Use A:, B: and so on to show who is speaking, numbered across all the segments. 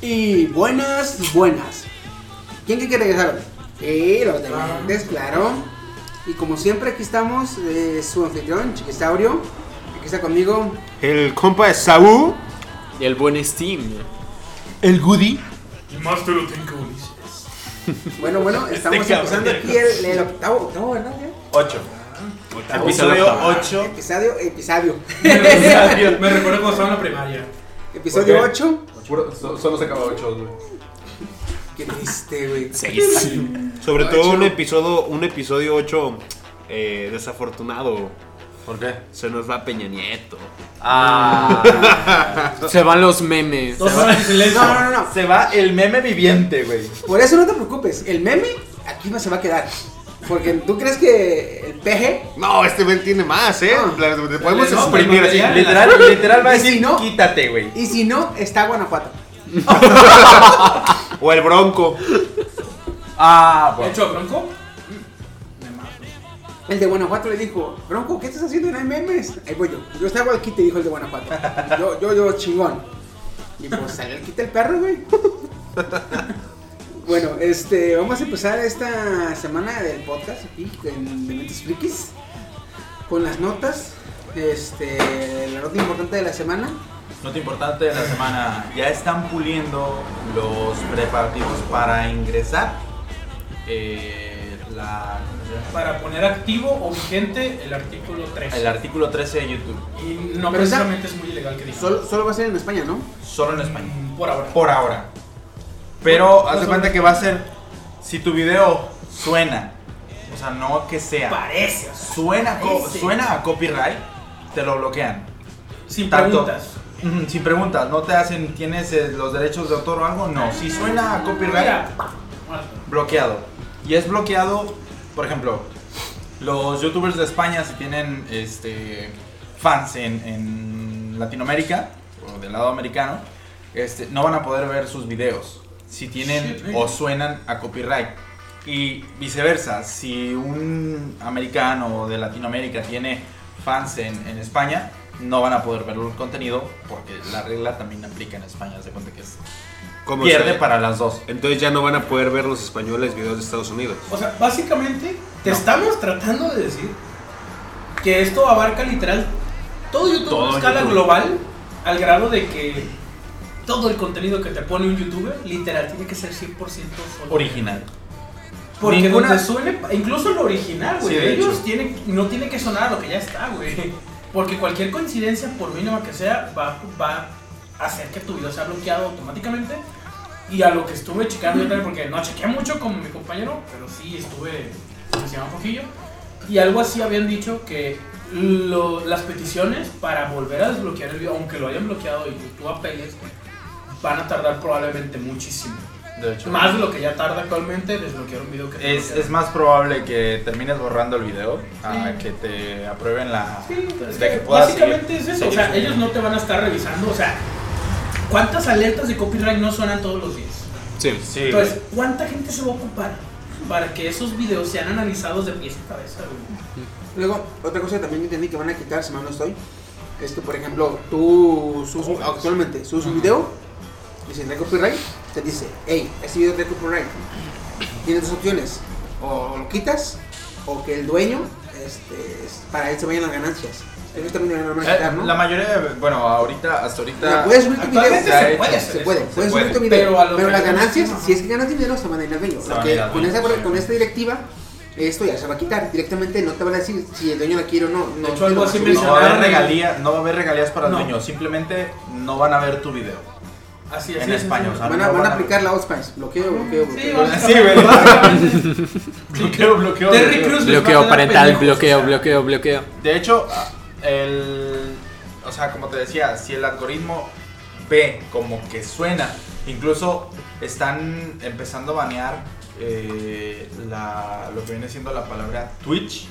A: Y buenas, buenas. ¿Quién que quiere regresar? Sí,
B: Ah.
A: los dementes, claro. Y como siempre, aquí estamos, eh, su anfitrión, Chiquisaurio. Aquí está conmigo.
C: El compa de Saúl.
D: El buen Steam.
C: El Goody.
B: Y más te lo tengo, Ulises.
A: Bueno, bueno, estamos
B: Este cabrón
A: empezando
B: de
A: aquí el, el octavo, octavo, ¿verdad? ya?
E: Ocho.
D: Episodio
E: Episodio 8.
A: Episodio, episodio.
B: Me recuerdo cuando estaba en la primaria.
A: episodio
E: Ok.
A: 8.
E: Solo se acaba 8, güey.
A: Qué triste, güey.
C: Sobre
A: Ocho.
C: todo un episodio, un episodio 8 eh, desafortunado.
E: ¿Por qué?
C: Se nos va Peña Nieto.
E: Ah.
D: Se van los memes.
B: Dos horas de silencio.
A: No, no, no, no.
E: se va el meme viviente, güey.
A: Por eso no te preocupes. El meme aquí no se va a quedar. Porque tú crees que el PG.
C: No, este men tiene más, ¿eh?
A: No.
C: Le- le podemos
B: No,
C: exprimir
B: pero
C: así.
B: ya-
E: Literal, literal va a
A: ¿Y si
E: decir,
A: no?
E: quítate, güey.
A: Y si no, está Guanajuato.
C: O el Bronco.
E: Ah,
B: ¿He
E: bueno.
B: hecho bronco?
A: El de Guanajuato le dijo, Bronco, ¿qué estás haciendo? No hay memes. Ahí voy yo. Yo estaba al quite, dijo el de Guanajuato. Yo, yo, yo, chingón. Y pues salió el quite el perro, güey. Bueno, este, vamos a empezar esta semana del podcast aquí en Dementes Frikis con las notas. Este, la nota importante de la semana.
E: Nota importante de la semana. Ya están puliendo los preparativos para ingresar. Eh, la,
B: Para poner activo o vigente el artículo 3.
E: el artículo 13 de YouTube.
B: Y no
A: Pero esa-
B: precisamente es muy ilegal que diga.
A: Solo, solo va a ser en España, ¿no?
E: Solo en español.
B: Mm, Por ahora.
E: Por ahora. Pero
B: Bueno,
E: haz de
B: más o
E: cuenta
B: menos.
E: que va a ser. Si tu video suena. O sea, no que sea.
B: Parece.
E: Suena, co-
B: Parece.
E: suena a copyright. Te lo bloquean.
B: Sin
E: Tanto-
B: preguntas.
E: Ujú, Sin preguntas, no te hacen, ¿tienes eh, los derechos de autor o algo? No, si suena a copyright,
B: Mira.
E: bloqueado. Y es bloqueado, por ejemplo, los youtubers de España si tienen este, fans en, en Latinoamérica o del lado americano, este, no van a poder ver sus videos si tienen
B: Sí, güey.
E: o suenan a copyright. Y viceversa, si un americano de Latinoamérica tiene fans en, en España, no van a poder ver el contenido porque la regla también aplica en España. Se cuenta que es,
C: Como
E: pierde
C: se-
E: para las dos.
C: Entonces ya no van a poder ver los españoles videos de Estados Unidos.
B: O sea, básicamente te estamos tratando de decir que esto abarca literal todo YouTube
E: Todo
B: a escala
E: YouTube.
B: global al grado de que todo el contenido que te pone un youtuber literal tiene que ser 100% solo.
E: Original.
B: Porque
E: Ninguna-
B: donde suene, incluso lo original, güey,
E: Sí, de
B: ellos
E: hecho.
B: tienen, no tiene que sonar lo que ya está, güey. Porque cualquier coincidencia, por mínima que sea, va, va a hacer que tu video sea bloqueado automáticamente. Y a lo que estuve checando, yo también, porque no chequeé mucho como mi compañero, pero sí estuve, me llama un poquillo. Y algo así habían dicho que lo- las peticiones para volver a desbloquear el video, aunque lo hayan bloqueado y tú apeles, van a tardar probablemente muchísimo.
E: De hecho.
B: Más de lo que ya tarda actualmente desbloquear un video que te
E: Es,
B: bloquearon.
E: es más probable que termines borrando el video a que te aprueben la.
B: Sí, es
E: de
B: que
E: que puedas
B: básicamente
E: seguir-
B: es eso.
E: seguir
B: O sea,
E: subiendo.
B: ellos no te van a estar revisando. O sea, ¿cuántas alertas de copyright no suenan todos los días?
C: Sí.
E: Sí,
B: Entonces, ¿cuánta gente se va a ocupar para que esos videos sean analizados de pies a cabeza? güey?
A: Luego, otra cosa que también entendí que van a quitar, si mal no estoy, es que, por ejemplo, tú subes, actualmente subes un video, dice, trae copyright, te dice, hey, este video trae copyright. Tienes dos opciones, o lo quitas, o que el dueño, este, es- para él se vayan las ganancias. Ellos también lo van a
E: güey. Eh,
A: quitar, ¿no?
E: la mayoría de. Bueno, ahorita, hasta
A: O sea,
E: ahorita.
A: puedes subir tu video.
B: Actualmente
E: se
A: se
E: puede
A: puede,
B: hacer
A: se
B: eso,
A: puede,
E: se
A: puedes subir
E: puede.
A: tu video.
B: Pero
A: Pero,
B: a lo que
A: las
B: vamos,
A: ganancias,
B: ajá.
A: si es que ganas dinero, se van a ir al dueño.
E: Se
A: Lo
E: van a
A: que
E: ir al
A: con,
E: dueño,
A: esa-
E: sí.
A: con esta directiva, esto ya se va a quitar. Directamente no te van a decir si el dueño la quiere o no. no
B: hecho,
A: te lo
B: algo
A: va a
B: así
A: subir.
E: No va a
B: mencionaron-
E: haber regalías, no va a haber regalías para el
B: No.
E: dueño, simplemente no van a ver tu video.
B: Así, así
E: en
B: es.
E: España.
B: así
E: O sea,
A: Van
E: no
A: a, van
E: van
A: a aplicar la Outspice. Bloqueo, bloqueo,
B: es. Sí,
A: bloqueo.
B: vamos a
E: Sí, güey.
B: Bloqueo,
E: bloqueo.
B: Terry Cruz les va a
D: Bloqueo
B: quedar
D: parental,
B: pendejos, o
D: bloqueo,
B: sea.
D: bloqueo, bloqueo.
E: De hecho, a- el. O sea, como te decía, si el algoritmo ve como que suena, incluso están empezando a banear eh, la, lo que viene siendo la palabra Twitch.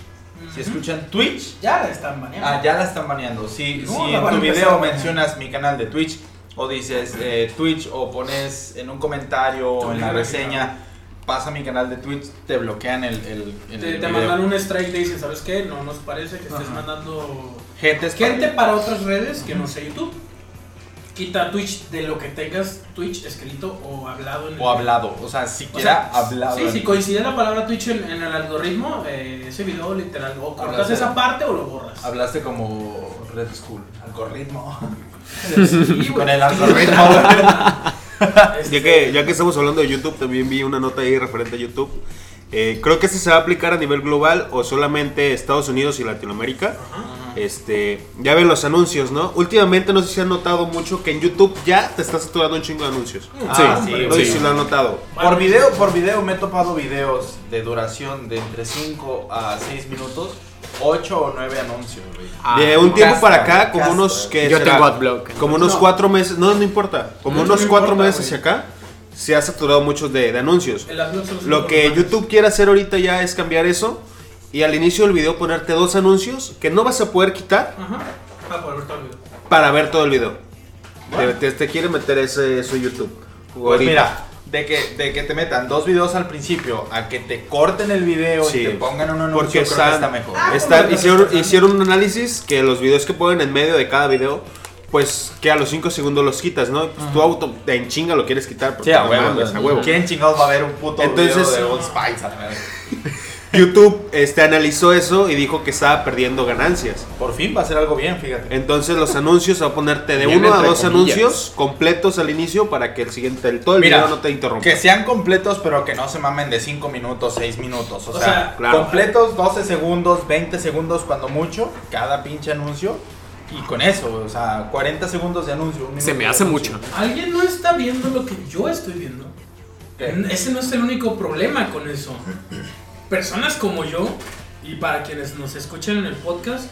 E: Si escuchan Twitch,
B: Ya la están baneando.
E: ah, ya la están baneando. Si,
B: No,
E: si
B: la
E: en
B: van a
E: tu
B: empezar a
E: video
B: banear.
E: mencionas mi canal de Twitch, o dices eh, Twitch, o pones en un comentario o en la reseña, pasa mi canal de Twitch, te bloquean el. el,
B: Te,
E: el
B: te
E: video.
B: mandan un strike y te dicen, ¿sabes qué? No nos parece que estés
E: Ajá.
B: mandando
E: Gente, es
B: gente para otras redes que no sea YouTube. Quita Twitch de lo que tengas Twitch escrito o hablado en el-
E: O hablado, o sea,
B: O
E: siquiera
B: sea,
E: hablado.
B: Sí, si coincide la palabra Twitch en, en el algoritmo, eh, ese video literal, o cortas
E: Hablaste.
B: esa parte o lo borras.
E: Hablaste como Red School, algoritmo.
B: Sí, güey.
E: Con el algoritmo. güey.
B: Este,
C: Ya que, ya que estamos hablando de YouTube, también vi una nota ahí referente a YouTube. Eh, creo que este se va a aplicar a nivel global o solamente Estados Unidos y Latinoamérica. Este, ya ven los anuncios, ¿no? Últimamente no sé si han notado mucho que en YouTube ya te está saturando un chingo de anuncios.
E: Ah,
B: sí,
E: sí,
C: No sé
E: sí.
C: si lo han notado.
E: Por video, por video me he topado videos de duración de entre 5 a 6 minutos, 8 o 9 anuncios, güey.
D: Ah,
C: de un tiempo
E: casta,
C: para acá, como
E: casta.
C: unos que
D: Yo tengo adblock.
C: Como unos
A: No.
C: cuatro meses, no, no importa. Como
B: No, no
C: unos cuatro
B: importa,
C: meses
B: güey.
C: hacia acá, se ha saturado muchos de, de anuncios.
B: el adblock solo es
C: Lo
B: un
C: que
B: programa.
C: YouTube quiere hacer ahorita ya es cambiar eso y al inicio del video ponerte dos anuncios que no vas a poder quitar
B: Ajá. Ah, por ver todo el video.
C: para ver todo el video. Te, te- te quiere meter ese, eso YouTube.
E: Pues
C: ahorita.
E: mira, de que, de que te metan dos videos al principio a que te corten el video
C: Sí.
E: y te pongan un anuncio,
C: Porque
E: creo que
C: están-
E: está mejor.
B: Ah,
C: Está-
B: como
C: hicieron,
B: lo que
C: hicieron un análisis que los videos que ponen en medio de cada video, pues que a los 5 segundos los quitas, ¿no? Pues tu auto de en chinga lo quieres quitar porque
E: Sí, a
C: no
E: huevo,
C: mames, a huevo.
E: ¿Quién chingados va a ver un puto
C: Entonces-
E: video de Old Spice? a la verga?
C: YouTube este, analizó eso y dijo que estaba perdiendo ganancias.
E: Por fin va a ser algo bien, fíjate.
C: Entonces los anuncios va a ponerte de
D: Bien,
C: uno a
D: entre
C: dos
D: comillas.
C: anuncios completos al inicio para que el siguiente, el, todo el
E: Mira,
C: video no te interrumpa.
E: Que sean completos, pero que no se mamen de 5 minutos, 6 minutos. O,
B: O
E: sea,
B: sea,
C: claro.
E: completos 12 segundos, 20 segundos cuando mucho, cada pinche anuncio. Y con eso, o sea, 40 segundos de anuncio. un minuto
D: Se me
E: de
D: hace
E: anuncio.
D: mucho.
B: Alguien no está viendo lo que yo estoy viendo.
E: ¿Qué?
B: Ese no es el único problema con eso. Personas como yo, y para quienes nos escuchan en el podcast,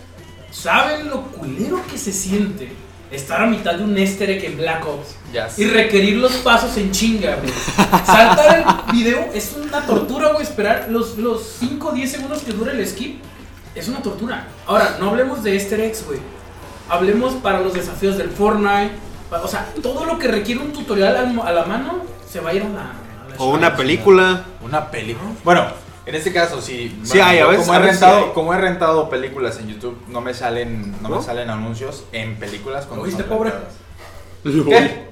B: saben lo culero que se siente estar a mitad de un easter egg en Black Ops
E: Ya
B: y
E: sé.
B: requerir los pasos en chinga, güey. Saltar el video es una tortura, güey. Esperar los, los 5 o 10 segundos que dura el skip es una tortura. Ahora, no hablemos de easter eggs, güey. Hablemos para los desafíos del Fortnite. pa- O sea, todo lo que requiere un tutorial al mo- a la mano se va a ir a la. a la
C: O una
B: chingada.
C: película.
E: Una peli. Bueno, en este caso, si.
C: Sí hay, a
E: yo
C: veces-
E: Como he,
C: a veces
E: rentado,
C: sí hay.
E: como he rentado películas en YouTube, no me salen, no,
C: ¿No?
E: me salen anuncios en películas. cuando
B: ¿Lo viste,
E: son
B: pobre?
E: rentadas.
D: ¿Qué?
E: ¿Qué?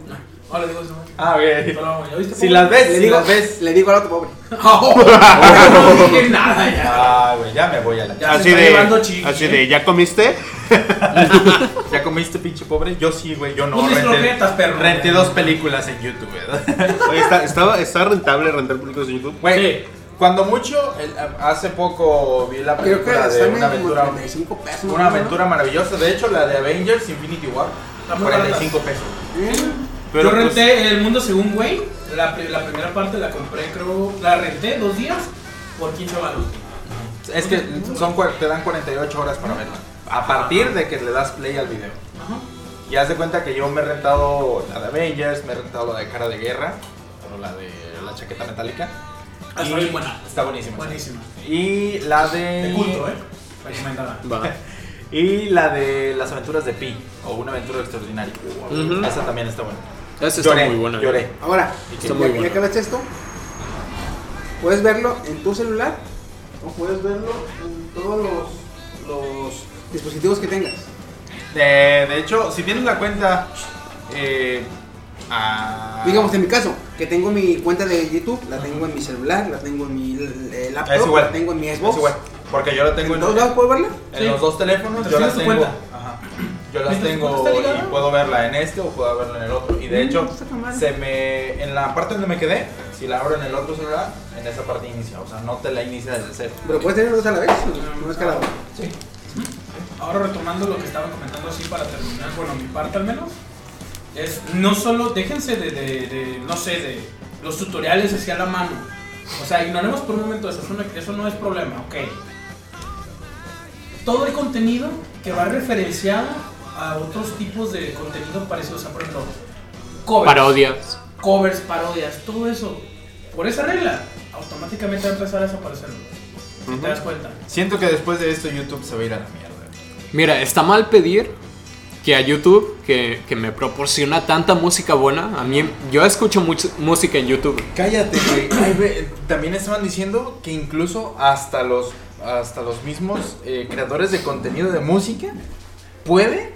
B: No, le digo eso, güey.
E: Ah, ok.
B: Pero, ¿ya viste,
E: Si
B: pobre?
E: las ves,
A: Le
E: si
A: digo,
E: las ves.
A: le digo al otro pobre.
B: no dije nada ya.
E: Ah, güey, ya me voy a la
B: Ya se
C: Así
B: está llevando
C: de,
B: chiqui,
C: así
B: ¿eh?
C: de, ¿ya comiste?
E: ¿Ya comiste, pinche pobre? Yo sí, güey, yo no.
B: Pues mis croquetas, perro.
E: renté dos películas en YouTube, ¿verdad?
C: Oye, está, estaba- está rentable rentar películas en YouTube.
E: Güey, cuando mucho, el- hace poco vi la
A: Creo que
E: película de
A: están
E: una
A: en como
E: aventura,
A: 35 pesos. ¿no?
E: una aventura maravillosa. De hecho, la de Avengers Infinity War,
B: Está muy
E: 45 pesos.
A: Mm,
C: Pero
B: yo
C: pues,
B: renté El Mundo Según Güey. La, pri- la primera parte la compré, creo. La renté dos días por 15 baros.
E: Es que son, cua- te dan 48 horas para verla. A partir de que le das play al video.
B: Ajá.
E: Y haz de cuenta que yo me he rentado la de Avengers, me he rentado la de Cara de Guerra, o la de la chaqueta metálica.
B: Ah, está
E: Y
B: bien buena.
E: Está buenísima.
B: Buenísima.
E: Y la de.
B: De culto, ¿eh? Recomendada.
D: Va.
E: Y la de las aventuras de Pi, o una aventura extraordinaria.
D: Ujú.
E: Esa también está buena.
D: Esa está
E: Lloré,
D: muy buena. ¿eh?
E: Lloré.
A: Ahora,
D: Está
A: ya,
D: muy
A: ya
D: bueno.
A: que ves esto, puedes verlo en tu celular o puedes verlo en todos los, los dispositivos que tengas.
E: De, de hecho, si tienes la cuenta. Eh, a-
A: Digamos, en mi caso, que tengo mi cuenta de YouTube, la tengo en mi celular, la tengo en mi eh, laptop,
E: Es igual.
A: la tengo en mi
E: es
A: Xbox.
E: igual, Porque yo la tengo
A: ¿En
E: en,
A: todos lados puedo verla?
E: en
B: Sí.
E: los dos teléfonos.
B: Pero
E: Yo
B: tienes
E: las
B: tu
E: tengo.
B: cuenta.
E: ajá, Yo las
B: Mientras tu
E: tengo
B: cuenta está
E: y
B: ligada.
E: puedo verla en este o puedo verla en el otro. Y de
A: Mm,
E: hecho,
A: está tan mal.
E: se me, en la parte donde me quedé, si la abro en el otro celular, en esa parte inicia. O sea, no te la inicia desde cero.
A: Pero pues puedes tener dos a la vez, no, no es cada uno.
B: Ahora retomando lo que estaba comentando así para terminar, bueno, mi parte al menos. Es, no solo, déjense de, de- de, no sé, de los tutoriales hacia la mano. O sea, ignoremos por un momento eso, eso no, eso no es problema, ok. Todo el contenido que va referenciado a otros tipos de contenido parecido, o sea, por ejemplo, covers,
D: Parodias.
B: covers, parodias, todo eso, por esa regla, automáticamente va a empezar a desaparecer. Si te das cuenta.
E: Siento que después de esto YouTube se va a ir a la mierda.
D: Mira, está mal pedir que a YouTube, que, que me proporciona tanta música buena, a mí, yo escucho mucha música en YouTube.
E: Cállate, güey. Ay, ve, También estaban diciendo que incluso hasta los, hasta los mismos eh, creadores de contenido de música puede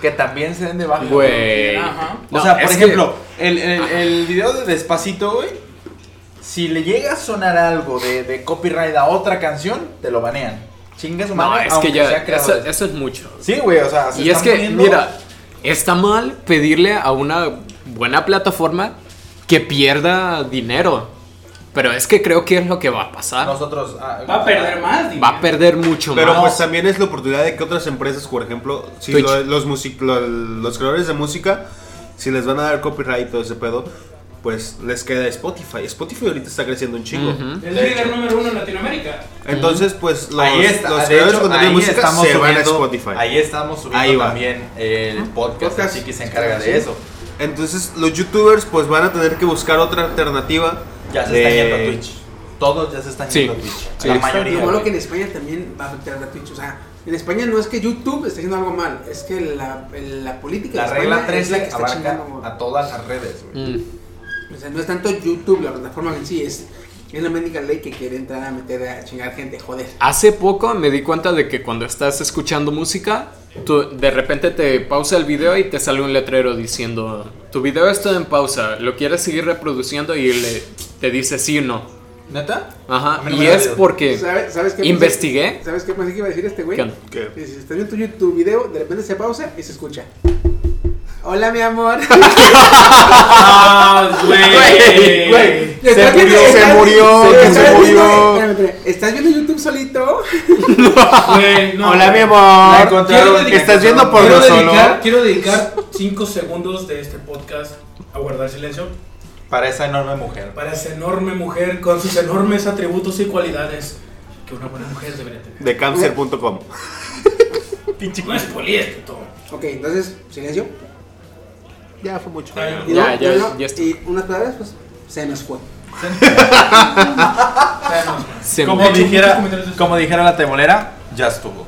E: que también se den de baja.
D: Güey.
B: Ajá.
E: o
D: No,
E: sea, por
D: es que-
E: ejemplo, el, el- el video de Despacito, güey, si le llega a sonar algo de, de copyright a otra canción, te lo banean. Chingas su
D: No,
E: madre,
D: es que
E: aunque
D: ya,
E: sea
D: eso,
E: creadores.
D: eso es mucho.
E: Sí, güey, o sea, se
D: Y es
E: están
D: que,
E: poniendo-
D: mira, está mal pedirle a una buena plataforma que pierda dinero. Pero es que creo que es lo que va a pasar.
E: nosotros... ah,
B: Va a perder más dinero.
D: Va a perder mucho
C: Pero
D: más.
C: pues también es la oportunidad de que otras empresas, por ejemplo, si
D: Twitch.
C: lo- los, music- lo- los creadores de música, si les van a dar copyright y todo ese pedo, pues les queda Spotify. Spotify ahorita está creciendo un chingo.
D: Ujú.
B: Es
E: De
B: líder
E: hecho.
B: número uno en Latinoamérica.
C: Entonces, pues los,
E: ahí está,
C: los
E: de
C: creadores
E: hecho,
C: de contenido de
E: ahí
C: música
E: estamos
C: se van a
E: subiendo-
C: Spotify.
E: Ahí estamos subiendo
C: Ahí va.
E: también el podcast,
A: Podcast.
E: así que se encarga de eso.
C: Entonces, los youtubers pues van a tener que buscar otra alternativa.
E: Ya se
C: de-
E: están yendo a Twitch. Todos ya se están
D: Sí.
E: yendo a Twitch.
D: Sí,
E: la
D: exacto.
E: mayoría.
A: Lo malo
E: güey.
A: que en España también va a afectar a Twitch. O sea, en España no es que YouTube esté haciendo algo mal, es que la, la política
E: La
A: de
E: regla
A: España es la que
E: 13
A: está
E: abarca
A: chingando,
E: a todas las redes, güey.
D: Mm.
A: O sea, no es tanto YouTube la plataforma en sí, es, es la médica ley que quiere entrar a meter a chingar gente, joder.
D: Hace poco me di cuenta de que cuando estás escuchando música, tú- de repente te pausa el video y te sale un letrero diciendo, tu video está en pausa, lo quieres seguir reproduciendo y le- te dice sí o no.
E: ¿Neta? A
D: Ajá.
E: mí no
D: Y
E: me lo
D: es
E: digo.
D: porque...
A: ¿Sabes, sabes qué? pensé-
D: investigué.
A: ¿Sabes qué pensé que iba a decir este güey?
D: ¿Qué onda?
C: ¿Qué?
A: Que Si estás viendo tu YouTube video, de repente se pausa y se escucha. Hola, mi amor.
B: Ah,
D: Güey,
B: güey.
A: ¿Estás
C: murió,
A: viendo-
C: se
A: estás-
C: murió,
A: estás
C: se
A: viendo-
C: murió.
A: espérame, espérame, ¿Estás viendo YouTube solito?
B: Güey, no.
C: Hola, mi
E: La
C: amor.
E: encontraron-
B: Quiero dedicar-
C: ¿Estás viendo por
B: quiero
C: lo solo?
B: dedicar, quiero dedicar 5 segundos de este podcast a guardar silencio
E: Para esa enorme mujer.
B: para esa enorme mujer con sus enormes atributos y cualidades que una buena mujer debería tener.
C: De camser.com.
B: No es poliéster, todo.
A: Ok, entonces, silencio.
C: Ya fue mucho.
A: Y
D: Ya,
A: no,
D: ya,
A: no,
D: ya está.
A: Y unas palabras, pues, se nos fue.
D: se
E: Como
D: me-
B: hecho, muchos
E: dijera,
B: comentarios de eso.
E: como dijera la temolera, ya estuvo.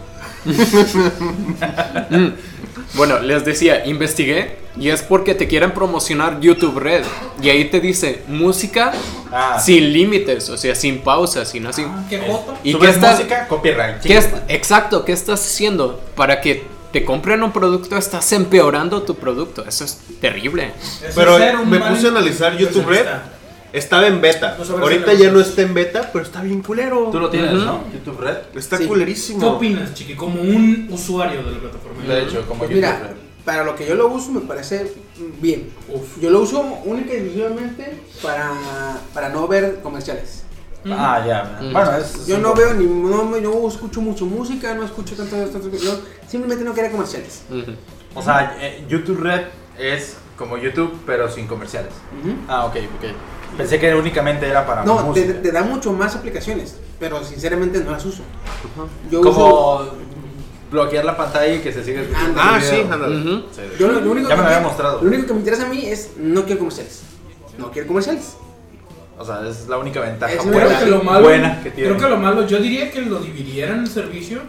D: Bueno, les decía, investigué y es porque te quieren promocionar YouTube Red. Y ahí te dice música
E: Ah,
D: sin límites, o sea, sin pausas, sin así.
B: Ah, ¿Qué jota?
D: ¿Y
E: subes
D: qué estás-
E: música, copyright.
D: ¿Qué es,
E: chingas.
D: exacto, ¿qué estás haciendo? Para que te compren un producto, estás empeorando tu producto. Eso es terrible.
B: Es
C: Pero
B: ser un
C: me
B: mal
C: puse a analizar YouTube Red.
B: inversionista.
C: Estaba en beta.
B: No sabes
C: Ahorita
B: si le
C: ya no está en beta, pero está bien culero.
E: Tú lo tienes,
D: Ujú.
E: ¿no? YouTube Red.
C: Está
A: Sí.
B: ¿Qué
C: culerísimo.
B: opinas, chiqui? Como un usuario de la plataforma.
E: De hecho, como
A: Pues
E: YouTube
A: mira,
E: Red.
A: para lo que yo lo uso me parece bien.
B: Uf.
A: Yo lo uso única y exclusivamente para, para no ver comerciales.
E: Ah, ya.
D: Mm.
E: Bueno, es.
A: Yo no veo ni no, me- no escucho mucho música, no escucho tanto, tanto- no, simplemente no quería comerciales.
D: Ujú.
E: O sea, eh, YouTube Red es como YouTube, pero sin comerciales.
A: Ujú.
E: Ah, ok, ok. Pensé que únicamente era para
A: No, te,
E: música.
A: te da mucho más aplicaciones, pero sinceramente no las uso. Yo uso,
E: como bloquear la pantalla y que se siga escuchando.
C: Ah,
E: el
C: sí,
E: video.
C: ándale.
D: Ujú.
E: Sí.
A: yo lo, lo único
E: ya
A: que
E: me lo había mostrado.
A: Lo único que me interesa a mí es no quiero comerciales. No quiero comerciales.
E: O sea, es la única ventaja
A: Es
E: buena,
B: Creo que lo malo.
E: buena que tiene.
B: Creo que lo malo, yo diría que lo dividieran el servicio,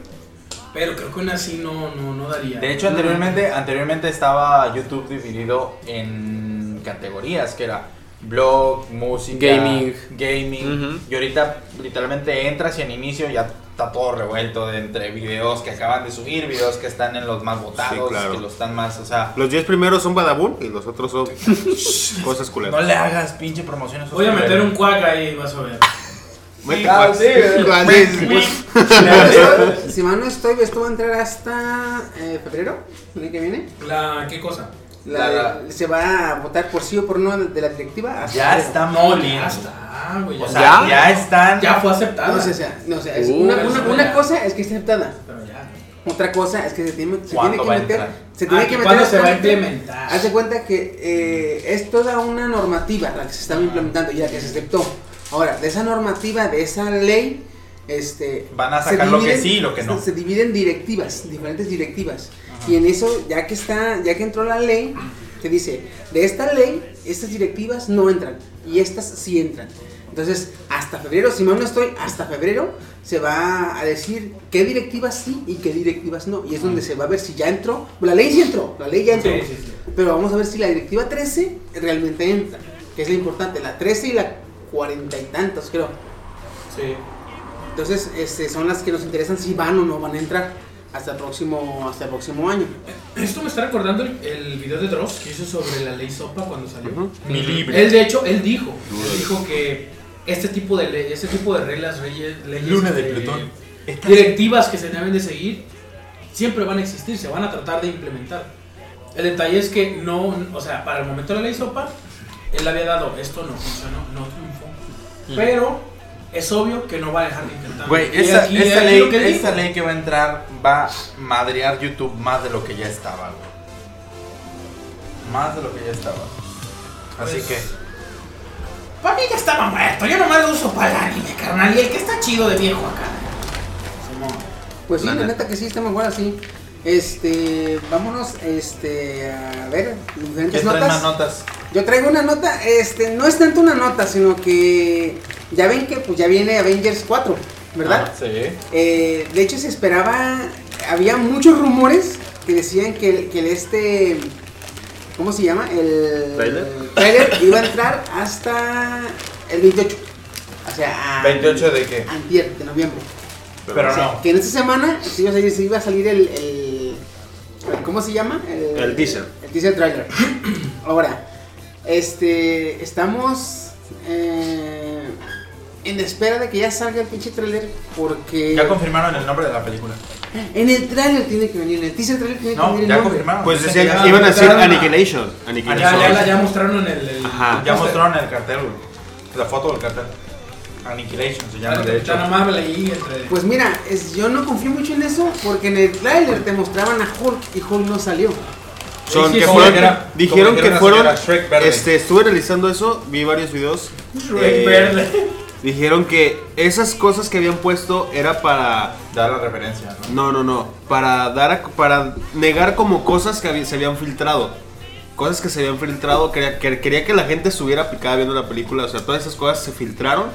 B: pero creo que aún así no, no, no daría.
E: De hecho, anteriormente, anteriormente estaba YouTube dividido en categorías, que era blog, música,
D: Gaming.
E: gaming.
D: Ujú.
E: Y ahorita literalmente entras y en inicio ya está todo revuelto de entre videos que acaban de subir, videos que están en los más votados,
C: claro.
E: que los están más, o sea,
C: Los 10 primeros son Badabun y los otros son cosas
E: no
C: culeras.
E: le hagas pinche promoción a esos
B: Voy a meter
E: culeros.
B: un cuac ahí, vas a ver.
C: Mete
E: Ah,
C: cuac.
E: sí, ¿verdad?
C: Cuac.
A: Si mal no estoy, esto va a entrar hasta eh, febrero, el año que viene.
B: La, ¿Qué cosa?
A: La-
E: La-
A: la- se va a votar por sí o por no de la directiva. hasta
E: Ya
A: febrero.
E: estamos
B: No,
E: Ah,
B: ya
E: bien.
B: está, güey. Ya,
E: O sea, ya,
D: ¿Ya?
E: están.
B: ya fue
A: No,
B: aceptada.
A: o sea, no, o sea, es
D: Uh,
A: una,
B: pero
A: una-
B: eso
A: una
B: ya.
A: cosa es que esté aceptada.
B: Pero ya.
A: Otra cosa es que se tiene, se
E: ¿Cuándo
A: tiene que
E: va a
A: meter.
E: entrar?
A: Se tiene
B: Ah,
A: que
B: ¿que
A: meter.
B: cuándo se va a
A: actualmente?
B: implementar?
A: Haz de cuenta que eh, es toda una normativa la que se estaba implementando y la que se aceptó. Ahora, de esa normativa, de esa ley, este.
E: Van a
A: se
E: sacar lo que sí y lo que no.
A: Se, se dividen directivas, diferentes directivas. Y en eso, ya que está, ya que entró la ley, te dice, de esta ley, estas directivas no entran. Y estas sí entran. Entonces, hasta febrero, si mal no estoy, hasta febrero se va a decir qué directivas sí y qué directivas no. Y es donde se va a ver si ya entró. La ley sí entró, la ley ya entró.
B: Sí, sí, sí.
A: Pero vamos a ver si la directiva 13 realmente entra, que es lo importante, la 13 y la cuarenta y tantos, creo.
B: Sí.
A: Entonces, este, son las que nos interesan si van o no van a entrar hasta el próximo, hasta el próximo año.
B: Esto me está recordando el, el video de Dross que hizo sobre la ley Sopa cuando salió.
E: Mi libre.
B: Él, de hecho, él dijo, él dijo que este tipo de, le- este tipo de reglas, reyes, leyes,
E: Luna de
B: eh,
E: Plutón.
B: directivas que se deben de seguir, siempre van a existir, se van a tratar de implementar. El detalle es que no, o sea, para el momento de la ley sopa, él había dado, esto no funcionó, no triunfó. Pero es obvio que no va a dejar de intentar.
E: Mm. Güey,
B: Y
E: esa,
B: aquí-
E: esa
B: aquí
E: ley,
B: lo que él
E: esa
B: dijo.
E: ley que va a entrar va a madrear YouTube más de lo que ya estaba, güey. Más de lo que ya estaba. Así
B: Pues,
E: que.
B: Para mí ya estaba muerto, yo nomás lo uso para el anime, carnal, y el que está chido de viejo acá.
A: Pues sí,
E: La
A: la,
E: neta.
A: neta que sí, estamos igual así. Este, vámonos, este, a ver,
E: ¿Qué
A: diferentes
E: traen
A: notas.
E: más notas?
A: Yo traigo una nota, este, no es tanto una nota, sino que ya ven que pues ya viene Avengers 4, ¿verdad?
E: Ah, sí.
A: Eh, de hecho, se esperaba. Había muchos rumores que decían que, el- que el este. ¿Cómo se llama? El.
D: ¿Trailer?
A: trailer iba a entrar hasta el 28. O sea, a-
E: 28 de qué?
A: Antier, Ah, de noviembre.
E: Pero
A: O sea,
E: no.
A: Que en esta semana se iba a salir, se iba a salir el, el- el- ¿Cómo se llama? El,
C: El teaser.
A: El teaser trailer. Ahora, este. Estamos. eh, en espera de que ya salga el pinche trailer. Porque.
E: Ya confirmaron el nombre de la película.
A: En el trailer tiene que venir, en el teaser trailer tiene que
E: No,
A: venir el
E: ya
A: nombre.
E: confirmaron.
C: Pues
E: O sea,
C: decían
E: ya-
C: que iban a hacer
B: quitaron a-
C: Annihilation. Ah.
E: Ah,
B: Ya,
C: Annihilation.
B: ya, la- ya mostraron el. el
C: Ajá.
E: Ya mostraron el cartel, güey. La foto del cartel. Annihilation se llama, de hecho.
B: Capitana Marvel ahí entre.
A: Pues mira, es- yo no confío mucho en eso porque en el trailer te mostraban a Hulk y Hulk no salió.
C: Son
B: Sí,
C: que
B: sí,
C: fueron-
B: como dijera-
C: dijeron
E: como
C: que
E: dijera la
C: fueron.
E: señora Shrek verde.
C: Este, estuve realizando eso, vi varios videos.
B: Shrek
C: eh,
B: verde.
C: Dijeron que esas cosas que habían puesto era para.
E: Da la referencia, ¿no?
C: No, no, no. Para dar a- para negar como cosas que había- se habían filtrado. Cosas que se habían filtrado. Quería que, quería que la gente estuviera picada viendo la película. O sea, todas esas cosas se filtraron.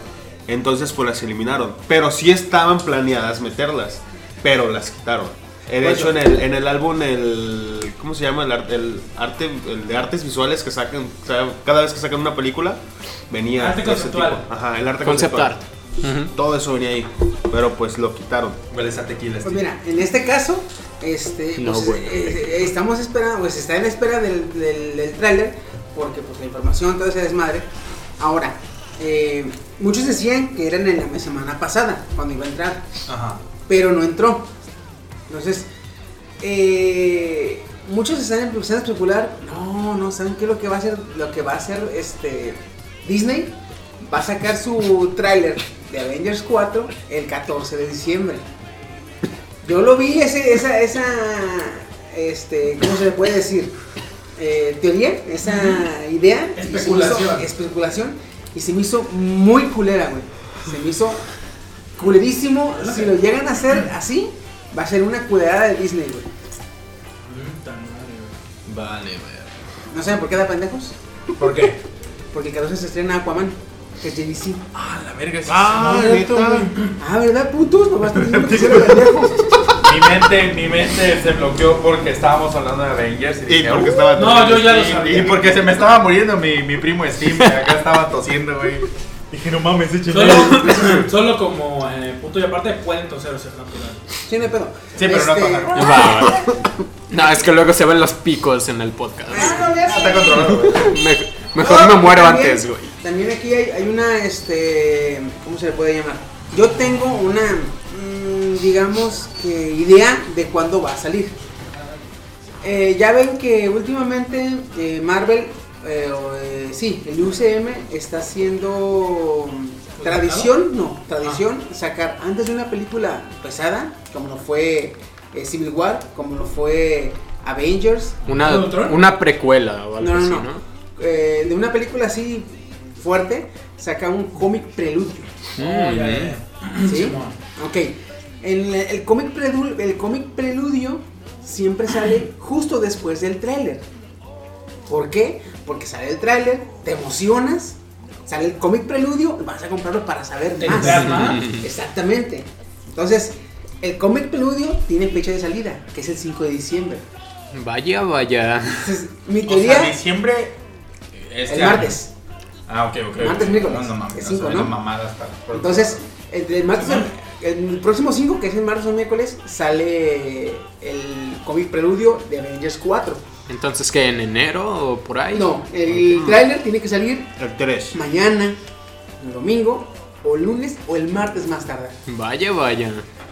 C: Entonces pues las eliminaron. Pero sí estaban planeadas meterlas. Pero las quitaron. Eh, De
B: Pues
A: Bueno.
C: hecho, en el, en el álbum, el. ¿Cómo se llama? El, ar- el arte el de artes visuales que sacan. o sea, cada vez que sacan una película, venía.
B: Arte
C: todo ese
B: conceptual.
C: tipo. Ajá, el arte
D: Concept
C: conceptual.
D: art. Ujú.
C: Todo eso venía ahí. Pero pues lo quitaron.
E: Huele esa tequila.
A: Pues mira, en este caso, este,
D: No,
A: pues,
D: bueno.
A: eh, eh, estamos esperando, pues está en espera del, del, del tráiler porque pues la información todo ese desmadre. Ahora, eh, muchos decían que eran en la semana pasada cuando iba a entrar.
E: Ajá.
A: pero no entró. Entonces, eh, muchos están empezando a especular, no, no saben qué es lo que va a hacer, lo que va a hacer este Disney va a sacar su tráiler de Avengers 4 el 14 de diciembre. Yo lo vi ese, esa, esa, este, ¿cómo se le puede decir? Eh, teoría, esa idea, y se me hizo-
B: Especulación.
A: especulación y se me hizo muy culera, güey. Se me hizo culerísimo. Si lo llegan a hacer así, va a ser una culerada de Disney, güey.
B: Puta madre, güey.
E: Vale, güey.
A: ¿No saben por qué da pendejos?
E: ¿Por qué?
A: Porque el 14 se estrena Aquaman, que es JDC.
E: Ah, la verga. sí.
A: Ah, ¿verdad, putos? Nomás están diciendo que será pendejos.
E: Mi mente, mi mente se bloqueó porque estábamos hablando de Avengers y,
C: Y
E: dije,
C: porque
E: "Uh".
C: estaba
B: No, yo ya lo
E: Y-
B: sabía.
E: Y porque se me estaba muriendo mi, mi primo Steam, acá estaba tosiendo, güey. Dije, no mames, ese chingado.
B: Solo, solo como eh, punto y aparte pueden toser, o sea, es natural.
A: Sí, no hay pedo. Este,
E: Sí, pero no tocar.
D: Va. No, es que luego se ven los picos en el podcast.
E: Está controlado, güey.
D: Me- mejor
A: Oh,
D: me muero
A: También-
D: antes, güey.
A: También aquí hay, hay una, este, ¿cómo se le puede llamar? Yo tengo una, mm, digamos que idea de cuándo va a salir. Eh, ya ven que últimamente eh, Marvel, eh, o, eh, sí, el UCM está haciendo mm, tradición, no, tradición sacar antes de una película pesada, como lo fue eh, Civil War, como lo fue Avengers.
D: Una,
B: ¿Juego de Tron?
D: una precuela o algo
A: No, no,
D: así,
A: no.
D: ¿no?
A: Eh, de una película así fuerte, saca un cómic preludio.
B: Oh, ya, ya, ya.
A: ¿Sí?
B: Simón.
A: Ok. El, el cómic predu- el cómic preludio siempre sale justo después del tráiler. ¿Por qué? Porque sale el tráiler, te emocionas, sale el cómic preludio, vas a comprarlo para saber
B: Te
A: más.
B: enteras más.
A: Exactamente. Entonces, el cómic preludio tiene fecha de salida, que es el 5 de diciembre.
D: Mm, Vaya, vaya.
A: Entonces, mi
E: O sea,
A: teoría,
E: diciembre. este
A: el
E: año.
A: martes.
E: Ah, ok, ok.
A: Martes,
E: ok.
A: miércoles.
E: No, no mames.
A: Es
E: no,
A: cinco,
E: son
A: ¿no?
E: mamadas para-
A: Entonces, el, el martes, el, el próximo 5, que es el martes o miércoles, sale el cómic preludio de Avengers 4.
D: Entonces, ¿qué? ¿En enero o por ahí?
A: No, el tráiler tiene que salir
C: El 3.
A: mañana, el domingo, o lunes, o el martes más tarde.
D: Vaya, vaya.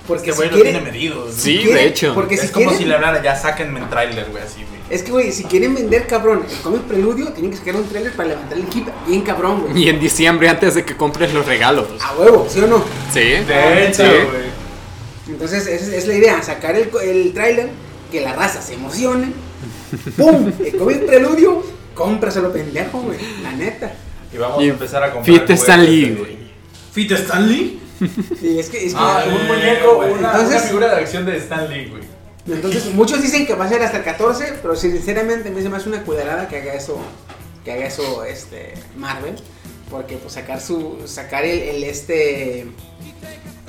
A: Porque
E: Este
A: si
E: güey lo
A: quieren-
E: tiene medido.
A: si
D: Sí, de
A: quieren-
D: hecho.
A: Porque
E: es
A: si
E: como
A: quieren-
E: si le hablara, ya sáquenme el tráiler, güey, así, güey.
A: Es que, güey, si quieren vender, cabrón, el cómic preludio, tienen que sacar un tráiler para levantar el equipo. Bien cabrón, güey.
D: Y en diciembre antes de que compres los regalos.
A: A huevo, ¿sí o no?
D: Sí.
E: De hecho,
D: Sí.
E: güey.
A: Entonces, esa es, es la idea, sacar el, co- el tráiler, que la raza se emocione. ¡Pum! El cómic preludio, cómpraselo, pendejo, güey. La neta.
E: Y vamos
D: Y
E: a empezar a comprar.
D: Fit Stan
E: juguetes,
D: Lee, güey.
B: ¿Fit Stanley?
A: Y es que, es que-
E: Ah, un muñeco,
B: güey.
E: una,
A: Entonces-
E: una figura de acción de Stan Lee, güey.
A: Entonces, muchos dicen que va a ser hasta el 14, pero sinceramente me hace más una cuidarada que haga eso, que haga eso este, Marvel, porque pues sacar su, sacar el, el, este,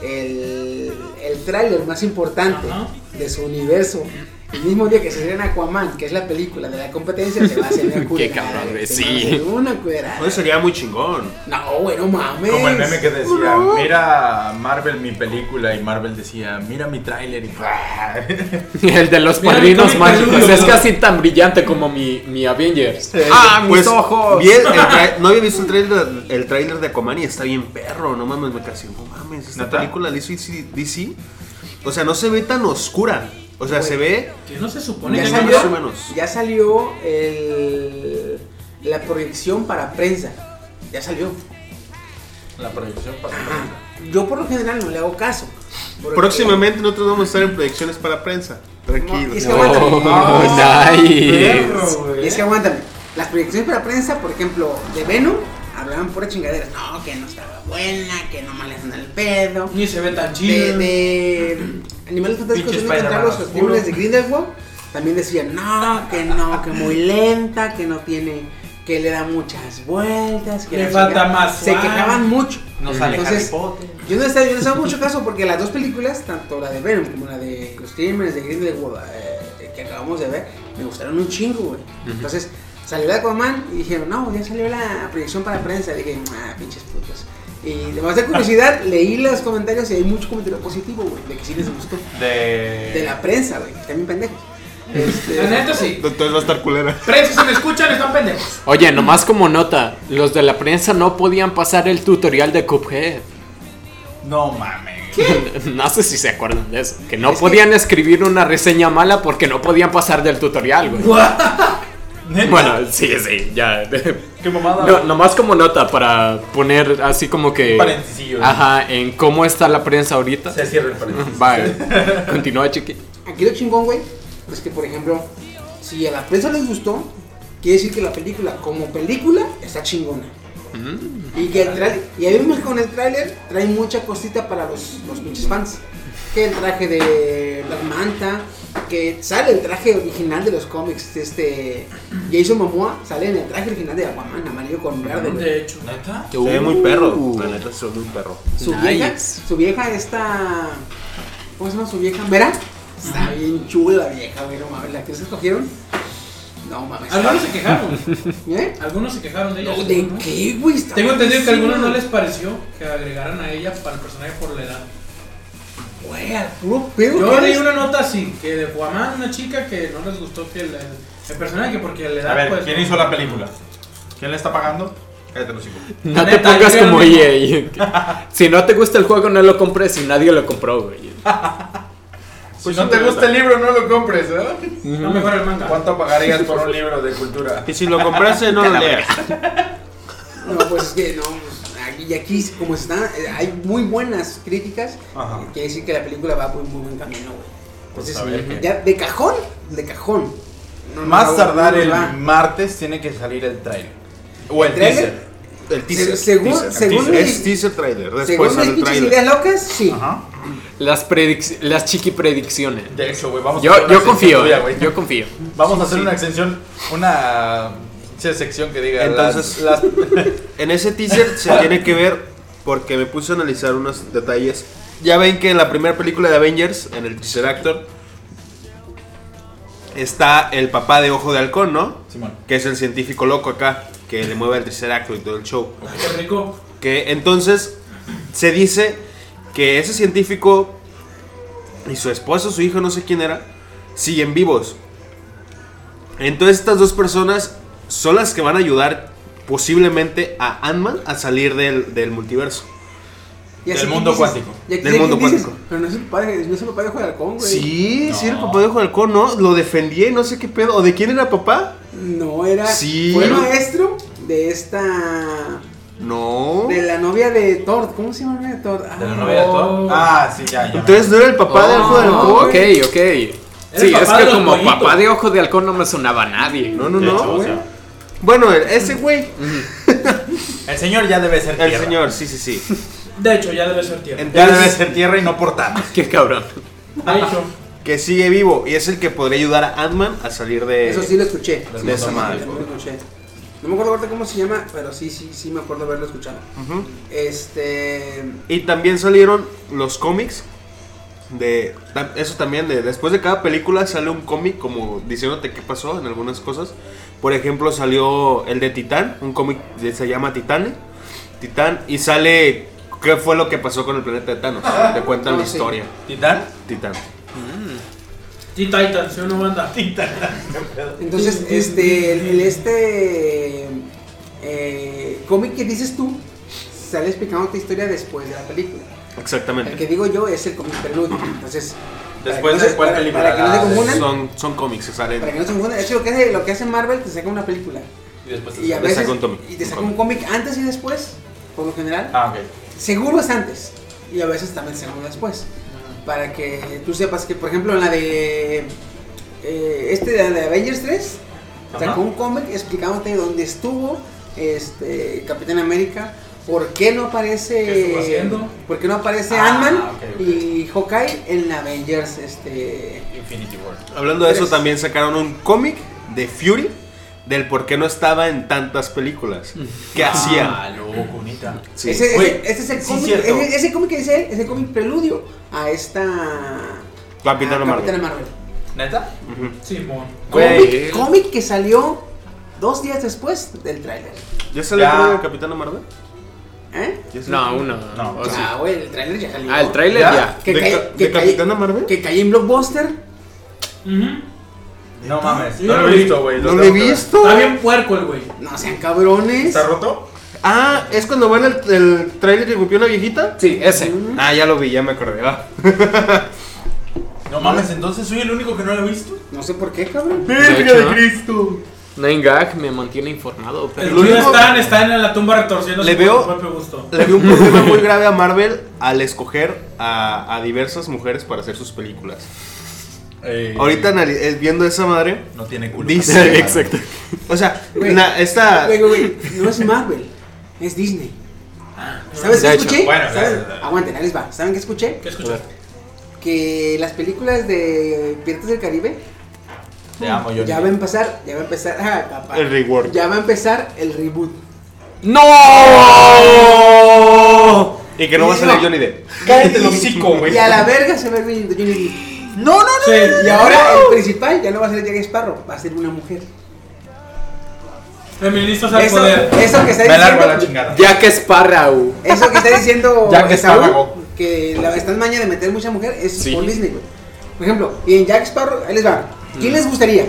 A: el, el tráiler más importante
B: Ajá.
A: de su universo, el mismo día que se estrena Aquaman, que es la película de la competencia, se va a hacer una
D: Qué
A: cuidarada,
D: cabrón, güey,
A: se va a
D: sí.
A: hacer Una cuidarada.
C: Eso sería muy chingón.
A: No, bueno, mames.
E: Pues, Como el meme que decía,
A: No.
E: mira Marvel mi película y Marvel decía, mira mi tráiler y
D: El de los
B: Mira,
D: padrinos
B: Victoria
D: mágicos. Pues
B: Caruso.
D: Es casi tan brillante como mi, mi Avengers.
A: Ah,
C: Pues, vi el- el tra- no había visto el trailer, el tráiler de Aquaman y está bien perro. No mames, me casi. No mames, esta
E: ¿Neta?
C: película la hizo DC, DC. O sea, no se ve tan oscura. O sea,
A: Güey.
C: se ve.
B: Que no se supone
A: Ya
B: que
C: Ponele
A: salió,
C: más o menos.
A: ya salió el- la proyección para prensa. Ya salió.
E: La proyección pasó.
A: Yo por lo general no le hago caso. porque-
C: Próximamente nosotros vamos a estar en proyecciones para prensa.
A: No, es que
C: Tranquilos.
A: aguántame.
D: Oh, nice.
A: Y es que aguántame. Las proyecciones para prensa, por ejemplo, de Venom, hablaban pura chingaderas. No, que no estaba buena, que no me le hacen al pedo.
B: Ni se ve tan
A: De,
B: chido.
A: de Animales Fantásticos
E: Pinche
A: que encontrar los
E: Spider-Man
A: festíbulos de
E: oscuro.
A: Grindelwald, también decían, no, que no, que muy lenta, que no tiene, que le da muchas vueltas, que
B: Le
A: la
B: falta
A: chingada".
B: más
A: Se
B: swag.
A: quejaban mucho.
E: No sale
A: Entonces,
E: Harry Potter.
A: Yo no les yo no les hago mucho caso porque las dos películas, tanto la de Venom como la de los crímenes de Grindelwald eh, que acabamos de ver, me gustaron un chingo, güey. Entonces, salió la de Aquaman y dijeron, no, ya salió la proyección para prensa. dije, ah, pinches putos. Y además de curiosidad, leí los comentarios y hay mucho comentario positivo, güey, de que sí les gustó.
E: De...
A: De la prensa, güey, también pendejos. Este,
B: La neta sí.
C: Entonces va a estar culera.
B: Presos, si me escuchan, están pendejos.
D: Oye, nomás como nota, los de la prensa no podían pasar el tutorial de Cuphead.
E: No mames.
D: No sé si se acuerdan de eso. Que no
A: Es que-
D: podían escribir una reseña mala porque no podían pasar del tutorial, güey.
E: ¿Neta?
D: Bueno, sí, sí, ya.
E: qué mamada.
D: No, nomás como nota para poner así como que.
E: Parentesillo, ¿no?
D: Ajá, en cómo está la prensa ahorita.
E: Se cierra el paréntesis.
D: Vale, continúa, chiqui.
A: Aquí lo chingón, güey, es que, por ejemplo, si a la prensa les gustó, quiere decir que la película, como película, está chingona. Y que el tráiler- y ahí vemos que con el tráiler trae mucha cosita para los, los pinches fans. Que el traje de Black Manta, que sale el traje original de los cómics, de este Jason Momoa sale en el traje original de Aquaman, amarillo con verde. güey.
B: De hecho. ¿Neta?
C: Se ve muy perro. La neta se ve muy perro.
A: Su
D: Nice.
A: vieja, su vieja esta. ¿Cómo se llama su vieja? ¿Vera? Está bien chula la vieja, güey, no mames. ¿La que se escogieron? No mames.
B: Algunos se quejaron.
A: ¿Eh?
B: Algunos se quejaron de ella.
A: No, ¿De
B: ¿no?
A: qué, güey? Está
B: Tengo entendido que a algunos no
A: buenísima.
B: les pareció que agregaran a ella para el personaje por la edad.
A: Güey, al puro pedo.
B: Yo
A: ¿qué
B: leí
A: eres?
B: una nota así, que de Guamán, una chica que no les gustó que el, el personaje, porque le da
E: A ver,
B: pues,
E: ¿quién hizo la película? ¿Quién le está pagando? Cállate los hijos.
D: No te
B: Neta,
D: pongas
B: yo creo
D: como
B: lo mismo.
D: EA. Si no te gusta el juego, no lo compres y nadie lo compró, güey.
E: si no te gusta el Este libro, no lo compres, ¿eh?
B: No mejor el manga.
E: ¿Cuánto pagarías por un libro de cultura?
C: Y si lo compraste, no lo leas.
A: No, pues es que no. pues, aquí- Y aquí, como está, eh, hay muy buenas críticas.
E: Ajá.
A: Quiere decir que la película va por un muy buen camino, güey.
D: por
A: Entonces,
D: saber que-
A: ya de cajón, de cajón. No, no,
E: Más
A: no,
E: tardar
A: no, no,
E: el
A: va.
E: martes tiene que salir el trailer. O el
A: ¿Trailer?
E: teaser.
C: El teaser.
A: según-
C: teaser,
A: según
C: teaser.
A: mi-
C: Es teaser trailer. Después
A: Según
C: sale
A: mis
C: el
A: pinches
C: trailer.
A: ideas locas, sí.
E: Ajá.
D: Las, predic- las chiqui predicciones.
E: De hecho, güey, vamos hacer
D: Yo,
E: una
D: yo
E: sección
D: confío, eh.
C: eh.
E: tuya, güey.
D: yo confío.
E: Vamos a hacer una extensión, una che, sección que diga.
C: Entonces-
E: las- las-
C: En ese teaser se tiene que ver porque me puse a analizar unos detalles. Ya ven que en la primera película de Avengers, en el teaser actor, está el papá de Ojo de Halcón, ¿no?
E: Simón.
C: Que es el científico loco acá, que le mueve el teaser actor y todo el show.
B: Qué rico.
C: Que entonces se dice que ese científico y su esposo, su hijo, no sé quién era, siguen vivos. Entonces estas dos personas son las que van a ayudar posiblemente a Ant-Man a salir del, del multiverso.
A: Y así
E: Del
A: que
E: mundo
A: dices-
E: cuántico.
A: y aquí-
C: Del
A: y aquí
C: mundo
A: dices,
C: cuántico.
A: Pero no es el padre, no es el papá de Juego de Halcón, güey.
C: Sí,
E: No.
C: sí, el papá de Ojo de Halcón, ¿no? Lo defendía y no sé qué pedo. ¿O de quién era papá?
A: No era.
C: Sí.
A: Fue maestro de esta.
C: No.
A: De la novia de Thor. ¿Cómo se llama la novia de Thor? Ah,
E: ¿De la novela de Thor? Ah, sí, ya, ya.
C: Entonces no era el papá de Ojo de Halcón.
D: Oh, ok, ok. Sí,
B: papá
D: es
B: de
D: que
B: los
D: como
B: pollitos.
D: papá de ojo de halcón no me sonaba a nadie.
C: No, no,
E: De hecho,
C: no.
E: o
C: güey.
E: sea,
C: Bueno, ese güey.
E: el señor ya debe ser
C: El
E: tierra.
C: señor, sí, sí, sí.
B: De hecho, ya debe ser tierra.
E: Ya
C: Entonces-
E: debe ser tierra y no por Thanos.
D: Qué cabrón.
B: De hecho,
C: que sigue vivo y es el que podría ayudar a Ant-Man a salir de.
A: Eso sí lo escuché.
E: De
A: Sí,
E: esa
A: sí,
E: madre.
A: sí, lo escuché. No me acuerdo ahorita cómo se llama, pero sí, sí, sí me acuerdo haberlo escuchado.
C: Ujú.
A: Este.
C: Y también salieron los cómics de ta- eso también de después de cada película sale un cómic como diciéndote qué pasó en algunas cosas. Por ejemplo, salió el de Titán, un cómic que se llama Titane. Titán y sale qué fue lo que pasó con el planeta de Thanos. Te cuentan
A: Ah,
C: la
A: sí.
C: historia.
E: ¿Titán?
C: Titán.
B: Teen Titans, soy una banda.
A: Entonces, este. El, el este. eh, cómic que dices tú sale explicando tu historia después de la película. El que
C: Exactamente.
A: digo yo es el cómic preludio. Entonces. para que
E: Después
A: no se-
E: de cuál
A: para-
E: película,
A: Para que no se
E: la de-
A: confundan.
C: Son, son cómics que salen.
A: Para que no se confundan. Es lo que hace, lo que hace Marvel, te saca una película.
E: Y después
A: Y a
C: Te
A: veces.
C: saca un cómic.
A: Y te saca un cómic antes y después, por lo general.
E: Ah, ok.
A: Seguro es antes. Y a veces también seguro después. Para que tú sepas que, por ejemplo, en la de. eh, este de, la de Avengers 3,
E: Ajá.
A: sacó un cómic explicándote dónde estuvo este Capitán América. ¿Por qué no aparece
B: ¿Qué estuvo haciendo?
A: ¿Por qué no aparece
E: Ah,
A: Ant-Man
E: ok, ok.
A: y Hawkeye en la Avengers este
E: Infinity War.
C: Hablando de eso,
A: Tres.
C: también sacaron un cómic de Fury del por qué no estaba en tantas películas.
A: Mm.
C: ¿Qué hacía?
E: Ah, loco, neta.
C: Sí.
A: Ese, ese-
E: Güey,
A: ese es el
E: sí,
A: cómic,
E: cierto.
A: ese, ese cómic que dice él, es el cómic preludio a esta
C: Capitana
A: a
C: Marvel.
A: Capitana Marvel.
E: ¿Neta?
C: Ujú.
B: Simón.
A: Cómic,
E: Güey.
A: cómic que salió dos días después del tráiler.
C: ¿Ya salió
E: Ya.
C: el trailer de Capitana Marvel?
A: ¿Eh?
C: ¿Ya salió?
D: No, uno.
E: No.
D: o sí.
A: Ah, güey, el tráiler ya salió.
D: Ah, el tráiler
E: ¿Ya?
D: ya.
A: Que
C: ¿De
A: cae-
C: ca-
A: que
C: de
A: cae-
C: Capitana Marvel?
A: Que cayó en Blockbuster.
B: Ujú.
E: No mames.
B: Sí,
E: No lo he
B: güey.
E: visto, güey.
C: No
E: tengo
C: lo he
E: que ver.
C: visto.
B: Está bien puerco el güey.
A: No sean cabrones.
E: ¿Está roto?
C: Ah, ¿es cuando van el, el trailer que copió una viejita?
D: Sí, ese.
C: Ah, ya lo vi, ya me acordé. va.
E: No mames, entonces soy el único que no lo he visto.
A: No sé por qué, cabrón.
D: Verga de
E: Cristo!
D: Nine Gag me mantiene informado.
B: El
D: Pero...
C: único-
B: tío Stan está en la tumba retorciéndose
C: Le
B: por
C: veo-
B: su propio gusto.
C: Le vi un problema muy grave a Marvel al escoger a, a diversas mujeres para hacer sus películas. Ahorita anali- eh, viendo esa madre,
E: No tiene culo.
C: dice. O sea,
A: Güey.
C: na- esta.
A: Güey, güey, güey, no es Marvel, es Disney. ¿Sabes
D: De
A: qué
D: hecho,
A: escuché?
E: bueno,
A: ¿Saben?
E: ya, ya, ya.
A: Aguanten, ahí les va. ¿Saben qué escuché?
B: ¿Qué escuchas?
A: Que las películas de Piratas del Caribe
E: Te amo, yo.
A: Ya va a empezar, ya va a empezar. ah, papá.
C: El rework.
A: Ya va a empezar el reboot.
C: ¡No! Y que no va a salir
A: No.
C: Johnny Depp.
E: Cállate el hocico, güey.
A: Y a la verga se va a ver Johnny Depp.
E: Pues No, no, no.
B: Sí,
A: Y ahora el principal ya no va a ser Jack Sparrow, va a ser una mujer.
B: Feministas al
A: Eso,
B: poder.
A: eso que está
E: Me largo a
A: diciendo.
E: la chingada.
D: Jack Sparrow.
A: Eso que está diciendo
E: Jack
A: Esaú,
E: Sparrow.
A: que la esta maña de meter mucha mujer es
D: Sí.
A: por Disney, güey. Por ejemplo, y en Jack Sparrow, ahí les va. ¿Quién
E: Mm.
A: les gustaría?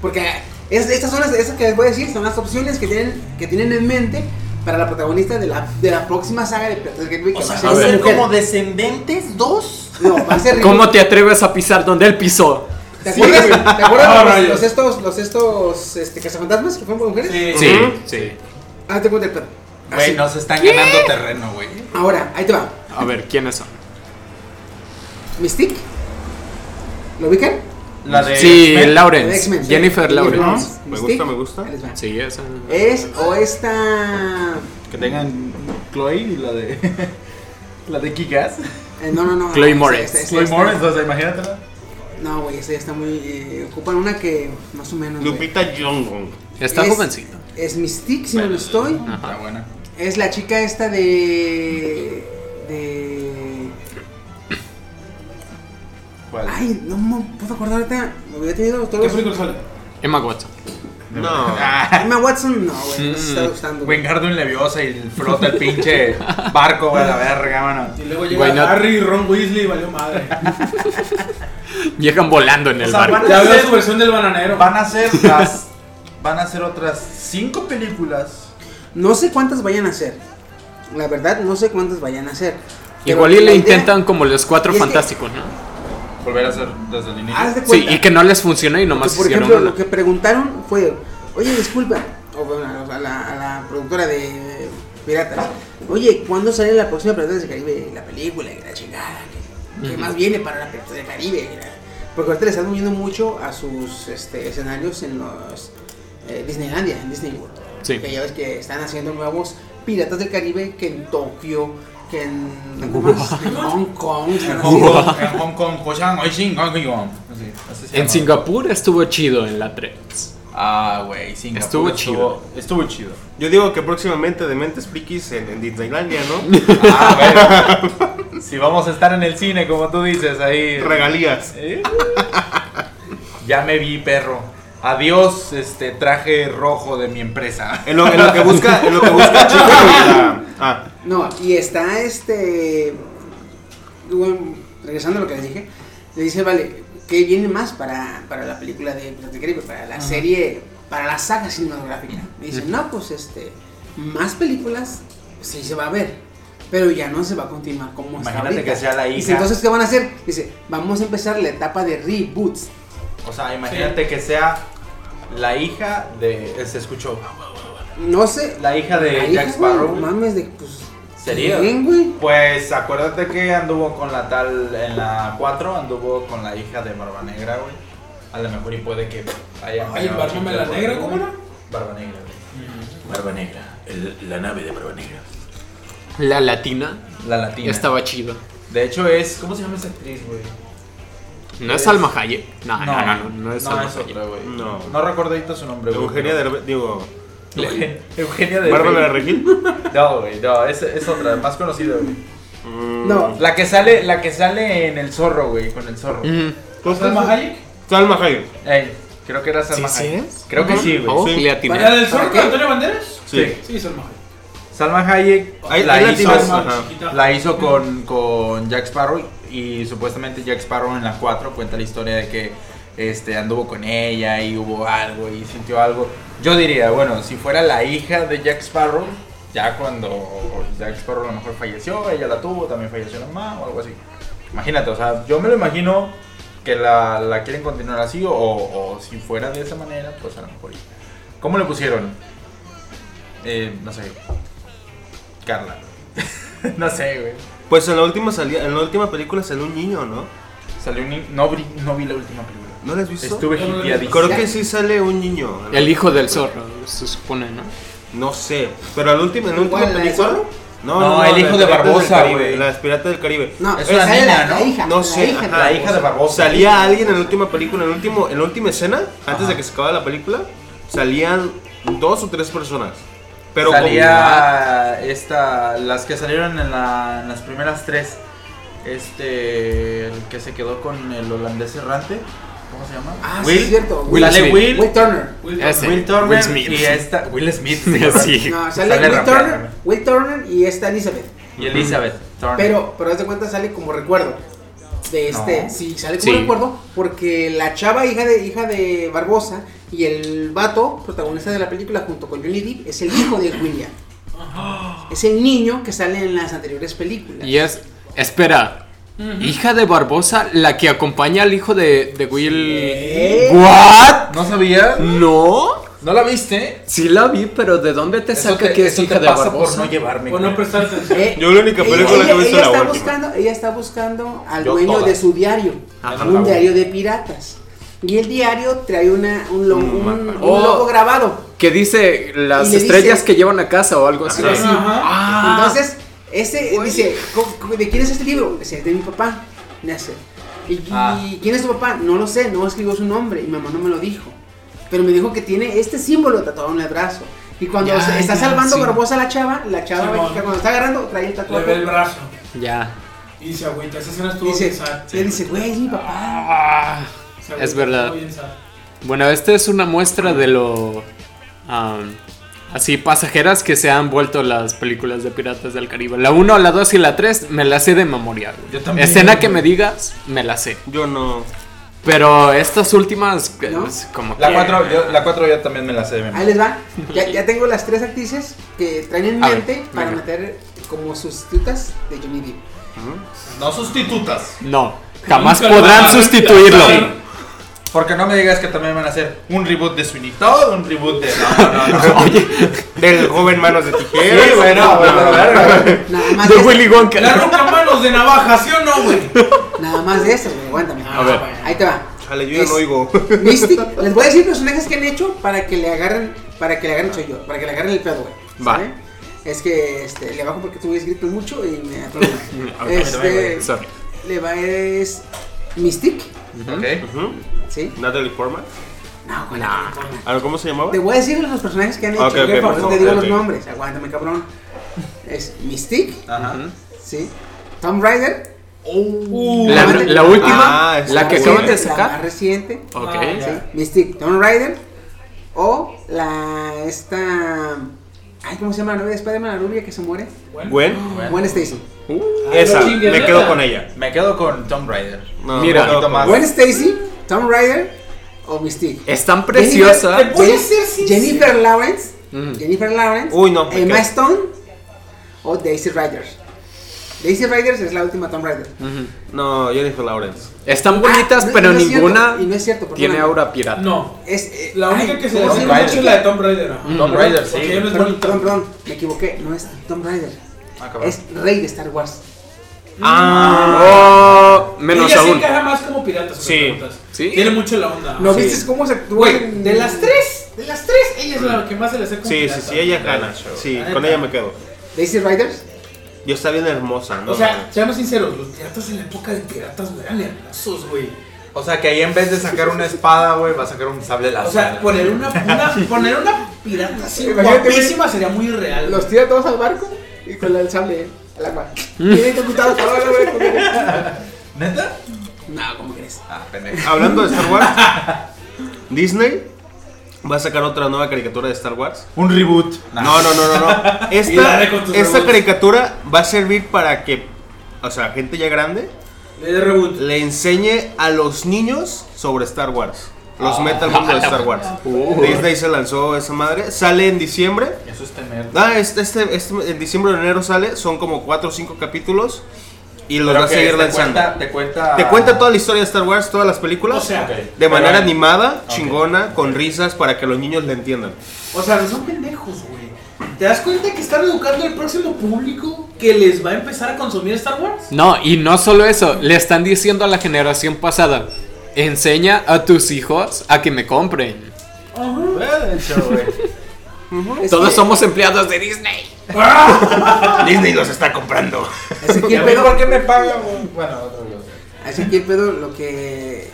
A: Porque es- estas son las esas que les voy a decir, son las opciones que tienen, que tienen en mente para la protagonista de la, de la próxima saga de Piratas del Caribe, que
E: O sea,
A: va a
E: va a
A: ser
E: ser
A: una mujer.
E: como Descendentes 2.
A: No, va a ser
D: ¿Cómo te atreves a pisar donde él pisó?
A: ¿Te acuerdas?
E: Sí, güey.
A: ¿Te acuerdas
E: Ah,
A: los- los,
E: rayos.
A: estos, los estos, este, cazafantasmas que fueron por mujeres?
B: Sí.
D: Sí,
C: Ujú.
D: sí.
A: Ah, te cuento el plan.
E: Güey, nos están ganando terreno, güey.
A: Ahora, ahí te va.
D: A ver, ¿quiénes son?
A: Mystique, ¿Lo ubican?
E: La de.
D: Sí,
E: X-Men.
D: Lawrence.
A: X-Men, sí.
D: Jennifer Lawrence.
A: Lawrence.
C: Me
A: Mystique.
C: gusta, me gusta.
A: Ahí les va.
D: Sí, esa.
A: Es o esta.
E: Que tengan Chloe y la de. la de Kikas.
A: eh, no, no, no.
D: Chloe
A: esta-
D: Moretz.
A: esta- esta-
E: Chloe
A: esta-
E: Morris, o sea, imagínatela.
A: No, güey, esa ya está muy. eh, ocupan una que más o menos. güey.
C: Lupita Jones.
D: Está
A: Es-
D: jovencito.
A: Es Mystique, si no lo estoy.
E: Está buena.
A: Es la chica esta de. De.
E: ¿Cuál?
A: Ay, no me puedo acordar ahorita. Me hubiera tenido
B: ¿Qué
A: todos.
B: película sale?
D: Emma Watson.
C: No.
E: Ah,
A: Emma Watson, no, güey. No se está
D: Mm.
A: gustando. güey.
E: Wingardo en Leviosa y el flota el pinche barco, güey, a la verga, mano.
B: Y luego llega
D: Why not?
B: Harry y Ron Weasley y valió madre.
D: Llegan volando en el
E: sea,
D: barco.
E: van-
B: Ya veo su versión del bananero.
E: Van a ser las. Van a ser otras cinco películas.
A: No sé cuántas vayan a hacer. La verdad, no sé cuántas vayan a hacer. Pero
D: Igual y
A: la
D: le
A: idea-
D: intentan como los cuatro
A: Y es que-
D: fantásticos, ¿no?
E: Volver a ser desde el inicio.
A: Haz Ah, de
D: Sí,
A: cuenta.
D: y que no les funcionó y nomás
A: que, por
D: hicieron
A: ejemplo,
D: una.
A: lo que preguntaron fue, oye, disculpa, o bueno, a la, a la productora de Piratas, oye, ¿cuándo sale la próxima Piratas del Caribe? La película, y la chingada, que, que más viene para la Piratas del Caribe. y la- Porque ahorita le están moviendo mucho a sus este, escenarios en los eh, Disneylandia, en Disney World.
D: Sí.
A: Que ya ves que están haciendo nuevos Piratas del Caribe que en Tokio, que en, en Hong Kong. están
E: En Hong
A: haciendo-
E: Kong, en Hong Kong, Pues Kochang, Oishin, Hong Kong. Así, así se
D: En
E: llama.
D: Singapur estuvo chido en la 3.
E: Ah, güey, Singapur.
D: Estuvo
E: Estuvo chido.
C: Yo digo que próximamente Dementes Frikis en, en Disneylandia, ¿no?
E: Ah, bueno. si vamos a estar en el cine, como tú dices, ahí.
C: Regalías.
E: Eh. Ya me vi, perro. Adiós, este traje rojo de mi empresa.
C: En lo, en lo que busca, en lo que busca Chico y la- Ah,
A: No, y está este. bueno, regresando a lo que les dije, le dice, vale, ¿qué viene más para, para la película de Piratas del Caribe? Para la serie, para la saga cinematográfica. Y dice, no, pues este, más películas sí se va a ver, pero ya no se va a continuar como está
E: Imagínate
A: ahorita".
E: que sea la
A: Dice,
E: hija.
A: entonces, ¿qué van a hacer? Dice, vamos a empezar la etapa de reboots.
E: O sea, imagínate que sea la hija de. Se escuchó.
A: No sé.
E: La hija de
A: Ay,
E: Jack
A: güey,
E: Sparrow.
A: no Mames, de, pues.
E: Sería.
A: ¿quién, güey?
E: Pues acuérdate que anduvo con la tal. En la 4 anduvo con la hija de Barba Negra, güey. A lo mejor y puede que haya.
B: Ay,
E: pegado
B: Barba
E: chicle
B: la
E: por
B: Negra,
E: ahí,
B: ¿cómo
E: güey.
B: no?
E: Barba Negra, güey. Barba Negra. el- la nave de Barba Negra.
D: La latina
E: La latina.
D: estaba chido.
E: De hecho es. ¿Cómo se llama esa actriz, güey?
D: ¿No es Salma Hayek? Ah, No, no, no, no, no es
E: no,
D: Salma
E: es
D: Hayek.
E: otra, güey.
C: No.
E: No recuerdo ahorita su nombre, güey.
C: Eugenia de digo,
E: Eugen- Eugenia de
C: Bárbara Regil.
E: No, güey, no, es, es otra, más conocida, güey.
C: Mm,
A: No.
E: La que sale, la que sale en el zorro, güey, con el zorro.
D: Ujú.
C: ¿Cómo se
B: ¿Salma
C: llama?
B: Hayek?
C: Salma Hayek.
E: Ey, creo que era Salma
D: ¿Sí, sí
E: Hayek.
D: es?
E: Creo que sí, güey.
D: Oh,
C: Sí.
D: le atiné.
B: ¿La del
A: ¿Para
B: zorro
A: qué?
B: de Antonio Banderas?
C: Sí.
E: Sí.
B: Sí, Salma Hayek.
E: Salma Hayek
C: Hay-
E: la,
C: hay
E: hizo,
C: latinas,
B: Salma,
C: ajá.
B: chiquita.
E: la hizo con, con Jack Sparrow y supuestamente Jack Sparrow en la 4 cuenta la historia de que este, anduvo con ella y hubo algo y sintió algo. Yo diría, bueno, si fuera la hija de Jack Sparrow, ya cuando Jack Sparrow a lo mejor falleció, ella la tuvo, también falleció la mamá o algo así. Imagínate, o sea, yo me lo imagino que la, la quieren continuar así o, o si fuera de esa manera, pues a lo mejor. y- ¿Cómo le pusieron? Eh, no sé. Carla. no sé, güey.
C: Pues en la última salía, en la última película salió un niño, ¿no?
E: Salió un ni- no, vi, no vi la última película.
C: ¿No la has visto?
E: Estuve
B: No, no, no.
C: Creo
E: hipiadísimo.
C: que sí sale un niño.
D: El hijo del zorro, se supone, ¿no?
C: No sé, pero al último, en la última
A: ¿Cuál, la de
C: película.
A: Zorro?
C: No,
E: No, el hijo
C: las Piratas
E: de
C: del
E: Barbosa,
C: Caribe,
E: güey.
C: Las piratas del Caribe.
A: No,
E: Es una
A: sale
E: niña,
A: la,
E: ¿no?
A: la hija.
C: No
A: la
C: sé,
A: hija de
C: ajá.
E: La hija de Barbosa.
C: Salía alguien en la última película, en, el último, en la última escena, antes de que se acabara la película, salían dos o tres personas. Pero
E: salía esta, las que salieron en, la- en las primeras tres. Este, el que se quedó con el holandés errante. ¿Cómo se llama?
A: Ah, sí,
E: Will.
A: es cierto.
D: Will
E: sale
D: Smith.
E: Will,
A: Will Turner.
B: Will
D: Ese.
E: Will Turner
D: Will Smith.
E: y esta Will Smith
D: Sí.
A: No, sale,
E: Sale
A: Will
E: rapeando.
A: Turner, Will Turner y esta Elizabeth.
E: y Elizabeth Turner.
A: Pero, pero haz de cuenta sale como recuerdo. De este,
E: No.
A: sí, sale como
D: Sí.
A: recuerdo porque la chava hija de hija de Barbosa y el vato protagonista de la película junto con Johnny Depp es el hijo de William. Es el niño que sale en las anteriores películas.
D: Y es. Espera. Hija de Barbosa, la
A: Eh,
D: que acompaña al hijo de, de Will.
A: Sí.
D: ¿What?
E: ¿No sabía?
D: ¿No?
E: ¿No la viste?
D: Sí la vi, pero ¿de dónde te
E: Eso
D: saca
E: te-
D: que es
E: eso te
D: hija de
E: pasa por
D: Barbosa?
E: no llevarme.
B: Por no
E: güey.
B: prestar atención.
A: Eh,
C: Yo la única
A: ella-
C: película que he
A: ella- ella
C: visto es la
A: está
C: última.
A: buscando, Ella está buscando al
E: Yo
A: dueño
E: todas. Ah,
A: de su diario,
D: Ajá.
A: un diario de piratas. Y el diario trae una, un, lo-
E: Mm,
C: Un
A: un-
C: mapa.
A: un
D: Oh.
A: logo grabado.
D: Que dice las
A: Y le
D: estrellas
A: dice-
D: que llevan a casa o algo así.
A: Algo así.
D: Ah.
A: Entonces, ese dice, "Co- co- ¿de quién es este libro? Dice, "Es de mi papá. Nace. ¿Y, y-
E: Ah.
A: quién es tu papá? No lo sé, no escribió su nombre. Y mamá no me lo dijo. Pero me dijo que tiene este símbolo tatuado en el brazo. Y cuando
D: Ya,
A: se- está
D: ya,
A: salvando
D: sí.
A: Barbosa a la chava, la chava
B: Simón.
A: mexicana, cuando está agarrando, trae el
B: Le ve el
A: tatuaje.
B: brazo.
D: Ya.
B: Y dice, agüita, esa escena estuvo
A: Dice,
B: bien sad.
A: él dice, güey, es mi papá.
E: Ah.
B: Esa
D: Es
B: agüita
D: verdad.
B: estuvo bien sad.
D: Bueno, esta es una muestra de lo am, así pasajeras que se han vuelto las películas de Piratas del Caribe. La 1, la 2 y la 3 me la sé de memoria. güey.
E: Yo también,
D: Escena que
E: güey.
D: me digas, me la sé.
C: Yo no.
D: Pero estas últimas, eh,
A: ¿No?
D: es como
E: La
D: que-
E: 4 yo, la cuatro yo también me la sé de memoria.
A: Ahí les va. Ya, ya tengo las tres actrices que traen en
D: A ver,
A: mente para
D: venga.
A: meter como sustitutas de Johnny Depp.
E: No sustitutas.
D: No, jamás
B: Nunca lo
D: podrán
B: van a
D: sustituirlo.
B: reemplazar.
E: Porque no me digas que también van a hacer un reboot de Sweeney Todd, un reboot de. No, no, no.
C: Del joven manos de tijeras.
E: Sí, bueno,
C: No,
E: bueno,
C: no,
E: bueno.
C: no, no.
A: Nada más
D: De
A: de,
D: Willy Wonka.
B: La roca manos de navaja, ¿sí o no, güey?
A: eso, nada más de eso, güey, aguántame. Ah,
B: A
D: ver.
A: Ahí te va.
C: Chale, yo ya
A: Es-
C: no oigo.
A: Misty, les voy a decir personajes que han hecho para que le agarren, para que le agarren soy yo, para que le agarren el pedo, güey.
D: Va.
A: ¿Sale? Es que este, le bajo porque tú ves gritos mucho y me atoro.
D: A ver,
A: este,
D: Sorry.
A: le va es Mystic,
E: Ok.
C: Ujú.
A: ¿sí?
C: Natalie Portman.
A: No, güey.
C: A ver, ¿cómo se llamaba?
A: Te voy a decir los personajes que han hecho,
C: Ok, ok,
A: por
C: por
A: eso
C: favor,
A: te digo
C: ok,
A: los
C: ok.
A: nombres, aguántame, cabrón. Es Mystic,
E: Ajá.
A: ¿sí? Tom Rider,
E: Uh,
D: La,
A: Aguante.
D: la última,
C: Ah, es
D: la que
A: reciente,
D: acaban de
A: la más
D: sacar.
A: reciente.
D: Ok.
B: Ah, ya.
A: ¿sí? Mystic, Tomb Raider o la esta ay cómo se llama la novia de Spider-Man la rubia que se muere
C: Gwen.
A: Gwen Stacy
C: Esa,
B: no chingues,
C: me quedo
B: neta.
C: con ella.
E: Me quedo con Tomb Raider.
C: No,
D: Mira,
C: me quedo con-
E: Tomás.
A: Gwen Stacy Tomb Raider o Mystic
D: Es tan preciosa.
B: Jennifer- Voy a ser
A: Jennifer,
B: sincero.
A: Lawrence
D: Mm.
A: Jennifer Lawrence
C: Uy, no, me
A: Emma
C: quedo.
A: Stone o Daisy Riders Daisy Riders es la última Tomb Raider
D: Ujú.
C: No, Jennifer Lawrence.
D: Están bonitas,
A: Ah, no-
D: pero
A: no es cierto,
D: ninguna
A: y no es cierto, perdóname.
D: tiene aura pirata.
B: No.
A: es eh,
B: La única
A: ay,
B: que se le
A: ¿cómo
B: hace
E: Tomb
A: llama?
B: mucho es la de Tomb Raider. ajá.
D: Mm.
E: Tomb Raider,
B: Porque ella
E: sí.
B: no es
A: perdón,
B: bonita.
A: perdón, perdón, me equivoqué no es Tomb Raider
E: Ah, cabrón.
A: es Rey de Star Wars
D: Ah, oh, menos
B: ella
D: aún.
B: se encaja más como piratas.
C: Sí.
D: Sí.
B: Tiene mucho la onda.
A: ¿No
B: Sí.
A: viste cómo se actúa?
B: Güey, de las tres, de las tres, ella es la que más se le hace como
C: Sí, sí,
B: pirata.
C: sí, ella gana. Sí,
B: La
C: con
B: neta.
C: ella me quedo.
A: Daisy Riders.
C: Yo está bien hermosa, ¿no?
B: O sea, seamos sinceros, los piratas en la época de piratas, güey, eran hermosos, güey.
E: O sea que ahí en vez de sacar una espada, güey, va a sacar un sable láser.
B: O sea, poner una, una- poner una pirata así
A: Imagínate, güey.
B: guapísima sería muy real.
A: Los tira todos al barco y con el sable eh, al agua. Bien ejecutados. Ah, bueno, bueno, bueno.
E: ¿Neta?
A: No, ¿cómo crees?
E: Ah, pendejo.
C: Hablando de Star Wars, Disney va a sacar otra nueva caricatura de Star Wars.
E: Un reboot.
C: No, no, no, no, no.
B: Ah. Y la
C: Esta,
B: haré con tus
C: esta
B: reboots.
C: caricatura va a servir para que, o sea, gente ya grande
B: Le de reboot.
C: le enseñe a los niños sobre Star Wars.
B: Ah.
C: Los meta al mundo de Star Wars.
D: Uh.
C: Disney se lanzó esa madre. Sale en diciembre.
E: Eso es tener.
C: Ah, este, este, este- en diciembre o enero sale. Son como 4 o 5 capítulos. Y los va a seguir lanzando.
E: te este cuenta.
C: Te cuenta toda la historia de Star Wars, todas las películas.
B: O sea,
C: De manera animada,
E: Ok.
C: chingona, con risas para que los niños le entiendan.
B: o sea, no son pendejos, güey. ¿Te das cuenta que están educando al próximo público que les va a empezar a consumir Star Wars?
D: No, y no solo eso, le están diciendo a la generación pasada, enseña a tus hijos a que me compren.
B: Ajá.
E: Eh,
A: Es
D: Todos
A: que-
D: somos empleados de Disney.
C: Disney los está comprando.
A: Es aquí el
E: ¿Por
A: pedo.
E: qué me pagan? güey? Bueno, otro video.
A: Es aquí el pedo lo que.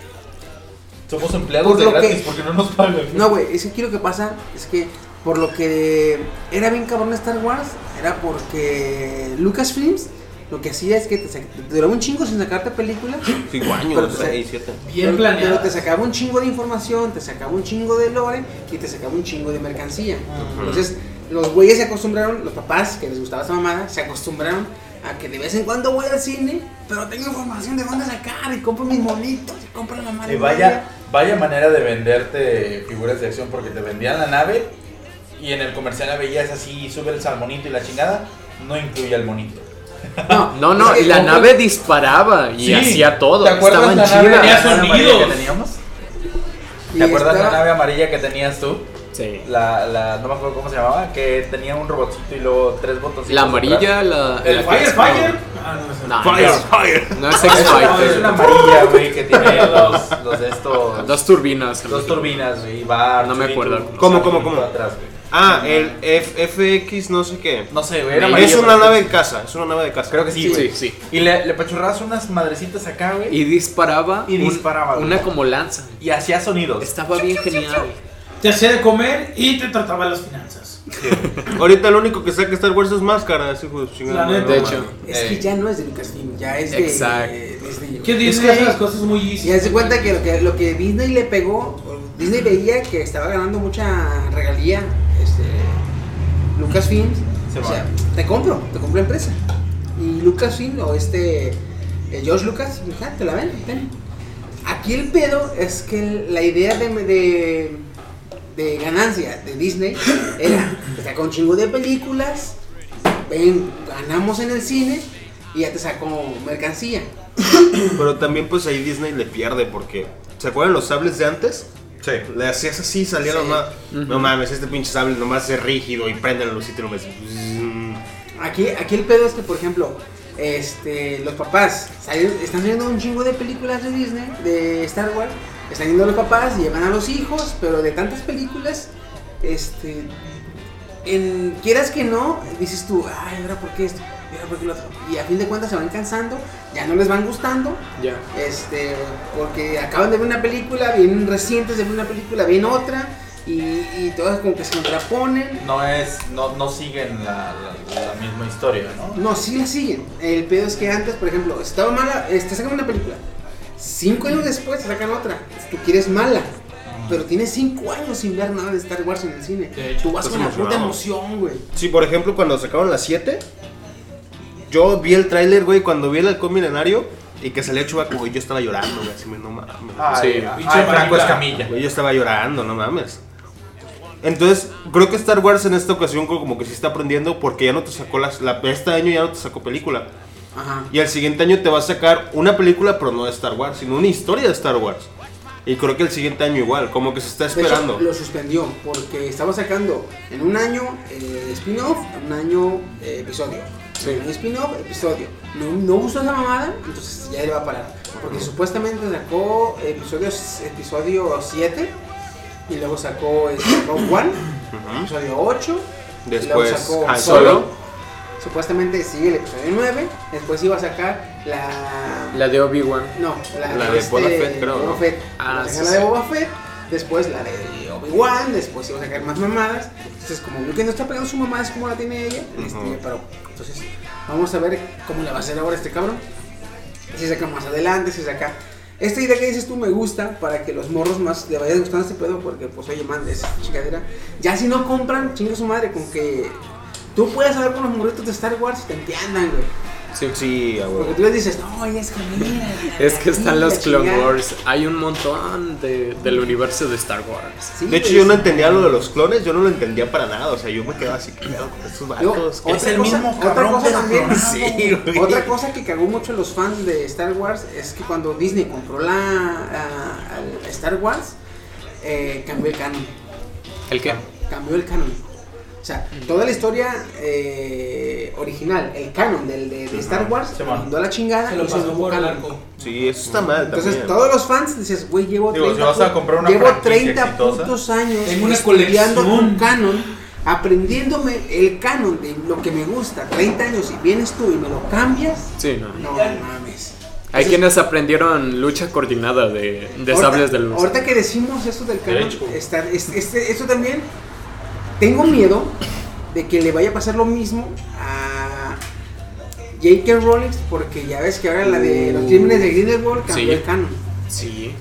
E: Somos empleados
A: Por
E: de
A: lo
E: gratis
A: que-
E: porque no nos pagan.
A: No, güey, es que aquí lo que pasa es que por lo que era bien cabrón Star Wars, era porque Lucasfilms lo que hacía es que te, sac- te duraba un chingo sin sacarte películas.
C: 5
A: Pero,
C: años,
A: pues,
C: 6, 7.
B: Bien
A: pero- pero
B: planeado.
A: te sacaba un chingo de información, te sacaba un chingo de lore y te sacaba un chingo de mercancía. Entonces, los güeyes se acostumbraron, los papás que les gustaba esa mamada, se acostumbraron a que de vez en cuando voy al cine, pero tengo información de dónde sacar y compro mis monitos y compro la mamada.
E: Y vaya, vaya manera de venderte figuras de acción porque te vendían la nave y en el comercial la veías así, sube el salmonito y la chingada, no incluía el monito.
D: No, no,
A: es
D: y
A: que
D: la
A: compro-
D: nave disparaba y
E: Sí.
D: hacía todo.
E: ¿Te acuerdas
D: Estaban
E: la nave
D: chidas.
E: amarilla
B: Tenía
E: que
B: sonidos.
E: teníamos?
A: y
E: ¿Te acuerdas
A: estaba-
E: la nave amarilla que tenías tú?
D: Sí.
E: La, la, no me acuerdo cómo se llamaba, que tenía un robotcito y luego tres botoncitos.
D: La
E: atrás.
D: amarilla, la.
B: El
D: la
B: Fire
D: que es-
B: Fire. Ah, no, esa-
D: No,
C: Fire,
D: no es-
C: fire.
D: No es Sex
E: No, es una
D: Fighter.
E: amarilla, güey, que tiene los, los de estos.
D: Dos turbinas.
E: dos turbinas, güey, y va.
D: No me
E: churrito,
D: acuerdo.
C: ¿Cómo, cómo, cómo?
E: Atrás, güey.
C: Ah, el F- FX no sé qué.
E: No sé, güey, era
D: Es
E: amarillo,
C: es una
E: pero-
C: nave de casa, es una nave de casa.
E: Creo que sí,
D: Sí,
E: güey.
D: sí, sí.
E: Y le, le pachurrabas unas madrecitas acá, güey.
D: Y disparaba.
E: Y
D: un-
E: disparaba, güey.
D: Una como lanza.
E: Y, hacía sonidos.
D: Estaba bien genial.
B: Te hacía de comer y te trataba las finanzas.
C: Ahorita lo único que saca Star Wars es máscara, ese hijo de su chingada
B: La
C: madre,
B: neta.
C: no
D: De
C: mames.
D: hecho.
A: Es
E: Ey.
A: que ya no es de Lucasfilm, ya es de
D: Eh. Exacto.
A: eh, Disney.
B: Que
A: Es
B: Disney
A: que
B: hace las cosas muy
A: Y haz
B: easy.
A: de cuenta que lo, que lo que Disney le pegó, o Disney veía que estaba ganando mucha regalía, este, Lucasfilms,
E: Se
A: o
E: va.
A: sea, te compro, te compro la empresa. Y Lucasfilm o este, eh, George Lucas, "Ja, te la ven, Aquí el pedo es que el- la idea de, de, de ganancia de Disney era, te saca un chingo de películas, ven, ganamos en el cine y ya te sacó mercancía.
C: Pero también pues ahí Disney le pierde porque ¿se acuerdan los sables de antes?
E: Sí.
C: Le hacías así, salía
A: Sí.
C: nomás. No mames, este pinche sable nomás es rígido y prende la lucita y nomás. mm.
A: Aquí, aquí el pedo es que, por ejemplo, este, los papás salen- están viendo un chingo de películas de Disney, de Star Wars. Están viendo los papás, llevan a los hijos, pero de tantas películas, este, en, quieras que no, dices tú, ay, ahora por qué esto, ¿Y ahora por qué lo otro. Y a fin de cuentas se van cansando, ya no les van gustando,
D: Ya.
A: este, porque acaban de ver una película, vienen recientes de ver una película, ven otra, y, y todas como que se contraponen.
E: No es. No, no siguen la, la- la misma historia, ¿no?
A: No, sí la siguen. El pedo es que antes, por ejemplo, estaba mala, eh, te sacan una película. Cinco años después te sacan otra. Tú quieres mala. Pero tienes cinco años sin ver nada de Star Wars en el cine.
B: De hecho, pues
A: Tú vas
C: estás
A: con la puta
C: emocionado.
A: emoción, güey.
C: Sí, por ejemplo, cuando sacaron las 7, yo vi el tráiler, güey, cuando vi el halcón milenario y que salía Chewbacca, güey, yo estaba llorando, güey, así me no mames.
E: Ay,
D: Sí.
E: ay,
B: Pinche
E: Ah, Franco
B: varita.
E: Escamilla.
C: Güey, yo estaba llorando, no mames. Entonces, creo que Star Wars en esta ocasión como que sí está aprendiendo porque ya no te sacó las... La, este año ya no te sacó película.
A: Ajá.
C: Y al siguiente año te va a sacar una película, pero no de Star Wars, sino una historia de Star Wars. Y creo que el siguiente año igual, como que se está
A: De hecho,
C: esperando.
A: lo suspendió porque estaba sacando en un año eh, spin-off, en un año eh, episodio.
D: Sí.
A: En un spin-off, episodio. No, no usó esa mamada, entonces ya le va a parar. Porque supuestamente sacó episodios, episodio 7 y luego sacó eh, Rogue One,
C: Ujú.
A: episodio 8.
C: Después,
A: sacó
C: Han
D: Solo.
C: Solo.
A: Supuestamente sigue el episodio 9, después iba a sacar la...
D: La de Obi-Wan.
A: No, la, este,
C: La de Boba Fett, creo,
A: Boba
C: ¿no?
A: Fett.
D: Ah,
A: Iba a
D: sí,
A: sacar la
D: sí.
A: de Boba Fett, después la de Obi-Wan, después iba a sacar más mamadas. Entonces, como vio que no está pegando su mamada, es como la tiene ella, este,
C: Ujú.
A: le paró. Entonces, vamos a ver cómo le va a hacer ahora este cabrón. Si saca más adelante, si saca. Esta idea que dices tú me gusta para que los morros más le vaya gustando este pedo, porque, pues, oye, man, esa chingadera. Ya si no compran, chinga su madre, con que tú puedas hablar con los morritos de Star Wars y te entiendan, güey.
C: Sí, sí, a huevo.
A: Porque tú les dices, no, es que mira.
D: Es que están
A: la
D: los Clone
A: chingada".
D: Wars. Hay un montón de, del universo de Star Wars.
A: Sí,
C: De hecho,
A: güey,
C: yo no
A: sí.
C: entendía lo de los clones, yo no lo entendía para nada. O sea, yo me quedaba así, ¿qué pedo con estos
A: Digo,
C: vatos?
A: otra
E: Es el
A: cosa-
E: mismo
A: otra
E: cabrón
A: cosa
E: que
A: también-
E: la clonaba,
C: Sí, güey.
A: Otra cosa que cagó mucho a los fans de Star Wars es que cuando Disney compró la a- al Star Wars, eh, cambió el canon.
D: ¿El qué?
A: Cambió el canon. O sea, toda la historia eh, original, el canon del, de, de Star Wars,
E: se
A: se
E: va.
A: mandó a la chingada
B: Se
A: y
B: lo
A: se
B: pasó
A: hizo
B: por el
A: canon.
B: arco.
C: Sí, eso está mal
A: Entonces,
C: también.
A: todos los fans dices, güey, llevo
E: Digo,
A: 30,
E: si vas a
A: pu-
E: comprar una
A: llevo
E: franquicia
A: 30
E: exitosa,
A: putos años
B: tengo una
A: estudiando
B: colección".
A: un canon, aprendiéndome el canon de lo que me gusta. 30 años y vienes tú y me lo cambias.
D: Sí, no.
A: No mames.
D: Hay
A: Entonces,
D: quienes aprendieron lucha coordinada de, de
A: ahorita-
D: sables de luz.
A: Ahorita que decimos esto del canon,
E: Derecho.
A: está- es- este- esto también, tengo miedo de que le vaya a pasar lo mismo a J.K. Rowling, porque ya ves que ahora la de los crímenes de Grindelwald cambió
D: Sí.
A: el canon.
D: Sí.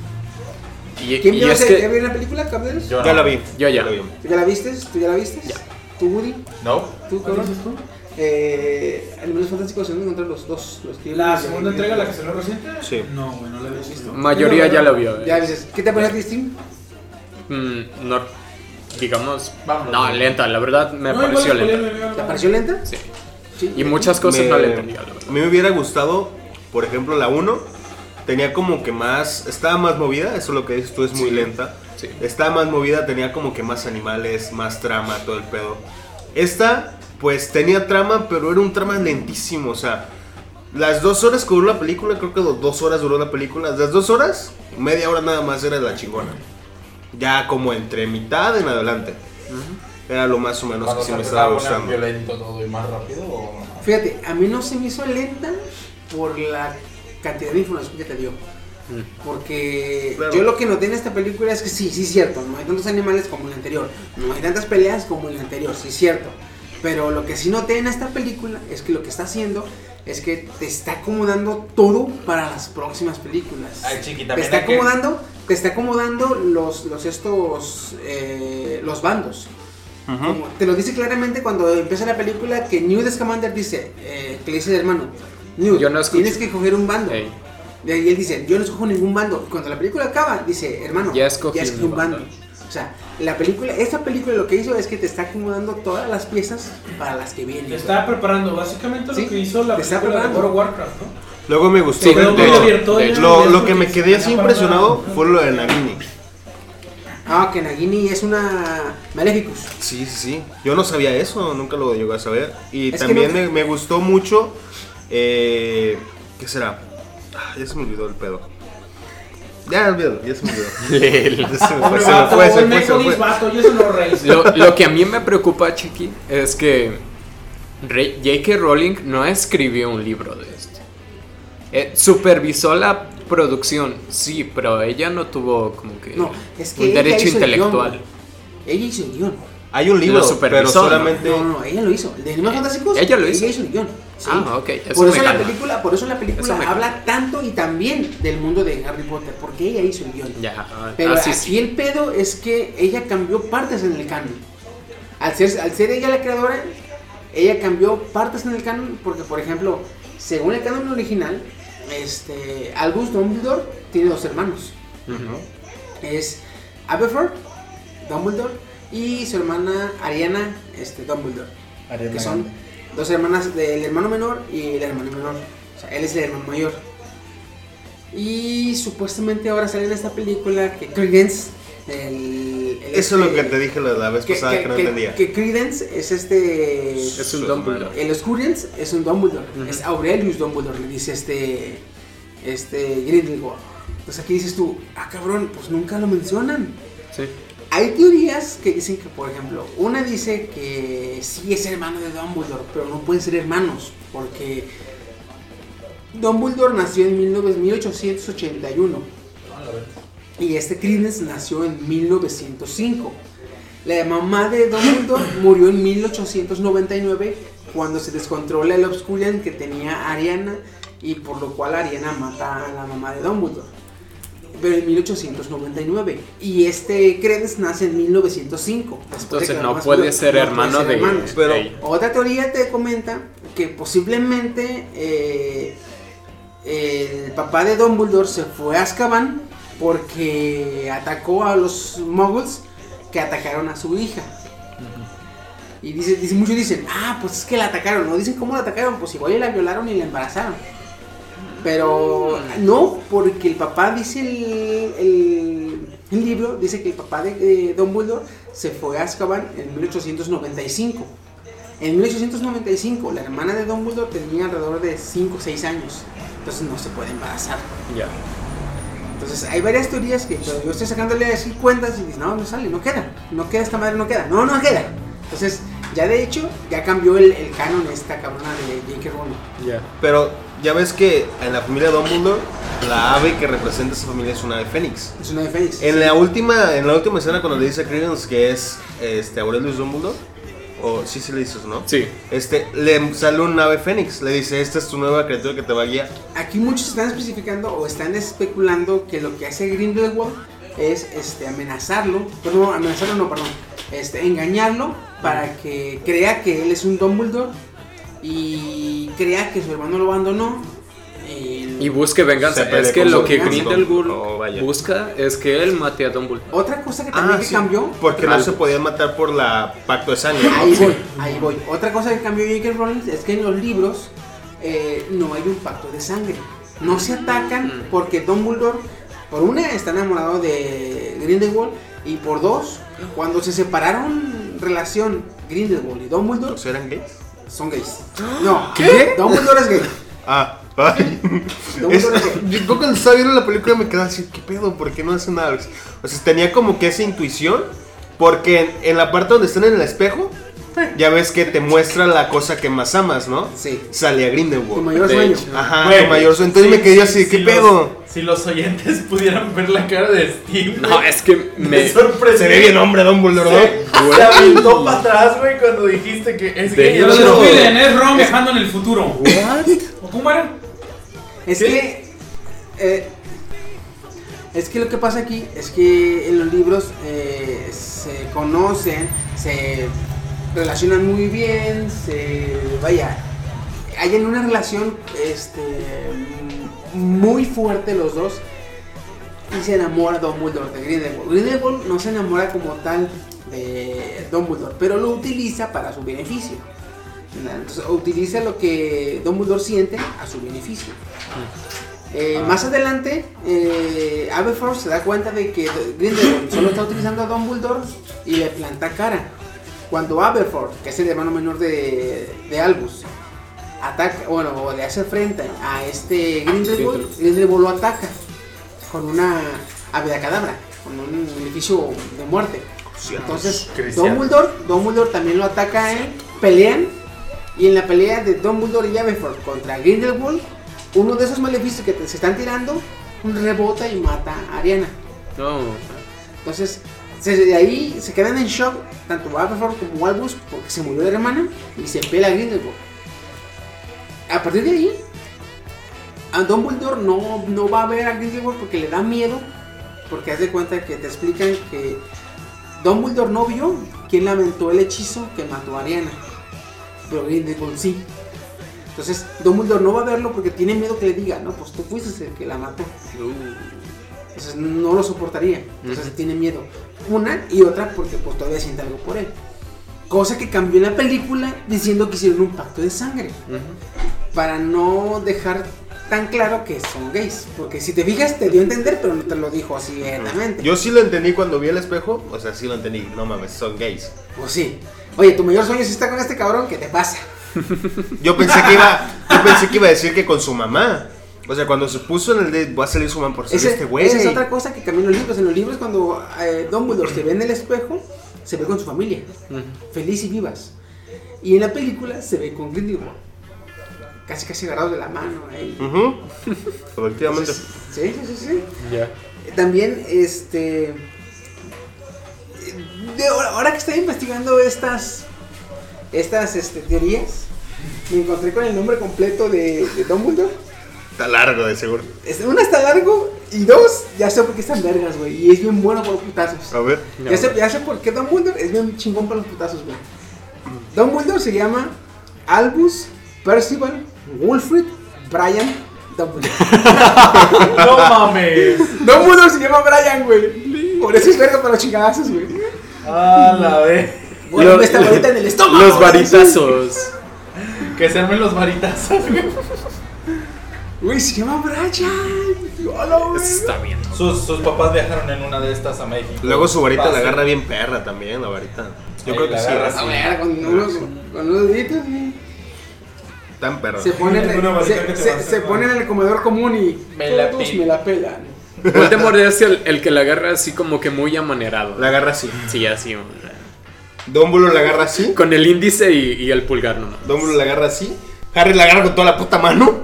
D: Y,
A: ¿Quién
D: y
A: vio
D: es
A: ese- ya
D: que
A: vio la película, Cabreros?
E: Yo
C: Ya
E: no.
C: la vi.
D: Yo ya.
C: la vi.
A: ¿Tú ya la viste? ¿Tú ya la viste?
D: Ya.
A: ¿Tú, Woody?
E: No.
A: ¿Tú,
B: ¿Cuál
A: cabrón?
B: dices tú?
A: Eh, Animales Fantásticos se van a encontrar los dos. Los que-
B: La segunda entrega, la que salió reciente.
C: Sí.
B: No, güey, no la había visto.
D: mayoría ya lo vio. eh.
A: Ya dices, ¿qué te parece a ti, Steam?
D: Mm, no, digamos,
E: Vámonos.
D: no, lenta, la verdad me
B: No,
D: pareció
B: igual,
D: lenta.
B: igual,
A: ¿Te pareció lenta?
D: Sí.
A: Sí.
D: Y muchas cosas
C: Me-
D: no le entendía, la
C: A
D: verdad.
C: mí me hubiera gustado, por ejemplo, la 1, tenía como que más, estaba más movida, eso lo que dices tú es muy lenta.
D: sí.
C: Estaba más movida, tenía como que más animales, más trama, todo el pedo. Esta, pues tenía trama, pero era un trama lentísimo, o sea, las dos horas que duró la película, creo que do- dos horas duró la película, las dos horas, media hora nada más era la chingona. Ya como entre mitad en adelante. Era lo más o menos que sí me estaba gustando.
E: violento todo y más rápido o no?
A: Fíjate, a mí no se me hizo lenta por la cantidad de información que te dio. Porque
C: Claro.
A: yo lo que noté en esta película es que sí, sí es cierto, no hay tantos animales como en la anterior, no hay tantas peleas como en la anterior, sí es cierto. Pero lo que sí noté en esta película es que lo que está haciendo es que te está acomodando todo para las próximas películas.
E: Ay, chiqui,
A: te
E: también
A: está
E: hay que-
A: acomodando, te está acomodando los, los estos eh, los bandos. Como te lo dice claramente cuando empieza la película que Newt Scamander dice, eh, que le dice el hermano, Newt,
D: Yo no escucho.
A: tienes que coger un bando.
D: Ey.
A: Y ahí él dice, yo no escojo ningún bando. Y cuando la película acaba, dice, hermano,
D: Ya escogí mi
A: un bando.
D: bando.
A: O sea, la película, esta película lo que hizo es que te está acomodando todas las piezas para las que vienen.
B: Te estaba preparando, básicamente
A: Sí,
B: lo que hizo la
A: te está
B: película de World
A: preparando.
B: of Warcraft, ¿no?
C: Luego me gustó.
D: Sí,
C: de
B: Pero
D: de
B: no
D: hecho,
C: hecho,
B: lo vio todo,
D: de
B: ya
D: hecho.
C: Lo,
B: ves
C: lo
B: lo
C: que me
B: se
C: quedé así
B: está
C: impresionado
B: preparando.
C: fue lo de Nagini.
A: Ah, que Nagini es una Maleficus.
C: Sí, sí, sí. Yo no sabía eso, nunca lo llegué a saber. Y
A: Es que
C: también
A: no-
C: me, me gustó mucho. eh, ¿Qué será? Ah, ya se me olvidó el pedo. Ya, olvídalo, ya se me olvidó. Ya se me fue,
B: Hombre,
C: se me
B: vato,
C: fue, se
B: un
C: me fue, se me
B: Methodist
C: fue.
A: ah.
B: vato, yo se lo reí.
D: Lo, lo que a mí me preocupa, Chiqui, es que Re- J.K. Rowling no escribió un libro de esto. Eh, supervisó la producción, sí, pero ella no tuvo como que
A: No, es que
D: un
A: ella
D: derecho
A: hizo el guión,
D: intelectual.
A: Ella hizo el guión.
C: Hay un
D: Lo
C: libro, pero
D: supervisó, ¿no?
C: solamente.
A: No, no, ella lo hizo. El de Animales Fantásticos.
D: Eh, ella lo hizo.
A: Ella hizo el guión. Sí.
D: Ah, ok, eso
A: por,
D: me
A: eso la
D: gana.
A: película, por eso la película
D: Eso me gana.
A: habla tanto y también del mundo de Harry Potter, porque ella hizo el guión.
D: Ya, ah,
A: Pero
D: así
A: aquí el pedo es que ella cambió partes en el canon. Al ser, al ser ella la creadora, ella cambió partes en el canon porque, por ejemplo, según el canon original, este, Albus Dumbledore tiene dos hermanos. Es Aberford Dumbledore y su hermana Ariana este, Dumbledore.
E: Ariana
A: que son
E: Grande.
A: dos hermanas del hermano menor y el hermano menor. O sea, él es el hermano mayor. Y supuestamente ahora sale en esta película que Credence, el, el
C: Eso es lo
A: este-
C: que te dije la, la vez
A: que,
C: pasada que,
A: que-
C: no
A: que-
C: entendía.
A: que Credence es este.
D: Es un Dumbledore.
A: El Oscurians es un Dumbledore,
D: Ujú.
A: es Aurelius Dumbledore, le dice este. Este. Grindelwald. Entonces aquí dices tú, ah cabrón, pues nunca lo mencionan.
D: Sí.
A: Hay teorías que dicen que, por ejemplo, una dice que sí es hermano de Dumbledore, pero no pueden ser hermanos, porque Dumbledore nació en 19- 1881 y este Credence nació en 1905. La mamá de Dumbledore murió en 1899 cuando se descontrola el Obscurian que tenía Ariana y por lo cual Ariana mata a la mamá de Dumbledore. Pero en 1899 y este Credence nace en 1905. después de que
D: Entonces
A: la
D: no
A: mamá
D: puede
A: murió.
D: ser
A: No puede
D: hermano
A: ser
D: de
A: hermano.
C: pero-
D: ella.
A: Otra teoría te comenta que posiblemente eh, el papá de Dumbledore se fue a Azkaban porque atacó a los muggles que atacaron a su hija. Y dice, dice- muchos dicen, ah, pues es que la atacaron. No dicen cómo la atacaron, pues igual y la violaron y la embarazaron. Pero no, porque el papá dice el, el- el libro, dice que el papá de, de Dumbledore se fue a Azkaban en 1895. En 1895 la hermana de Dumbledore tenía alrededor de 5 o 6 años. Entonces no se puede embarazar.
D: ya.
A: Entonces hay varias teorías que pero yo estoy sacándole así cuentas y dices, no, no sale, no queda. No queda esta madre, no queda. No, no queda. Entonces ya de hecho ya cambió el, el canon esta cabrona de J.K. Rowling.
D: ya.
C: Pero ya ves que en la familia Dumbledore, la ave que representa a esa familia es una ave fénix.
A: Es una de Fénix.
C: En la última, en la última escena cuando le dice a Credence que es este Aurelius Dumbledore, o sí sí le dices, ¿no?
D: Sí.
C: Este, le sale un ave fénix, le dice, esta es tu nueva criatura que te va a guiar.
A: Aquí muchos están especificando o están especulando que lo que hace Grindelwald es este, amenazarlo, perdón, amenazarlo no, perdón, este, engañarlo para que crea que él es un Dumbledore y crea que su hermano lo abandonó. el-
D: Y busque venganza.
C: Se pelea
D: es que
C: con
D: lo
C: su-
D: que
A: con su-
D: Grindelwald
C: oh, vaya.
D: busca es que él mate a Dumbledore.
A: Otra cosa que también que cambió,
C: Ah, Porque no
D: Algo.
C: se podían matar por la pacto de sangre. ¿no?
A: ahí voy, ahí voy. Otra cosa que cambió J.K. Rowling es que en los libros eh, no hay un pacto de sangre. no se atacan
D: Mm.
A: porque Dumbledore, por una, está enamorado de Grindelwald y por dos, cuando se separaron relación Grindelwald y Dumbledore,
C: ¿Los eran gays?
A: son gays. No, ¿qué? Dumbledore es gay.
C: Ah, ay. Es-
A: Dumbledore es gay.
C: yo yo cuando estaba viendo la película me quedaba así, ¿qué pedo? ¿Por qué no hace nada? O sea, tenía como que esa intuición, porque en, en la parte donde están en el espejo, ya ves que te muestra la cosa que más amas, ¿no?
A: Sí.
C: Sale a
A: Tu
C: Grindelwald.
A: mayor
D: De
A: sueño.
D: hecho. Ah.
C: Ajá,
E: Güey,
C: tu mayor sueño. Entonces
E: sí,
C: me quedé
E: sí,
C: así,
E: sí,
C: ¿qué
E: los-
C: pedo?
E: Si los oyentes pudieran ver la cara de Steve.
D: No, es que
E: me
D: me.
E: sorprendió.
C: Se ve bien hombre Dumbledore, ¿no?
E: Se, se aventó para atrás, güey, cuando dijiste que es
D: De
E: que yo
B: No se
D: hecho-
E: lo
B: olviden, es Ron viajando en el futuro. ¿O cómo era?
A: Es
E: ¿Sí?
A: que. eh, es que lo que pasa aquí es que en los libros eh, se conocen, se relacionan muy bien, se. Vaya, hay en una relación este, muy fuerte los dos y se enamora Dumbledore de Grindelwald. Grindelwald no se enamora como tal de Dumbledore, pero lo utiliza para su beneficio. ¿verdad? Entonces utiliza lo que Dumbledore siente a su beneficio. Eh, Más adelante, eh, Aberforth se da cuenta de que Grindelwald solo está utilizando a Dumbledore y le planta cara. Cuando Aberforth, que es el hermano menor de, de Albus, ataca, bueno, o le hace frente a este Grindelwald, Grindelwald lo ataca con una abracadabra, con un edificio de muerte. Entonces,
E: Cristianos.
A: Dumbledore, Dumbledore también lo ataca a él, pelean, y en la pelea de Dumbledore y Aberforth contra Grindelwald, uno de esos maleficios que te- se están tirando rebota y mata a Ariana.
D: No.
A: Entonces, se- de ahí se quedan en shock tanto Aberforth como Albus porque se murió la hermana y se pela a Grindelwald. A partir de ahí, a Dumbledore no, no va a ver a Grindelwald porque le da miedo, porque haz de cuenta que te explican que Dumbledore no vio quién lamentó el hechizo que mató a Ariana, pero Grindelwald sí. Entonces, Dumbledore no va a verlo porque tiene miedo que le diga, no, pues tú fuiste el que la mató.
C: Uh.
A: Entonces no lo soportaría. Entonces
D: Ujú.
A: tiene miedo. Una y otra porque pues, todavía siente algo por él. Cosa que cambió en la película diciendo que hicieron un pacto de sangre. Para no dejar tan claro que son gays. Porque si te fijas, te dio a entender, pero no te lo dijo así directamente.
C: Yo sí lo entendí cuando vi el espejo, o sea, sí lo entendí, no mames, son gays.
A: Pues sí. Oye, tu mayor sueño es estar con este cabrón, ¿qué te pasa?
C: Yo pensé que iba, yo pensé que iba a decir que con su mamá. O sea, cuando se puso en el de va a salir su mamá por ser
A: Ese-
C: este güey.
A: esa es otra cosa que cambió en los libros. En los libros, cuando eh, Dumbledore se ve en el espejo, se ve con su familia. feliz y vivas. Y en la película se ve con Grindelwald. Casi casi agarrados de la mano ahí.
C: Ujú. Efectivamente.
A: Entonces, sí, sí, sí, sí.
D: Ya.
A: También, este. de ahora, ahora que estoy investigando estas. Estas este, teorías, me encontré con el nombre completo de, de Dumbledore.
C: Está largo de seguro.
A: Este, Una está largo y dos, ya sé por qué están vergas, güey. Y es bien bueno por los putazos.
C: A ver.
D: No.
A: Ya, sé, ya sé por qué Dumbledore es bien chingón para los putazos, güey. Dumbledore se llama Albus Percival Wilfrid Brian Dumbledore.
E: No mames.
A: Dumbledore se llama Brian, güey. Por eso es verga para los chingadazos, güey.
E: A la vez.
A: Bueno,
D: Los-
A: me está ahorita en el estómago.
D: Los varitazos.
E: Que se armen los varitazos, güey.
A: Güey, se llama Brian. Hola, güey.
D: Está bien.
E: Sus, sus papás viajaron en una de estas a México.
C: Luego su varita
E: Pase.
C: la agarra bien perra también, la varita. Yo
E: Ahí
C: creo que
E: la
C: sí. ¿eh?
E: agarra
A: A ver, con unos, con unos deditos, güey.
C: Tan perra.
A: Se pone, en
E: Ninguna
A: el-
E: varita que
A: se,
E: te va a
A: se, se
E: hacer
A: pone en el comedor común y
E: Me la
A: todos
E: pelan.
A: me la pelan.
D: Voldemort es el, el que la agarra así como que muy amanerado.
C: La agarra así.
D: Sí, así. o sea,
C: Dumbledore la agarra así.
D: Con el índice y, y el pulgar nomás.
C: Dumbledore la agarra así. Harry la agarra con toda la puta mano.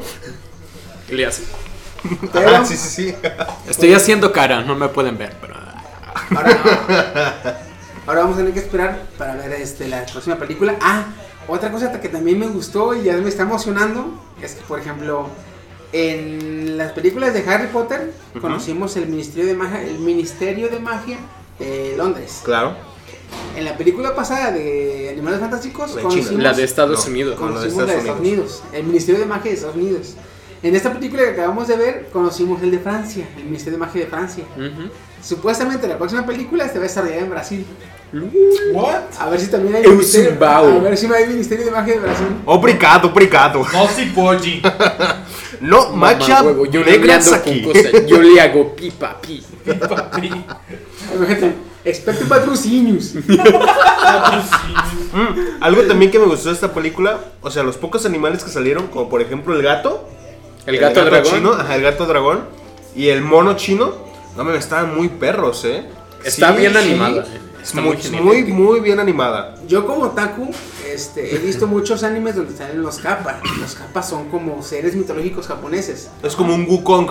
D: Y le hace.
A: Pero-
C: Ah, sí, sí, sí.
D: Estoy haciendo cara, no me pueden ver, pero.
A: Ahora, ahora vamos a tener que esperar para ver este, la próxima película. Ah, otra cosa que también me gustó y ya me está emocionando es que, por ejemplo, en las películas de Harry Potter
C: Ujú.
A: conocimos el Ministerio de Magia, el Ministerio de Magia de Londres.
C: Claro.
A: En la película pasada de Animales Fantásticos
C: La de China.
A: Pues conocimos
D: La de Estados
C: No.
D: Unidos.
C: Con- la de
A: conocimos la de Estados
C: Estados
A: Unidos. el Ministerio de Magia de Estados Unidos. En esta película que acabamos de ver conocimos el de Francia, el Ministerio de Magia de Francia.
D: Ujú.
A: Supuestamente la próxima película se va a desarrollar en Brasil.
E: ¿What?
A: A ver si también hay
D: En
A: ministerio-
D: Zimbabue.
C: Oh,
A: A ver si no hay Ministerio de Magia de Brasil.
C: Obrigado, obrigado.
E: No si Poggi.
C: No macha
D: huevo, yo no le
C: negras
D: ando
C: aquí.
D: con cosas, yo le hago pipa, pi.
B: Papi.
A: Imagínate, experto en patrocinios.
B: Ah,
C: Mm, algo también que me gustó de esta película, o sea, los pocos animales que salieron, como por ejemplo el gato.
D: El gato, dragón.
C: chino, ajá, el gato dragón. Y el mono chino. No me estaban muy perros, eh.
D: Está
C: Sí,
D: bien
C: sí.
D: animada. eh. Está muy,
C: muy,
D: genial.
C: muy, muy bien animada.
A: Yo como Taku este, he visto muchos animes donde salen los kappa. Los kappa son como seres mitológicos japoneses.
C: Es como un Wukong.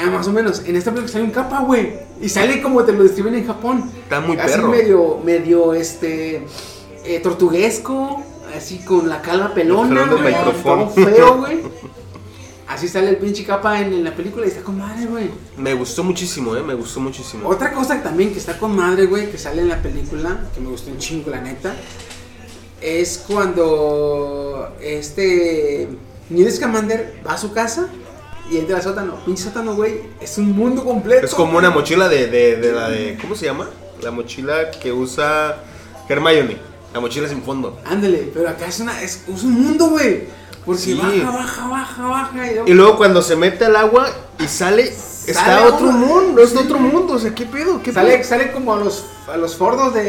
A: Ah, más o menos. En esta película sale un kappa, güey. Y sale como te lo describen en Japón.
C: Está muy
A: así
C: perro.
A: medio, medio, este, eh, tortuguesco. Así con la calva pelona,
C: Jalando el
A: güey,
C: micrófono.
A: todo feo, güey. Así sale el pinche kappa en, en la película y está con madre, güey.
C: Me gustó muchísimo, eh. Me gustó muchísimo.
A: Otra cosa también que está con madre, güey, que sale en la película, que me gustó un chingo, la neta, es cuando este Neil Scamander va a su casa y entra al sótano. Pinche sótano, güey, es un mundo completo.
C: Es como una mochila de, de, de la de. ¿Cómo se llama? La mochila que usa Hermione. La mochila sin fondo.
A: Ándale, pero acá es, una, es, es un mundo, güey. Porque
C: Sí.
A: baja, baja, baja, baja. Y luego-
C: Y luego cuando se mete al agua y sale, está
A: Sale
C: otro
A: agua.
C: mundo, es de otro mundo, o sea, ¿qué pedo? ¿Qué
A: sale,
C: pedo?
A: sale como a los, a los fordos de,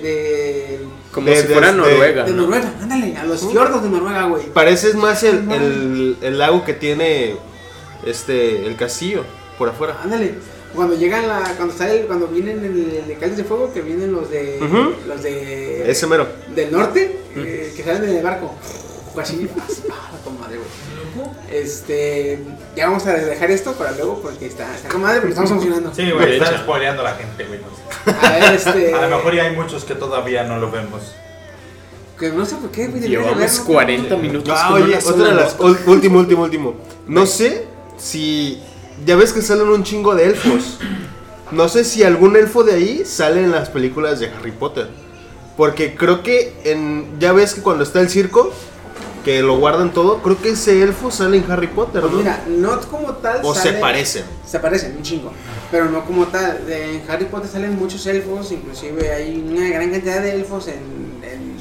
A: de,
D: Como
C: De-
D: si fuera
C: desde- este-
D: Noruega.
A: de
D: ¿no?
A: Noruega. Ándale, a los fiordos de Noruega, güey.
C: Parece más el, el, el lago que tiene este el castillo por afuera.
A: Ándale, cuando llegan la, cuando sale, cuando vienen en el, de Cáliz de Fuego, que vienen los de,
C: Ujú.
A: los de,
C: Ese mero.
A: del norte, eh, que salen del barco, O así, ah, la comadre, güey. Este, ya vamos a dejar esto para luego, porque está, está comadre, pero estamos emocionando.
E: Sí,
D: De
E: güey,
D: hecho.
E: están spoileando a la gente, güey. pues.
A: A ver, este,
E: A lo mejor ya hay muchos que todavía no lo vemos.
A: que no sé por qué, güey, debería de
D: Llevamos
A: verlo.
D: 40 minutos.
C: Ah,
D: con
C: oye,
D: una
C: otra
D: sola
C: de las.
D: nota.
C: ul- Último, último, último. No sé si. Ya ves que salen un chingo de elfos. No sé si algún elfo de ahí sale en las películas de Harry Potter. Porque creo que en. Ya ves que cuando está el circo, que lo guardan todo, creo que ese elfo sale en Harry Potter,
A: Pues
C: ¿no?
A: mira, no como tal.
C: o se
A: sale-
C: parecen.
A: Se parecen un chingo, pero no como tal. De- En Harry Potter salen muchos elfos, inclusive hay una gran cantidad de elfos en, en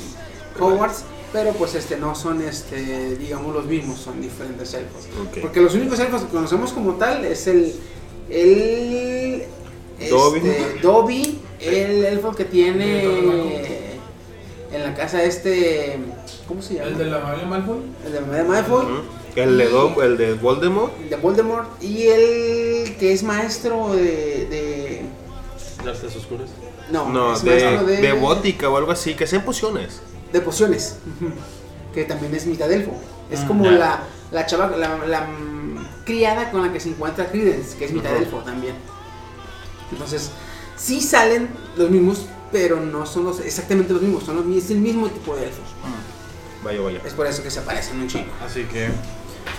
A: Hogwarts, pero pues este no son este digamos los mismos, son diferentes elfos.
C: Ok.
A: Porque los únicos elfos que conocemos como tal es el el
C: Dobby.
A: este, Dobby, el elfo que tiene
B: El Dorado Blanco.
A: en la casa este ¿cómo se llama?
B: El de la familia Malfoy.
A: El de Madame Malfoy.
C: Ujú. El de, Do- el de Voldemort.
A: El de Voldemort y el que es maestro de. de-
F: Las tres oscuras.
A: no,
C: No,
A: es
C: de,
A: maestro
C: de... Bótica o algo así, que sean pociones.
A: De pociones. Ujú. Que también es mitad elfo. Es
C: Mm,
E: Ah,
A: como
F: ya.
A: la, la chava, la, la, mm, criada con la que se encuentra Credence, que es mitad
C: Ujú.
A: elfo también. Entonces, sí salen los mismos, pero no son los exactamente los mismos. Son los, mi- es el mismo tipo de elfos.
C: Vaya, vaya.
A: Es por eso que se parecen un chingo.
E: Así que.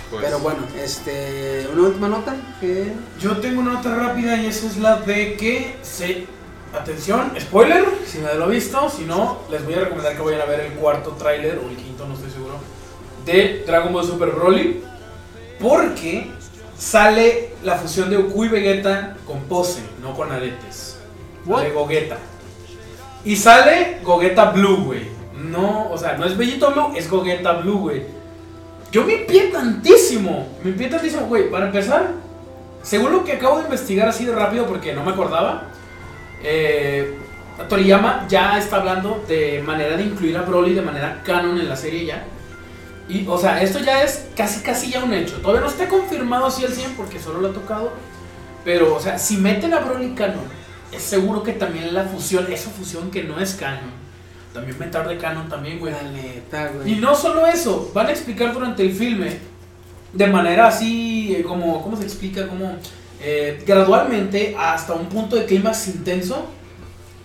E: pues,
A: Pero bueno, este, una última nota que.
B: Yo tengo una nota rápida y esa es la de que se. Atención, spoiler, si nadie lo ha visto, si no, les voy a recomendar que vayan a ver el cuarto tráiler o el quinto, no estoy seguro, de Dragon Ball Super Broly, porque sale la fusión de Goku y Vegeta con pose, no con aretes.
A: What?
B: De Gogeta. Y sale Gogeta Blue, güey. No, o sea, no es Bellito Blue, es Gogeta Blue, güey. Yo me impié tantísimo, me impié tantísimo, güey. Para empezar, según lo que acabo de investigar así de rápido porque no me acordaba, eh, Toriyama ya está hablando de manera de incluir a Broly de manera canon en la serie ya. Y, o sea, esto ya es casi, casi ya un hecho. Todavía no está confirmado así al 100 porque solo lo ha tocado. Pero, o sea, si meten a Broly canon, es seguro que también la fusión, esa fusión que no es canon, también meter de canon también, güey.
A: La neta, güey.
B: Y no solo eso, van a explicar durante el filme de manera así, eh, como, ¿cómo se explica? Como eh, gradualmente hasta un punto de clímax intenso,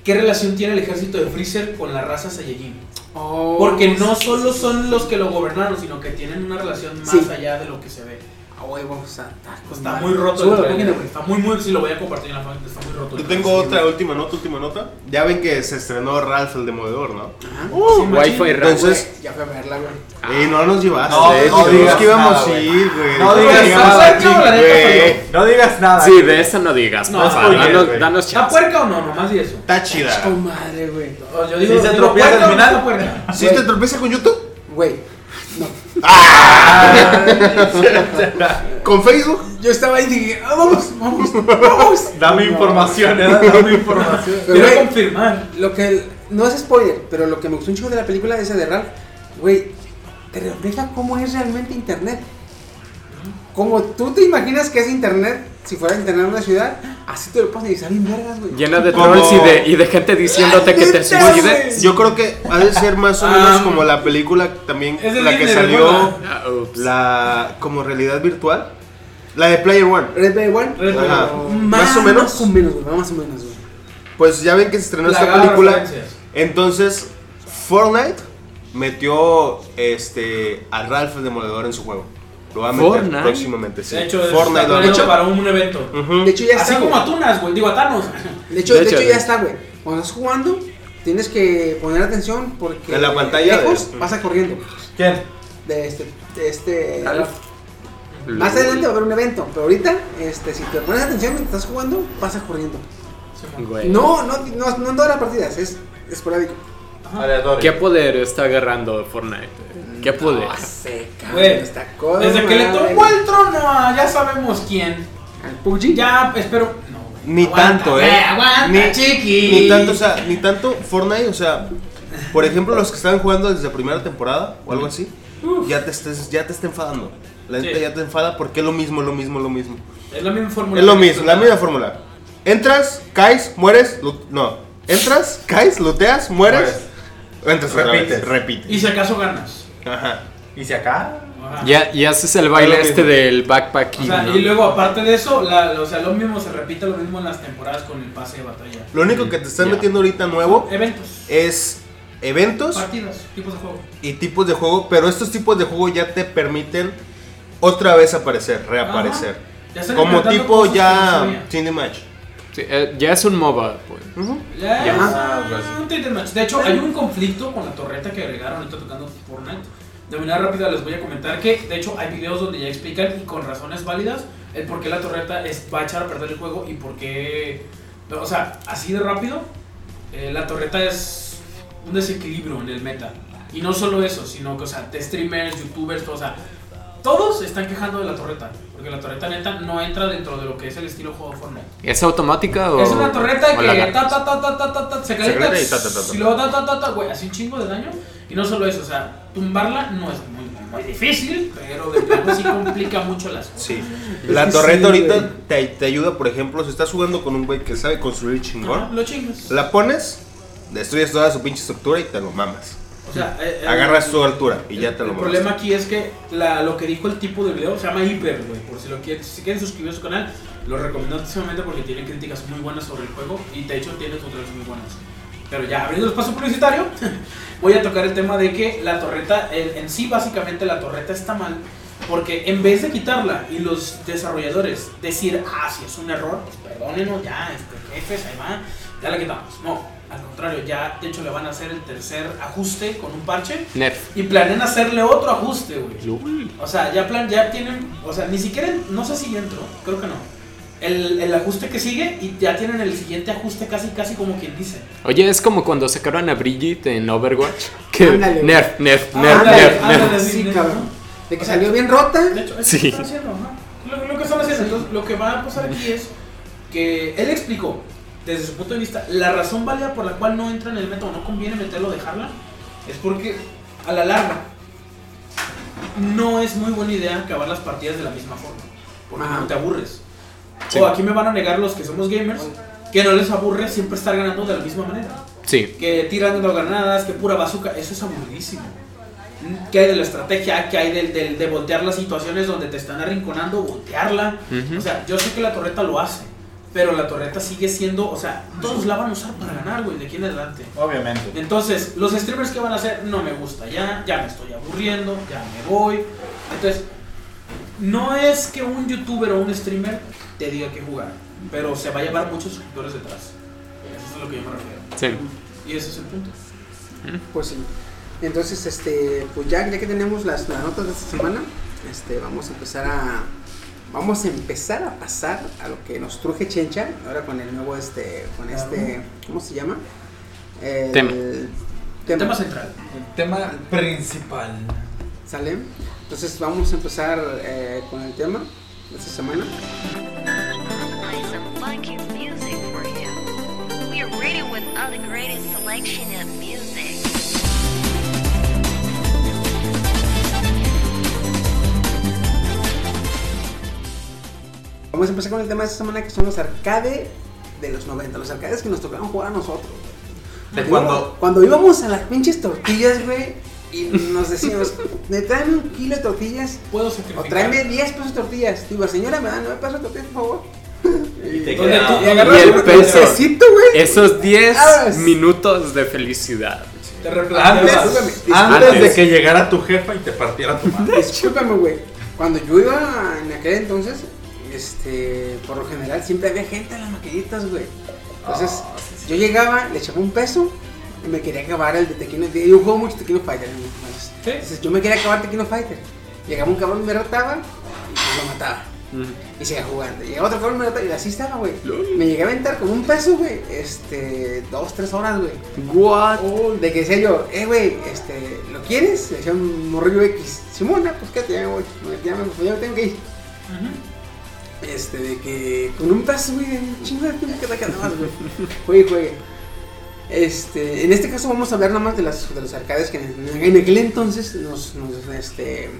B: ¿qué relación tiene el ejército de Freezer con la raza Saiyajin?
A: Oh,
B: Porque no solo son los que lo gobernaron, sino que tienen una relación más
A: Sí.
B: allá de lo que se ve.
A: A huevo, o sea, está,
B: Pues está muy roto el
A: Súbelo,
B: trailer,
A: poquito,
B: güey.
A: güey.
B: Está muy, muy, si lo voy a compartir en la fan, está muy roto. el
C: Yo
B: trailer.
C: tengo otra última nota, última nota. Ya ven que se estrenó Ralph el Demoledor, ¿no?
A: Ajá.
B: Sí, machín.
D: Wi-Fi rápido.
C: Entonces,
A: ya fue a verla, güey.
C: y Ah. no nos llevaste.
E: No,
C: eh,
E: no
C: dijimos
E: digas
C: que íbamos
E: nada,
C: a
E: güey.
C: ir, güey.
E: No digas
C: Güey,
E: nada,
B: chavo, la neta,
C: güey.
E: No digas
C: ah,
E: nada.
D: Sí, de esa no digas.
B: No,
D: por favor,
E: spoiler,
D: danos,
E: güey.
D: danos
B: ¿Está
D: chance.
B: puerca o no? Nomás y eso.
C: Está chida.
A: Oh, madre, güey.
B: O Yo digo,
E: se
B: digo,
E: tropieza
B: ¿puerca
E: al
B: o no
E: final?
B: está puerca?
C: ¿Sí te tropiezas con YouTube?
A: Güey, no.
C: Con Facebook.
A: Yo estaba ahí y dije, ah, vamos, vamos, vamos.
E: Dame información, ¿eh? Dame información.
A: Pero,
B: Quiero
A: güey,
B: confirmar.
A: lo que. No es spoiler, pero lo que me gustó un chico de la película esa de Ralph, güey, te refleja cómo es realmente Internet. Como tú te imaginas que es Internet, si fuera Internet en una ciudad, así te lo pones y salen vergas, güey.
D: Llena de
C: Como-
D: trolls y de, y de gente diciéndote que te
A: ¡Neta, güey!
D: suicides.
C: Yo creo que ha de ser más o menos
B: Ah.
C: como la película también,
B: Es de
C: la que
B: Disney,
C: salió,
B: recuerda.
D: Ah, ups.
C: la como realidad virtual, la de Player One.
A: Red Bay One.
B: Red Bull.
C: Ajá.
A: Más o menos. Más o menos, güey. Más o menos, güey.
C: Pues ya ven que se estrenó esta
B: Plagado de
C: película.
B: referencias.
C: Entonces, Fortnite metió este a Ralph el Demoledor en su juego. Lo va a meter
D: ¿Fortnite?
C: próximamente, sí.
B: De hecho, es-
C: Fortnite
B: está
C: lo ha
B: planeado
C: hecho.
B: para un evento.
C: Ujú.
A: De hecho, ya
B: Así
A: está.
B: como
A: güey.
B: a Tunas, güey. Digo, a Thanos.
A: De hecho,
D: De
A: de
D: hecho,
A: hecho,
D: güey.
A: ya está, güey. Cuando estás jugando, tienes que poner atención porque.
C: En la pantalla
A: Lejos,
C: de-
A: pasa corriendo.
E: ¿Quién?
A: De este. de este
D: Ralph.
A: más adelante va a haber un evento, pero ahorita, este, si te pones atención mientras estás jugando, pasa corriendo.
D: Güey.
A: No, no, no, no en todas las partidas, es esporádico.
E: Aleatorio.
D: ¿Qué poder está agarrando Fortnite? ¿Qué poder?
A: No sé, cabrón,
B: Güey,
A: esta cosa,
B: Desde que le
A: madre.
B: tomó el trono a ya sabemos quién.
A: Al PUBG.
B: Ya, espero. No, güey.
C: Ni
B: Aguanta,
C: tanto,
B: güey,
C: eh.
B: Aguanta,
C: Ni-
B: chiqui.
C: Ni tanto, o sea, ni tanto Fortnite, o sea, por ejemplo, los que estaban jugando desde la primera temporada o algo así, ya te estés, ya te está enfadando. La gente
B: Sí.
C: ya te enfada porque es lo mismo, lo mismo, lo mismo.
B: Es la misma fórmula.
C: Es lo mismo, la misma fórmula. Entras, caes, mueres, lu- no. Entras, caes, looteas, mueres. Entras, otra vez,
E: Repites.
B: Y
C: repite.
B: si acaso ganas.
C: Ajá.
E: ¿Y si acá?
B: Ajá.
D: Ya, y haces el baile
C: Es lo
D: este
C: mismo.
D: del backpack.
B: O sea,
D: ¿no?
B: y luego aparte de eso, la, o sea, lo mismo se repite lo mismo en las temporadas con el pase de batalla.
C: Lo único que te están
D: Ya.
C: metiendo ahorita nuevo
B: Eh. Eventos,
C: es eventos
B: partidas, tipos de juego.
C: y tipos de juego, pero estos tipos de juego ya te permiten otra vez aparecer, reaparecer.
B: Ya están
C: Como
B: inventando
C: tipo
B: cosas que no
C: ya
B: sabía.
C: Cindy Match.
D: Sí, eh, ya es un MOBA. pues.
B: Ya,
D: Ya.
B: es
E: Ah, pues sí.
B: un Titan Match. De hecho, hay un conflicto con la torreta que agregaron ahorita tocando Fortnite. De manera rápida les voy a comentar que, de hecho, hay videos donde ya explican y con razones válidas el por qué la torreta es, va a echar a perder el juego y por qué. O sea, así de rápido, eh, la torreta es un desequilibrio en el meta. Y no solo eso, sino que, o sea, de streamers, youtubers, todo, o sea, todos se están quejando de la torreta. Porque la torreta neta no entra dentro de lo que es el estilo juego de Fortnite.
D: ¿Es automática o.?
B: Es una torreta
D: o la
B: que
D: agarras?
B: ta, ta, ta, ta, ta, ta, ta, se calienta
C: calienta y ta, ta, ta, ta.
B: y luego ta, ta, ta, ta, güey, así un chingo de daño. Y no solo eso, o sea, tumbarla no es muy, muy difícil, pero de plano sí complica mucho las cosas.
C: Sí.
A: Es
C: La
A: que
C: torreta
A: sí,
C: ahorita
A: güey.
C: te, te ayuda, por ejemplo, si estás jugando con un güey que sabe construir
B: Ajá,
C: chingón,
B: Lo chingas.
C: la pones, destruyes toda su pinche estructura y te lo mamas.
B: O sea, eh, eh,
C: Agarras tu altura y
B: el-
C: ya te lo
B: El
C: mamas.
B: problema aquí es que la- lo que dijo el tipo de video se llama Hiper, güey. Por si lo quieren, si quieren suscribir a su canal, lo recomiendo últimamente porque tiene críticas muy buenas sobre el juego y de hecho tiene tutoriales muy buenos. Pero ya abriendo el espacio publicitario, voy a tocar el tema de que la torreta, en, en sí básicamente la torreta está mal. Porque en vez de quitarla y los desarrolladores decir, ah, si es un error, pues perdónenos, ya, este, jefes, ahí va, ya la quitamos. No, al contrario, ya de hecho le van a hacer el tercer ajuste con un parche
D: Nerf.
B: y planean hacerle otro ajuste, güey. O sea, ya plan, ya tienen, o sea, ni siquiera, no sé si entro, creo que no. El, el ajuste que sigue y ya tienen el siguiente ajuste casi, casi como quien dice.
D: Oye, es como cuando sacaron a Brigitte en Overwatch. Que
A: Ándale, güey.
D: nerf, nerf, nerf,
B: Ah,
D: nerf,
B: ándale,
D: nerf.
B: ándale.
A: Sí,
B: Nerf.
A: cabrón. De que
B: O sea,
A: salió bien rota.
B: De hecho, es
D: Sí.
B: lo que están haciendo, ¿no? Lo, lo que están haciendo. Entonces, lo que va a pasar aquí es que él explicó, desde su punto de vista, la razón válida por la cual no entra en el meta o no conviene meterlo o dejarla, es porque a la larga no es muy buena idea acabar las partidas de la misma forma, porque
A: Ajá.
B: no te aburres.
D: Sí.
B: O aquí me van a negar los que somos gamers, que no les aburre siempre estar ganando de la misma manera
D: Sí.
B: que tirando granadas, que pura bazooka, eso es aburridísimo. ¿Qué hay de la estrategia? ¿Qué hay del, del- de voltear las situaciones donde te están arrinconando? Voltearla.
D: Ujú.
B: O sea, yo sé que la torreta lo hace, pero la torreta sigue siendo, o sea, todos la van a usar para ganar, güey, de aquí en adelante.
E: Obviamente.
B: Entonces, los streamers que van a hacer, no me gusta ya, ya me estoy aburriendo, ya me voy. Entonces, no es que un youtuber o un streamer te diga que jugar, pero se va a llevar muchos suscriptores detrás. Eso es a lo que yo me refiero.
D: Sí.
B: Y ese es el punto.
A: Pues sí. Entonces, este, pues ya, ya que tenemos las, las notas de esta semana, este, vamos a empezar a. Vamos a empezar a pasar a lo que nos truje Chencha, ahora con el nuevo este, con este, ¿cómo se llama? El
D: Tema.
A: tema.
B: Tema central.
E: El tema principal.
A: ¿Sale? Entonces vamos a empezar eh, con el tema de esta semana.
G: play some funky music for you. We are ready with all the greatest selection of music.
A: Vamos a empezar con el tema de esta semana que son los arcades de los 90, los arcades que nos tocaron jugar a nosotros.
E: De
A: Yo,
E: cuando.
A: cuando íbamos a las pinches tortillas, güey, y nos decíamos, me traen un kilo de tortillas
B: Puedo
A: o
B: sacrificar.
A: tráeme 10 pesos de tortillas. Digo, señora, me dan 9 pesos de tortillas, por favor.
E: Y te
B: Donde
E: queda-
B: tú-
A: Y agarras
D: Y el
A: un
D: peso.
A: pececito, güey.
D: Esos 10
A: Ah, es-
D: minutos de felicidad.
B: Te
E: Antes,
B: replanteas.
A: Discúlpame,
E: antes,
A: discúlpame.
E: de que llegara tu jefa y te partiera tu madre.
A: Discúlpame, güey. Cuando yo iba en aquel entonces, este, por lo general siempre había gente en las maquillitas, güey. Entonces, yo llegaba, le echaba un peso y me quería acabar el de Tequino. Yo juego mucho Tequino Fighter. güey, entonces,
B: Sí.
A: Entonces, yo me quería acabar Tequino Fighter. Llegaba un cabrón, me rotaba y pues lo mataba. Y seguía jugando. Llegaba otro cabrón, me rotaba y así estaba, güey. Me llegué a aventar con un peso, güey. Este, dos, tres horas, güey.
D: What?
A: De que decía yo, eh, güey, este, ¿lo quieres? Le decía un morrillo X. Simona, pues quédate, ya me voy. Ya me, pues, ya me tengo que ir. Este, de que con un paso, güey, de chingo de tiempo que te quedabas, güey. Juegue, juegue. Este, en este caso vamos a hablar nada más de, las, de los arcades que en, en aquel entonces nos, nos este,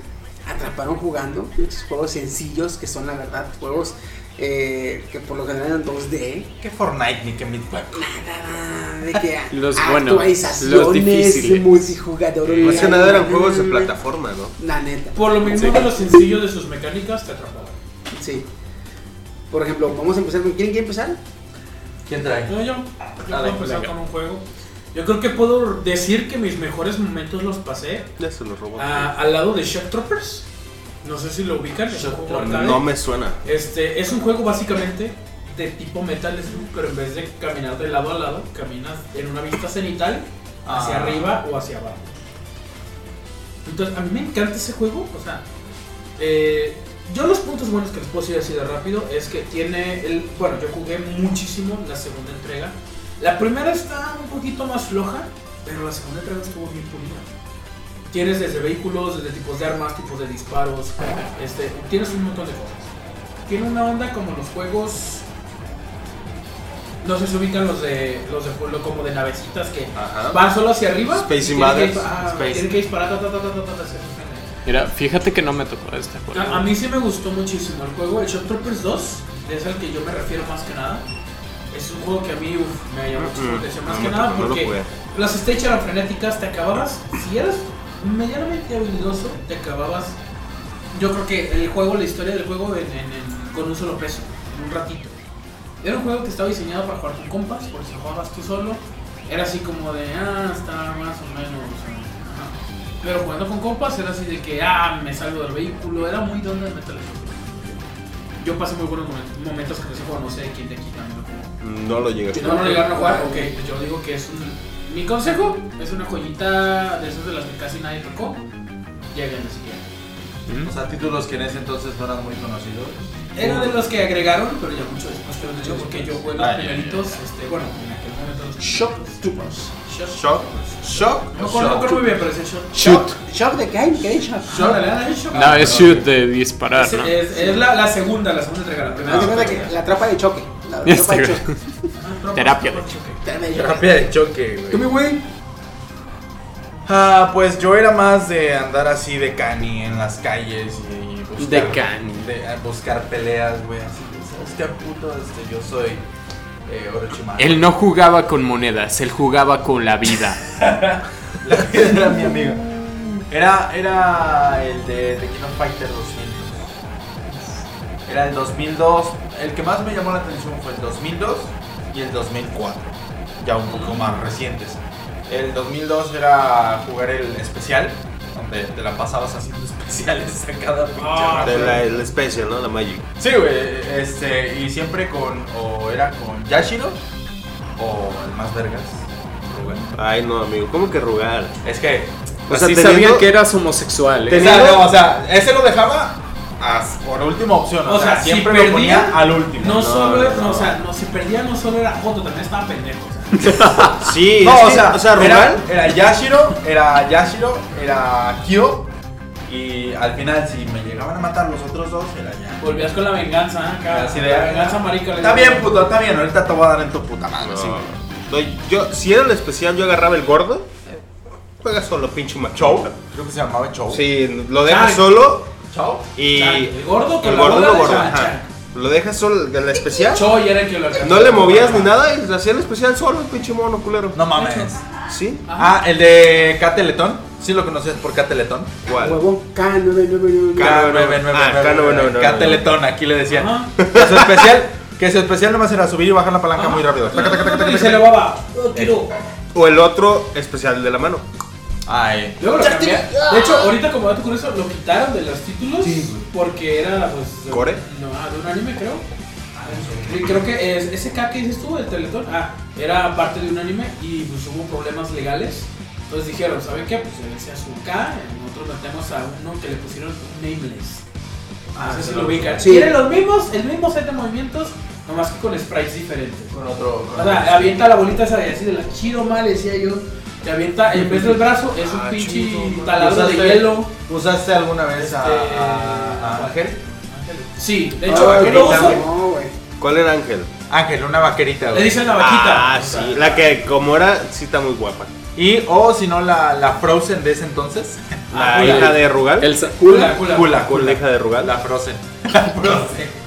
A: atraparon jugando. Muchos juegos sencillos que son, la verdad, juegos eh, que por lo general eran 2D.
E: Que Fortnite ni que Midway.
A: De que
D: Los buenos,
A: actualizaciones,
D: los difíciles.
A: multijugador.
C: Más que nada eran juegos de
A: plataforma
C: plataforma, ¿no?
A: La neta.
B: Por lo mismo que lo sencillo de sus mecánicas te atrapaban.
A: Sí. Por ejemplo, vamos a empezar con. ¿Quién quiere empezar?
E: ¿Quién trae?
B: No, yo, yo puedo
E: Dale,
B: empezar
E: venga.
B: con un juego. Yo creo que puedo decir que mis mejores momentos los pasé
C: Ya se los robó.
B: ah, al lado de Shock Troopers. No sé si lo ubican. es un juego arcade.
C: No me suena.
B: Este es un juego básicamente de tipo Metal Slug, pero en vez de caminar de lado a lado, caminas en una vista cenital hacia
E: Ah.
B: arriba o hacia abajo. Entonces, a mí me encanta ese juego, o sea, eh, yo los puntos buenos que les puedo decir así de rápido es que tiene el, bueno, yo jugué muchísimo la segunda entrega. La primera está un poquito más floja, pero la segunda entrega estuvo bien pulida. Tienes desde vehículos, desde tipos de armas, tipos de disparos, este, tienes un montón de cosas tiene una onda como los juegos no sé si ubican los de los de lo- como de navecitas que
C: Ajá.
B: van solo hacia arriba
C: Space
B: y tienen que
C: Invaders,
B: ir- ah,
C: Space.
B: tienen que disparar ta, ta, ta, ta, ta, ta, hacia-
D: Mira, fíjate que no me tocó este juego.
B: a, a mí sí me gustó muchísimo el juego. El Shock Troopers 2 es al que yo me refiero más que nada. Es un juego que a mí uf, me llamó mucho la atención. Más
C: No
B: que
C: me
B: nada
C: tocó, no lo
B: porque
C: jugué.
B: las stages eran frenéticas, te acababas. Si eras medianamente habilidoso, te acababas. Yo creo que el juego, la historia del juego en- en- en- con un solo peso, en un ratito. Era un juego que estaba diseñado para jugar con compas, por si jugabas tú solo. Era así como de, ah, está más o menos. ajá. Pero jugando con compas era así de que, ah, me salgo del vehículo. Era muy donde meterle. Yo pasé muy buenos momen- momentos con ese juego, no sé quién de aquí también lo jugó.
C: No lo llegué. a
B: No,
C: jugar.
B: no llegaron a jugar, ok. pues Yo digo que es un. Mi consejo es una joyita de esas de las que casi nadie tocó. Lleguen así ya.
E: O sea, títulos que en ese entonces no eran muy conocidos.
B: Era de los que agregaron, pero ya mucho después que los dejé, porque yo jugué los
E: Ah, ya, ya,
B: primeritos, este, bueno, en aquel momento los
A: Shock Troopers.
B: Shock.
C: Shock. Shock.
B: No conozco muy bien, pero es el shock.
D: Shoot.
A: ¿Shock de qué? ¿De qué hay shock?
B: Shock, dale, dale, shock.
D: No, es shoot de disparar,
B: Es,
D: ¿no?
B: es- es la, la segunda, la segunda entrega, la primera.
A: Haz de cuenta que la trampa de choque. La trampa de
D: Este,
A: choque.
D: güey.
B: Ah,
D: Terapia de
B: ok.
A: Trampa de choque.
E: Terapia de choque,
A: Tú, mi güey.
E: Ah, pues yo era más de andar así de cani en las calles y, y buscar.
D: De cani.
E: de, eh, buscar peleas, güey. Así de, ¿sabes qué puto? Este, yo soy eh, Orochimaru.
D: Él no jugaba con monedas, él jugaba con la vida.
E: La vida era mi amigo. Era, era el de The King of Fighter 200. Era el 2002. El que más me llamó la atención fue el 2002 y el 2004. Ya un poco más recientes. El 2002 era jugar el especial, donde te la pasabas haciendo especiales a cada pinche
B: Ah,
E: rato.
C: De la, el especial, ¿no? La Magic.
E: Sí, güey. Este, y siempre con. O era con Yashiro o el más vergas. Rubén.
C: Ay, no, amigo. ¿Cómo que rugar?
E: Es que
C: O sea,
D: Así
C: teniendo-
D: sabía que eras homosexual, ¿eh?
E: O sea, no, o sea, ese lo dejaba as- por última opción. O,
B: O
E: sea,
B: sea, si
E: siempre lo
B: perdía,
E: ponía al último.
B: No,
E: No,
B: solo,
C: no, no.
B: o sea, no, si perdía no solo era foto, también estaba pendejo. o sea.
C: Sí, es
E: o
C: que,
E: sea,
C: o sea,
E: era,
C: rugar.
E: era Yashiro, era Yashiro, era Kyo Y al final, si me llegaban a matar los otros dos, era ya.
B: Volvías con la venganza, ¿eh? acá.
E: Así de-
B: la venganza, marica. le
E: Está
B: digo.
E: bien, puto, está bien. Ahorita te voy a dar en tu puta madre. sí.
C: Entonces, yo, si era el especial, yo agarraba el gordo. Juega solo, pinche macho.
E: Creo que se llamaba Chow.
C: Sí, lo dejas
B: Ay.
C: solo
E: Chow.
C: y.
B: Chale, el gordo con
C: el
B: la
C: gordo
B: bola
C: lo
B: de
C: gordo,
B: Chan,
C: ajá.
B: Chan.
C: Lo dejas solo, el especial.
B: Choy era el que lo alcanzó.
C: No le movías ni nada y hacía el especial solo, el pinche mono culero.
E: No mames.
C: ¿Sí?
E: Ah, el de Cateletón. Sí lo conoces por Cateletón.
C: ¿Cuál?
A: Huevón K999.
C: K- Ah, K999.
E: Cateletón, aquí le decían.
B: Ajá.
E: Que su especial, que su especial nomás era subir y bajar la palanca muy rápido. Taca, taca, taca, taca,
B: Y se
E: taca.
B: elevaba. Oh, tiro.
C: O el otro especial de la mano.
E: Ay.
B: Luego lo cambié. De hecho, ahorita como dato curioso, lo quitaron de los títulos porque era pues. de-
C: ¿Core?
B: No, ah, de un anime creo. Y Creo que es- ese K que dices tú, el Teletón, ah, era parte de un anime y pues hubo problemas legales. Entonces dijeron, ¿saben qué? Pues ese es su K, nosotros metemos a uno que le pusieron Nameless. Ah, no sé si lo ubican.
A: Sí.
B: Tienen los mismos, el mismo set de movimientos, nomás que con sprites diferentes.
E: Con otro.
B: O sea, avienta la bolita esa de así de la chido mal, decía yo. Que avienta en vez del brazo, es
C: Ah,
B: un pinche taladro de
E: Usaste-
B: hielo.
E: ¿Usaste alguna vez a,
B: Este-
E: a- a Ángel?
B: Sí, de hecho,
E: Ah,
B: yo lo
E: ahorita,
B: uso.
A: No, güey.
C: ¿Cuál era Ángel?
E: Ángel, una vaquerita,
B: Le
E: güey.
B: dicen la vaquita.
C: Ah, sí. La que como era, sí está muy guapa.
E: Y, o si no, la, la Frozen de ese entonces.
C: La
B: Ah, Rugal.
C: hija de Rugal.
D: El sa-
B: Cula, cula.
E: Cula,
C: Con
E: cula.
C: la hija de Rugal.
E: La Frozen. La Frozen.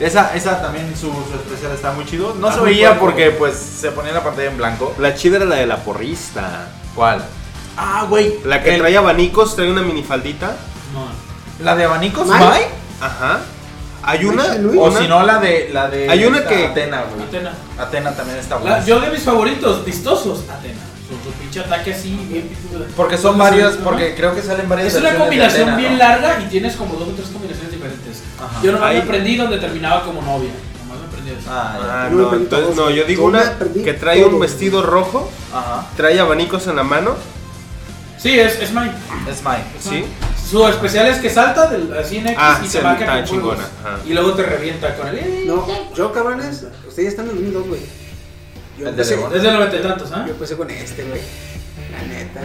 E: Esa, esa también su, su especial está muy chido. No
B: Está
E: se
B: muy
E: veía
B: bueno,
E: porque pues se ponía la pantalla en blanco.
C: La chida era la de la porrista.
E: ¿Cuál? Ah, güey.
C: La que
E: El-
C: trae abanicos, trae una minifaldita.
B: No.
E: La de abanicos,
A: Mai.
E: Mai.
C: Ajá. Hay una.
A: Luis, Luis.
E: O
C: una-
E: si no, la de. La de
C: Hay una
E: esta
C: que-
E: Atena, güey.
B: Atena.
E: Atena también está buena.
B: La- yo de mis favoritos, vistosos, Atena. Su, su pinche ataque así, bien pintura.
E: Porque son varias, porque creo que salen varias.
B: Es una
E: versiones de
B: combinación
E: Atena,
B: bien
E: ¿no?
B: larga y tienes como dos o tres combinaciones diferentes.
E: Ajá.
B: Yo nomás
C: Ahí-
B: me aprendí donde terminaba como novia. Nomás me aprendí eso.
E: Ah,
C: Ah,
A: Yo me
C: no,
A: perdí
C: entonces
A: todo.
C: no, yo digo
A: Yo
C: una
A: me perdí
C: que trae un
A: todo.
C: vestido rojo,
E: ya. Ajá.
C: trae abanicos en la mano,
B: Sí, es, es Mike.
E: Es Mai.
C: ¿sí?
B: Su especial es que salta del, así en X
C: Ah,
B: y
C: sí,
B: te marca
C: está
B: con fuegos.
C: chingona, ajá.
B: Y luego te revienta con el. eh,
A: No, yo cabrones, ustedes están en el 2002, güey. Yo
E: El de
A: empecé,
E: León.
B: Desde los noventa y tantos, ¿ah?
A: yo empecé con este, güey. La neta.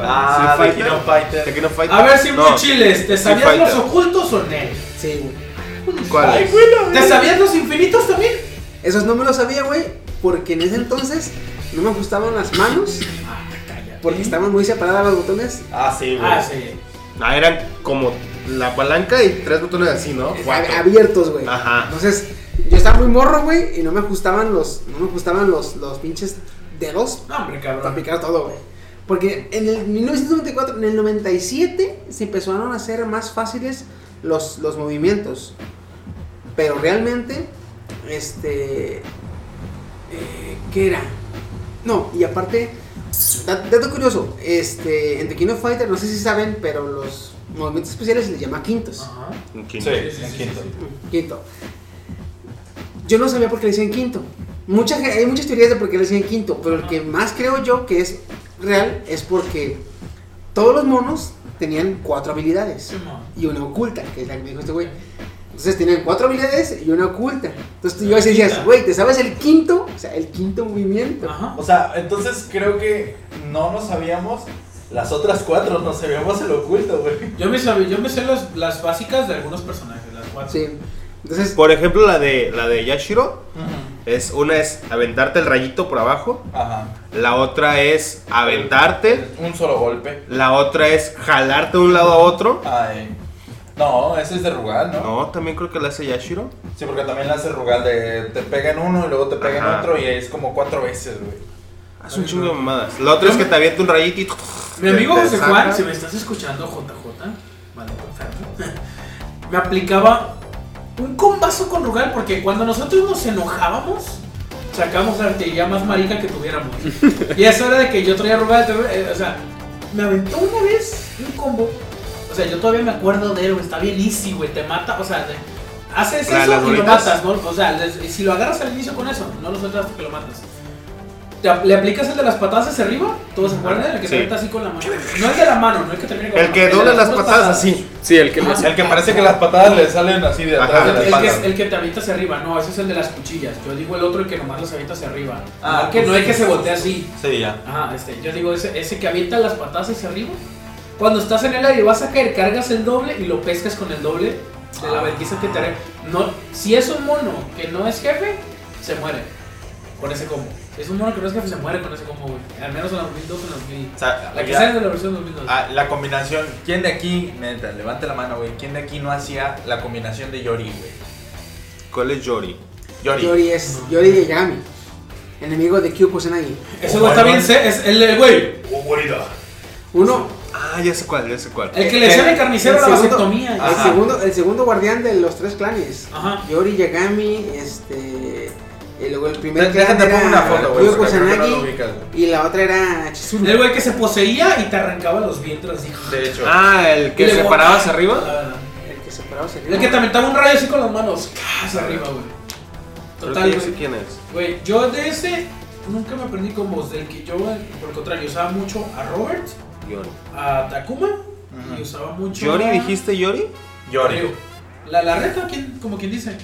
E: Ah,
C: Street
E: de Kino Fighter.
C: de Kino Fighter.
B: A ver si
C: No,
B: muy chiles, ¿te
C: Street
B: sabías los
C: Fighter.
B: ocultos o no?
A: Sí, güey.
C: ¿Cuál
B: Ay,
C: es?
B: güey, no, ¿Te sabías los infinitos también?
A: Esos no me los sabía, güey, porque en ese entonces no me gustaban las manos porque estaban muy separadas los botones.
E: Ah, sí,
B: Ah, sí.
C: Ah, eran como la palanca y tres botones así, ¿no? Cuatro.
A: ab- abiertos, güey.
C: Ajá.
A: Entonces, yo estaba muy morro, güey, y no me gustaban los no me gustaban los los pinches dedos
B: No, hombre,
A: para
B: cabrón.
A: picar todo, güey. Porque en el 1994, en el 97 se empezaron a hacer más fáciles los, los movimientos. Pero realmente este eh, ¿qué era? No, y aparte da- dato curioso, este en The King of Fighter, no sé si saben, pero los movimientos especiales se les llama quintos.
B: Ajá.
C: Un
E: Sí,
C: quinto.
E: en quinto.
A: Quinto. Yo no sabía por qué le decían quinto. Mucha, ge- hay muchas teorías de por qué le decían quinto, pero el que más creo yo que es real es porque todos los monos tenían cuatro habilidades
B: Simón.
A: y una oculta, que es la que me dijo este güey. Entonces tenían cuatro habilidades y una oculta. Entonces tú yo así decías, güey, ¿te sabes el quinto? O sea, el quinto movimiento.
B: Ajá.
E: O sea, entonces creo que no nos sabíamos las otras cuatro, nos sabíamos el oculto, güey.
B: Yo me, sabía, yo me sé las, las básicas de algunos personajes, las cuatro.
A: Sí. Entonces,
C: Por ejemplo, la de la de Yashiro es una es aventarte el rayito por abajo,
E: Ajá.
C: la otra es aventarte,
E: Un solo golpe.
C: la otra es jalarte de un lado a otro.
E: Ay. No, ese es de Rugal, ¿no?
C: No, también creo que la hace Yashiro.
E: Sí, porque también la hace Rugal de te pega en uno y luego te pega en
C: Ajá.
E: otro y es como cuatro veces, güey.
C: Hace un chingo de mamadas. La otra es que te avienta un rayito y
B: Mi amigo
C: te
B: José
C: saca.
B: Juan, si me estás escuchando, JJ, maldito enfermo, me aplicaba un combazo con Rugal porque cuando nosotros nos enojábamos, sacábamos la artillería más marica que tuviéramos. Y eso era de que yo traía Rugal, eh, o sea, me aventó una vez un combo. O sea, yo todavía me acuerdo de él, güey, está bien easy, güey, te mata, o sea, de- haces
C: La-
B: eso
C: las
B: y lo
C: bolitas.
B: matas, ¿no? O sea, les- si lo agarras al inicio con eso, no lo sueltas hasta que lo matas. Te ap- le aplicas el de las patadas hacia arriba, todos se acuerdan, el que
C: Sí.
B: te mete así con la mano. No el de la mano, no el que termina con
C: El
B: la
C: que
B: mano,
C: dobla
B: de
C: las
B: puras
C: patadas así.
D: Sí, el que le-
E: El que parece que las patadas le salen así de atrás
C: Ajá.
E: de la
B: El que, es-
E: espalda.
B: el que te avienta hacia arriba, no, ese es el de las cuchillas. Yo digo el otro, el que nomás las avienta hacia arriba.
E: Ah,
B: Ah, que no es que se voltea así.
E: Sí, ya.
B: Ajá, este, yo digo ese, ese que avienta las patadas hacia arriba. Cuando estás en el aire y vas a caer, cargas el doble y lo pescas con el doble de la vergüenza que te haré. No, si es un mono que no es jefe, se muere con ese combo. Si es un mono que no es jefe, se muere con ese combo, güey. Al menos en la 2002 en la 2000.
E: O sea,
B: La que
E: ya-
B: sale de la versión 2002.
E: ah, la combinación. ¿Quién de aquí, neta, levante la mano, güey? ¿Quién de aquí no hacía la combinación de Yori, güey?
C: ¿Cuál es Yori?
E: Yori.
A: Yori es Yori de Yagami, enemigo de Kyoko Senagi.
B: Ese güey está bien, se- es el el güey.
A: Uno,
C: Ah, ya sé cuál, ya sé cuál.
B: El que le hacía el carnicero
A: el
B: la
A: segundo-
B: vasectomía.
A: el segundo, el segundo guardián de los tres clanes.
B: Ajá.
A: Yori Yagami, este. Y luego el primer clan
E: Déjate
A: era
E: pongo una foto, güey.
A: Kyoko
E: porque creo que no lo
A: Kusanagi,
E: ubicas, güey.
A: y la otra era Chizuru.
B: El güey que se poseía y te arrancaba los vientres, así.
E: De hecho.
D: Ah, el que
B: Y le
D: se
B: bota-
D: parabas arriba.
A: El que separaba sería.
B: El que te aventaba un rayo así con las manos. ¡cas! arriba, güey.
C: Creo que
B: Total,
C: ya sé
B: güey.
C: quién es.
B: Güey, yo de ese nunca me aprendí combos. Del que yo, eh, por el contrario, usaba mucho a Robert,
C: Yori.
B: a Takuma y
E: Ujú.
B: usaba mucho.
C: ¿Yori
B: a-
C: dijiste Yori?
E: Yori.
B: La, la reta, ¿quién- como quien dice.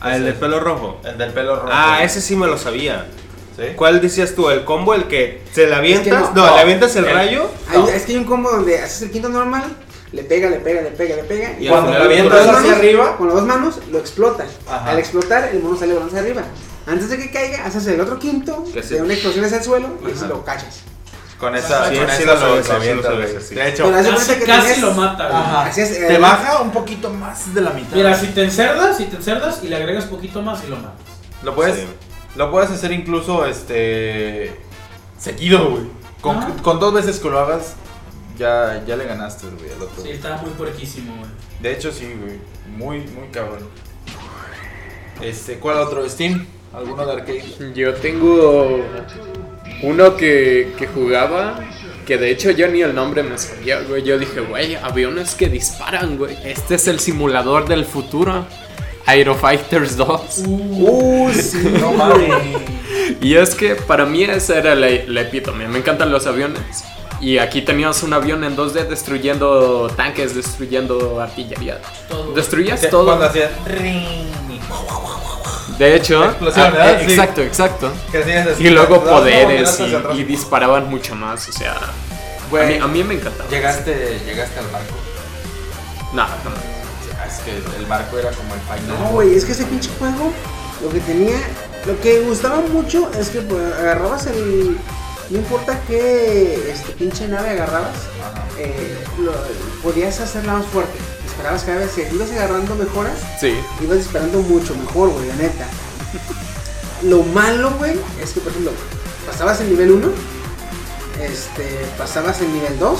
C: Ah, el de pelo rojo.
E: El del pelo rojo.
C: Ah,
E: güey.
C: ese sí me lo sabía.
E: ¿Sí?
C: ¿Cuál decías tú? ¿El combo? ¿El que se le avientas?
A: no.
C: no,
E: No.
C: le avientas el
E: El-
C: rayo.
A: Hay- Es que hay un combo donde haces el quinto normal, le pega, le pega, le pega, le pega.
C: Y
A: con
C: al
E: Cuando
C: final
A: las
E: lo avientas
A: dos
E: hacia
A: manos-
E: arriba.
A: Con las dos manos lo explotas.
E: Ajá.
A: Al explotar, el mono sale volando hacia arriba. Antes de que caiga, haces el otro quinto,
C: Que se-
A: de una explosión hacia el suelo y lo cachas.
E: Con esa,
C: Sí,
E: con
C: sí
E: esa
C: lo sabes, sí lo
E: avientas,
C: sabes,
E: güey.
C: sí.
E: De hecho,
A: Pero haz de
B: Casi,
A: cuenta que
B: casi
A: tenías-
B: lo mata, güey.
E: Ajá.
A: Así es,
E: te
A: eh,
E: baja un poquito más de la mitad.
B: Mira, si te encerdas, si te encerdas y le agregas poquito más y lo matas.
E: lo puedes,
C: Sí.
E: lo puedes hacer incluso este seguido, güey. Con,
B: Ah.
E: con dos veces que lo hagas, ya, ya le ganaste, güey, al otro.
B: Sí, estaba muy puerquísimo, güey.
E: De hecho, sí, güey. Muy, muy cabrón. Este, ¿cuál otro? ¿Steam? ¿Alguno de arcade?
D: Yo tengo uno que, que jugaba, que de hecho yo ni el nombre me sabía, güey. Yo dije, güey, aviones que disparan, güey. Este es el simulador del futuro. Aerofighters 2.
A: Uh, sí.
E: No mames.
D: Y es que para mí esa era la, la epítome. Me encantan los aviones. Y aquí teníamos un avión en 2D destruyendo tanques, destruyendo artillería.
B: Todo.
D: Destruyas
E: Que-
D: todo.
E: Cuando hacías
D: De hecho,
E: Explosión,
D: ah,
E: ¿verdad?
D: eh,
E: Sí.
D: exacto, exacto.
E: que hacías así,
D: Y luego
E: das dos
D: poderes
E: vueltas hacia atrás.
D: y, y disparaban mucho más. O sea, a mí,
E: Güey,
D: a mí me encantaba.
E: llegaste, llegaste al barco.
D: No, no.
E: Ah, Es que el barco era como el final.
A: No, güey, es que ese pinche juego, lo que tenía, lo que gustaba mucho es que pues, agarrabas el. No importa qué este, pinche nave agarrabas,
E: Ajá.
A: eh, lo- podías hacerla más fuerte. Disparabas cada vez que ibas agarrando mejoras,
D: Sí.
A: ibas disparando mucho mejor, güey, la neta. Lo malo, güey, es que, por ejemplo, pasabas el nivel 1, este, pasabas el nivel 2.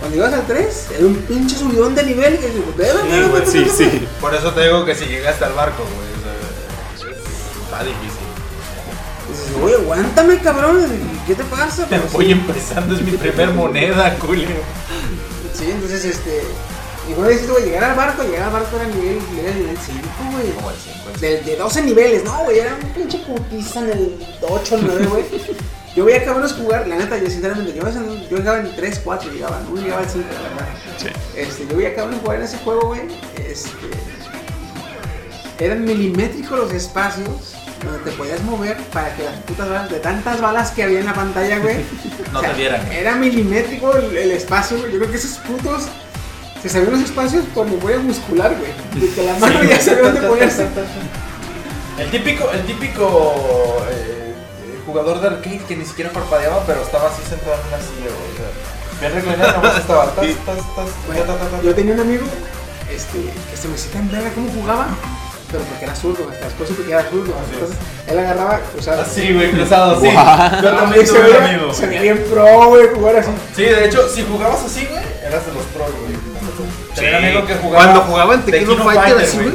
A: Cuando ibas al 3, era un pinche subidón de nivel que
E: güey,
A: dices,
D: Sí, sí.
E: Por eso te digo que si llegaste al barco, güey. o sea, Está difícil.
A: Dices, oye, Pues, aguántame, cabrón. ¿Qué te pasa? Pues, Pero
E: Voy
A: sí.
E: empezando, es mi primer moneda, culio.
A: Sí, entonces, este. Igual dices, güey, llegar al barco, llegar al barco era nivel, era nivel 5,
E: Como el
A: güey.
E: 50.
A: De, de 12 niveles, no, güey, era un pinche putiza en el 8, el 9, güey. Yo veía cabrones jugar, la neta, yo sinceramente, yo, a veces no- yo llegaba en 3, 4, llegaba, no llegaba al 5, la verdad. Este, yo veía cabrones jugar en ese juego, güey. Este. Eran milimétricos los espacios donde te podías mover para que las putas balas, de tantas balas que había en la pantalla, güey.
E: No te vieran, güey.
A: Era milimétrico el, el espacio, güey. Yo creo que esos putos se sabían los espacios por memoria muscular, güey. De que la mano ya sabía dónde ponerse.
E: El típico, el típico eh, eh, jugador de arcade que ni siquiera parpadeaba, pero estaba así sentado en una silla, güey. o sea, Bien reclinado, nada más estaba. Tas, tas, tas,
A: Bueno,
E: ta, ta, ta, ta.
A: yo tenía un amigo este, que se me hacía tan verga cómo jugaba, pero porque era zurdo, hasta después supe que era zurdo. Entonces él agarraba, o sea,
E: Así, güey, cruzado, Ah, sí. Yo
A: y
E: también
A: se
E: tuve un
A: veía,
E: amigo.
A: se veía bien pro, güey, jugar así.
E: Sí, de hecho, si jugabas así, güey, eras de los pros, güey. Tenía un amigo que jugaba.
C: Cuando jugaba en Tekken
E: Tekken
C: Fighter,
E: Fighter,
C: así, güey.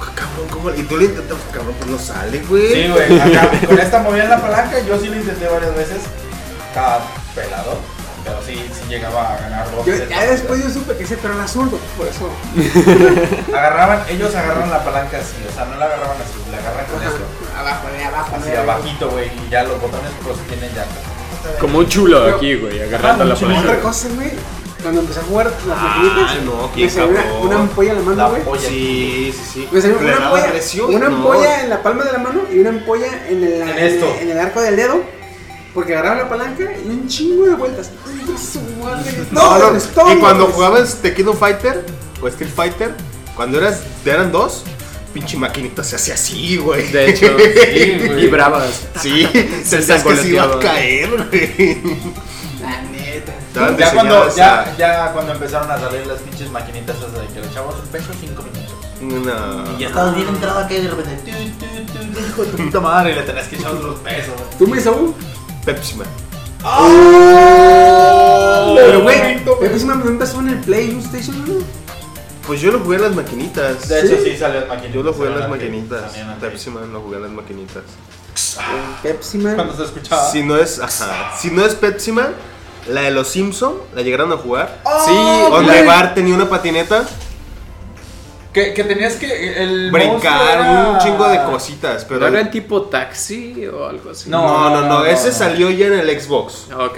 C: Ah, Cabrón, ¿cómo? le- Y tú le intentas, cabrón, pues no sale, güey.
E: Sí, güey, acá, con esta movida en la palanca, yo sí lo intenté varias veces. Estaba pelado, pero sí, sí llegaba a ganar dos.
A: Yo-
E: sets.
A: ya después yo supe que ese pero era zurdo, por eso.
E: Agarraban, ellos agarran la palanca así, o sea, no la agarraban así, la agarran con esto.
A: Abajo, de abajo,
E: Así
A: de
E: abajito, güey, y ya los botones pues, los tienen ya.
D: Como un chulo aquí,
E: ah,
D: güey, agarrando la
A: Otra
D: palabra.
A: cosa, güey, cuando empecé a jugar las maquinitas,
C: Ah, no,
A: me
C: qué
A: salió una,
C: cabrón.
A: una ampolla en la mano,
E: La
A: güey.
E: polla.
C: Sí, sí, sí.
A: Me salió
C: ¿Le
A: Pues una
C: daba
A: ampolla,
C: presión?
A: una
C: No.
A: ampolla en la palma de la mano y una ampolla en el,
E: En esto.
A: en el arco del dedo. Porque agarraba la palanca y un chingo de vueltas. ¡Ay, su madre!
C: No, no,
A: ¡Todos, todos!
C: Y cuando jugabas Tekken Fighter o Steel Fighter, cuando eras, eran dos, pinche maquinita se hacía así, güey.
D: De hecho, sí, güey. Y bravas.
C: Sí, sentías que se iba a caer, güey.
A: La neta.
C: Estaban
E: Ya cuando,
C: diseñadas
E: ya,
C: a-
E: ya cuando empezaron a salir las pinches maquinitas esas de que le echabas un peso 5 minutos.
C: No.
E: Y ya estabas bien entrado acá y de repente. tu, tu, tu, Hijo de tu puta madre, y le tenías que echar otros pesos.
A: ¿Tú me Saúl?
C: Pepsi Man. Oh,
A: Pero, güey, Pepe, si me empezó en el PlayStation, ¿no?
C: Pues yo lo jugué en las maquinitas.
E: De hecho, sí salió las maquinitas.
C: Yo lo jugué en las
E: Salieron
C: maquinitas.
E: salieron aquí.
C: Pepsi Man lo jugué en las maquinitas.
A: Pepsi Man.
E: Cuando se escuchaba.
C: Si no es, ajá, si no es Pepsi Man, la de los Simpson, la llegaron a jugar.
E: Oh,
D: Sí,
C: Donde
D: güey.
C: Bart tenía una patineta,
E: Que, que tenías que. El monstruo
C: brincar,
E: era-
C: un chingo de cositas,
D: ¿No
C: pero
D: era el tipo taxi o algo así?
C: No,
E: No.
C: no, no, ese
E: no.
C: salió ya en el Xbox.
D: Ok.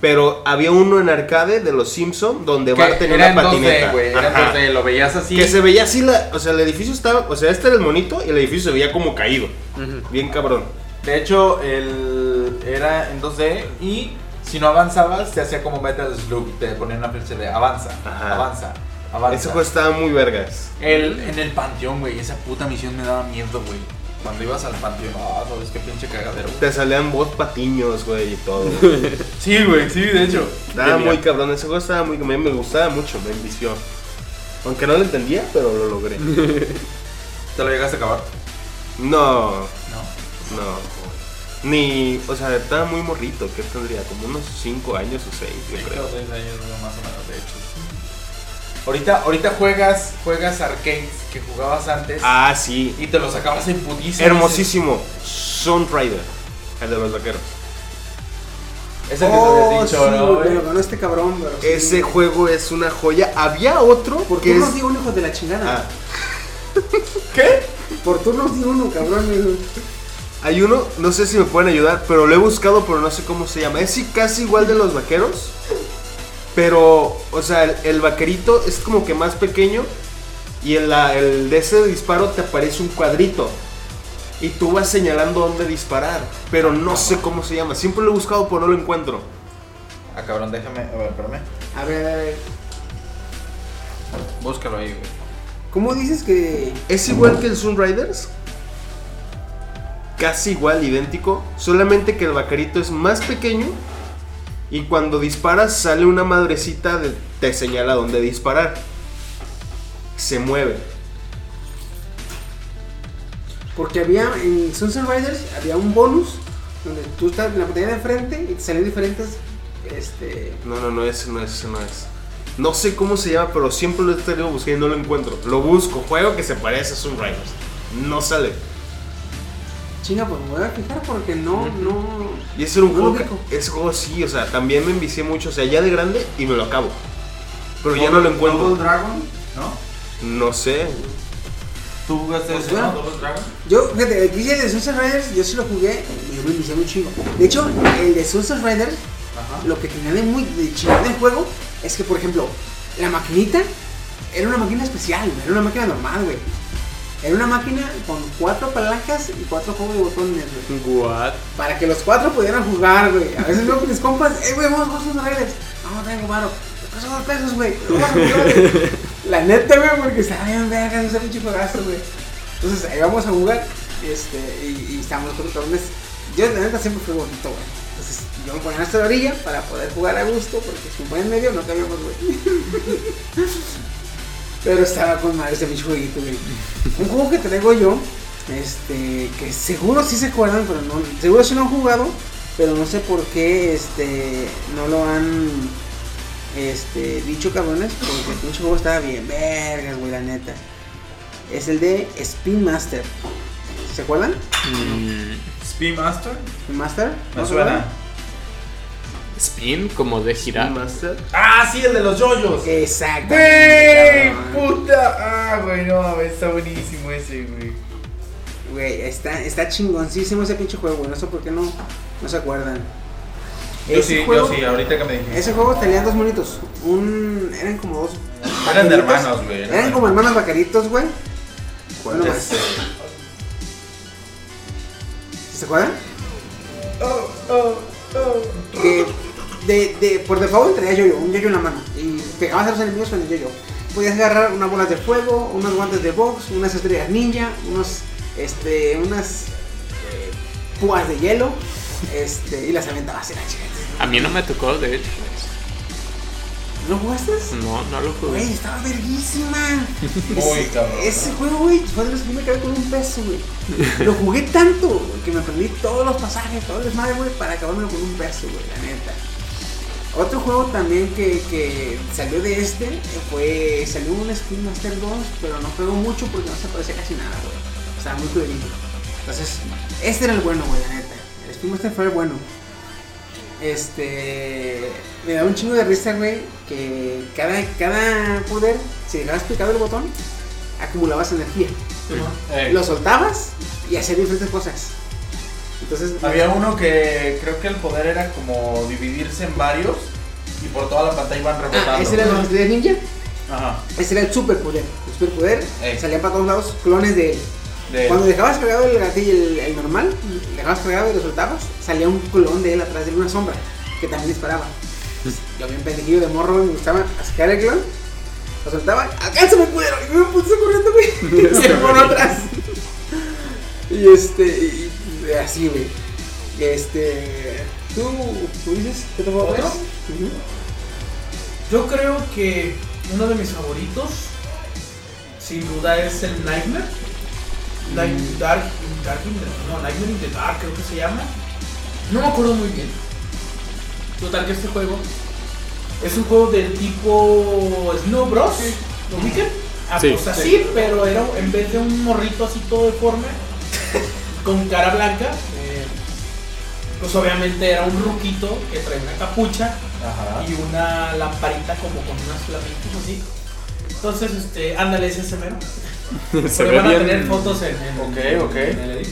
C: Pero había uno en arcade de los Simpson donde
E: Que
C: Bart tenía
E: era en
C: una patineta.
E: 2D, güey. Era en
C: Ajá.
E: 2D, lo veías así.
C: Que se veía así, la, o sea, el edificio estaba, o sea, este era el monito y el edificio se veía como caído.
D: Ujú.
C: Bien cabrón.
E: De hecho, el era en 2D y si no avanzabas, se hacía como Metal Slug. Te ponían una flecha de avanza,
C: Ajá.
E: avanza, avanza.
C: Ese juego estaba muy vergas.
E: El- en el panteón, güey. Esa puta misión me daba miedo, güey. Cuando ibas al panteón, ah, sabes qué pinche cagadero.
C: Te salían voz patiños, güey, y todo.
E: Sí, güey, sí, de hecho.
C: Estaba muy cabrón, ese juego estaba muy... Me, me gustaba mucho, me envició. Aunque no lo entendía, pero lo logré.
E: ¿Te lo llegaste a acabar?
C: No,
E: No.
C: no. Ni, o sea, estaba muy morrito, que tendría como unos 5 años o 6, yo creo.
E: Cinco o seis años, güey, más o menos, de hecho. Ahorita, ahorita juegas, juegas arcades que jugabas antes
C: Ah, sí.
E: y te los acabas en putísimo.
C: Hermosísimo. Sun Rider. El de los vaqueros.
E: Ese que te habías dicho,
A: Oh, sí,
E: ¿no, Oh, güey?
A: pero ganó este cabrón, bro. sí.
C: Ese juego es una joya. Había otro
A: Por
C: que
A: turnos
C: es...
A: di uno, hijo de la chingada.
C: Ah. ¿Qué?
A: Por turnos di uno, cabrón. güey.
C: Hay uno, no sé si me pueden ayudar, pero lo he buscado, pero no sé cómo se llama. Es casi igual de los vaqueros. Pero, o sea, el, el vaquerito es como que más pequeño. Y en la, el de ese disparo te aparece un cuadrito. Y tú vas señalando dónde disparar. Pero no sé cómo se llama. Siempre lo he buscado, pero no lo encuentro.
E: Ah, cabrón, déjame. A ver, espérame.
A: A ver, a ver.
E: Búscalo ahí, güey.
A: ¿Cómo dices que.?
C: Es igual que el Sun Riders. Casi igual, idéntico. Solamente que el vaquerito es más pequeño. Y cuando disparas sale una madrecita de, te señala dónde disparar. Se mueve.
A: Porque había en Sunset Riders había un bonus donde tú estás en la pantalla de frente y te salían diferentes. Este.
C: No, no, no, ese no es, ese no es. No sé cómo se llama, pero siempre lo he estado buscando y no lo encuentro. Lo busco, juego que se parece a Sun Riders. No sale.
A: Chinga, pues me voy a fijar porque no, no.
C: Y ese era un
A: No lo
C: juego.
A: ubico.
C: que- Ese juego sí, o sea, también me envicié mucho. O sea, ya de grande y me lo acabo. Pero ya no lo encuentro.
E: Double Dragon, ¿no?
C: No sé,
E: ¿Tú jugaste
A: Pues
E: ese,
A: bueno.
E: no? Double Dragon.
A: Yo, fíjate, el que hice de Sunset Riders, yo sí lo jugué y yo me inicié un chingo. De hecho, el de Sunset Riders,
E: Ajá.
A: lo que tenía de muy de chingón del juego es que, por ejemplo, la maquinita era una máquina especial, no era una máquina normal, güey. Era una máquina con cuatro palancas y cuatro juegos de botones, güey.
D: What?
A: Para que los cuatro pudieran jugar, güey. A veces veo con mis compas, eh, güey, vamos a jugar sus redes. Vamos, traigo varo. Te paso dos pesos, güey. Vamos a jugar, güey. La neta, güey, porque estaba bien verga ese pinche juegazo, güey. Entonces, ahí vamos a jugar. Este, y, y estábamos con entonces, Yo, la neta, siempre fui bonito, güey. Entonces, yo me ponía hasta la orilla para poder jugar a gusto, porque si me ponía en medio no cabíamos, güey. Pero estaba con madre ese pinche jueguito, güey. Un juego que traigo yo, este, que seguro sí se acuerdan, pero no, seguro sí lo han jugado, pero no sé por qué, este, no lo han, este, dicho cabrones, porque el pinche juego estaba bien, vergas, güey, la neta. Es el de Spin Master. ¿Se acuerdan?
D: Mm,
E: Spin Master.
A: Spin Master.
E: Me
A: ¿No se
E: suena.
A: acuerdan?
D: Spin, como de girar.
E: Ah, sí, el de los yoyos.
A: Exacto.
E: Güey, puta. Ah, güey, no, mames, está buenísimo ese, güey.
A: Güey, está, está chingoncísimo ese pinche juego, güey, no sé por qué no, no se acuerdan.
E: Yo
A: Ese
E: sí,
A: juego-
E: yo sí, ahorita que me dijiste.
A: Ese juego tenía dos monitos. Un. Eran como dos.
E: Eran de
A: vaqueritos.
E: hermanos, güey.
A: Eran como hermanos vaqueritos, güey. Bueno,
E: Ya
A: más.
E: sé.
A: ¿Se acuerdan? que de, de, por default traía yo-yo, un yo-yo en la mano. Y pegabas a los enemigos con el yo-yo. Podías agarrar unas bolas de fuego, unos guantes de box, unas estrellas ninja, unos, este, unas eh, púas de hielo este, y las aventabas en la chica.
D: A mí no me tocó, de hecho.
A: ¿No jugaste?
D: No, no lo jugué.
A: Güey, estaba verguísima.
E: Muy
A: Ese-
E: cabrón.
A: Ese juego, güey, fue de los que yo me quedé con un peso, güey. Lo jugué tanto güey, que me aprendí todos los pasajes, todo el desmadre, güey, para acabármelo con un peso, güey, la neta. Otro juego también que, que salió de este eh, fue. Salió un Spin Master 2, pero no pegó mucho porque no se parecía casi nada, güey. Estaba muy cuidadito. Entonces, este era el bueno, güey, la neta. El Spin Master fue el bueno. Este. Me da un chingo de risa, güey, que cada, cada poder, si dejabas picado el botón, acumulabas energía.
E: Eh,
A: Lo soltabas y hacías diferentes cosas. Entonces,
E: Había uno que creo que el poder era como dividirse en varios y por toda la pantalla iban rebotando.
A: Ah, ese era el de Ninja.
E: Ajá.
A: Ese era el superpoder. El superpoder
E: Ey.
A: salían para todos lados clones de él.
E: De-
A: Cuando dejabas cargado el gatillo, el, el normal, dejabas cargado y lo soltabas, salía un clon de él atrás de él, una sombra, que también disparaba. Yo bien pendejillo de morro, me gustaba sacar el clon, lo soltaba, ¡alcánzame, culero! Y me puse corriendo, güey. Se me por atrás. Y este, y, y así, güey. Este, ¿tú, tú dices qué te puedo
B: ¿Otro?
A: ver?
B: Yo creo que uno de mis favoritos, sin duda, es el Nightmare. Night-
D: Mm.
B: Dark, Dark in the- no, Nightmare in the Dark, creo que se llama. No me acuerdo muy bien. Total que este juego es un juego del tipo Snow Bros. ¿Lo ubican? Ah,
D: Sí.
B: pues así, pero era en vez de un morrito así todo deforme, con cara blanca, eh, pues obviamente era un ruquito que traía una capucha
E: Ajá.
B: y una lamparita como con unas flamitas así. Entonces, este, ándale, ese es mero.
D: Se
B: Pero
D: ve
B: van a
D: bien.
B: tener fotos en, en-
E: Ok, ok.
B: en el edit.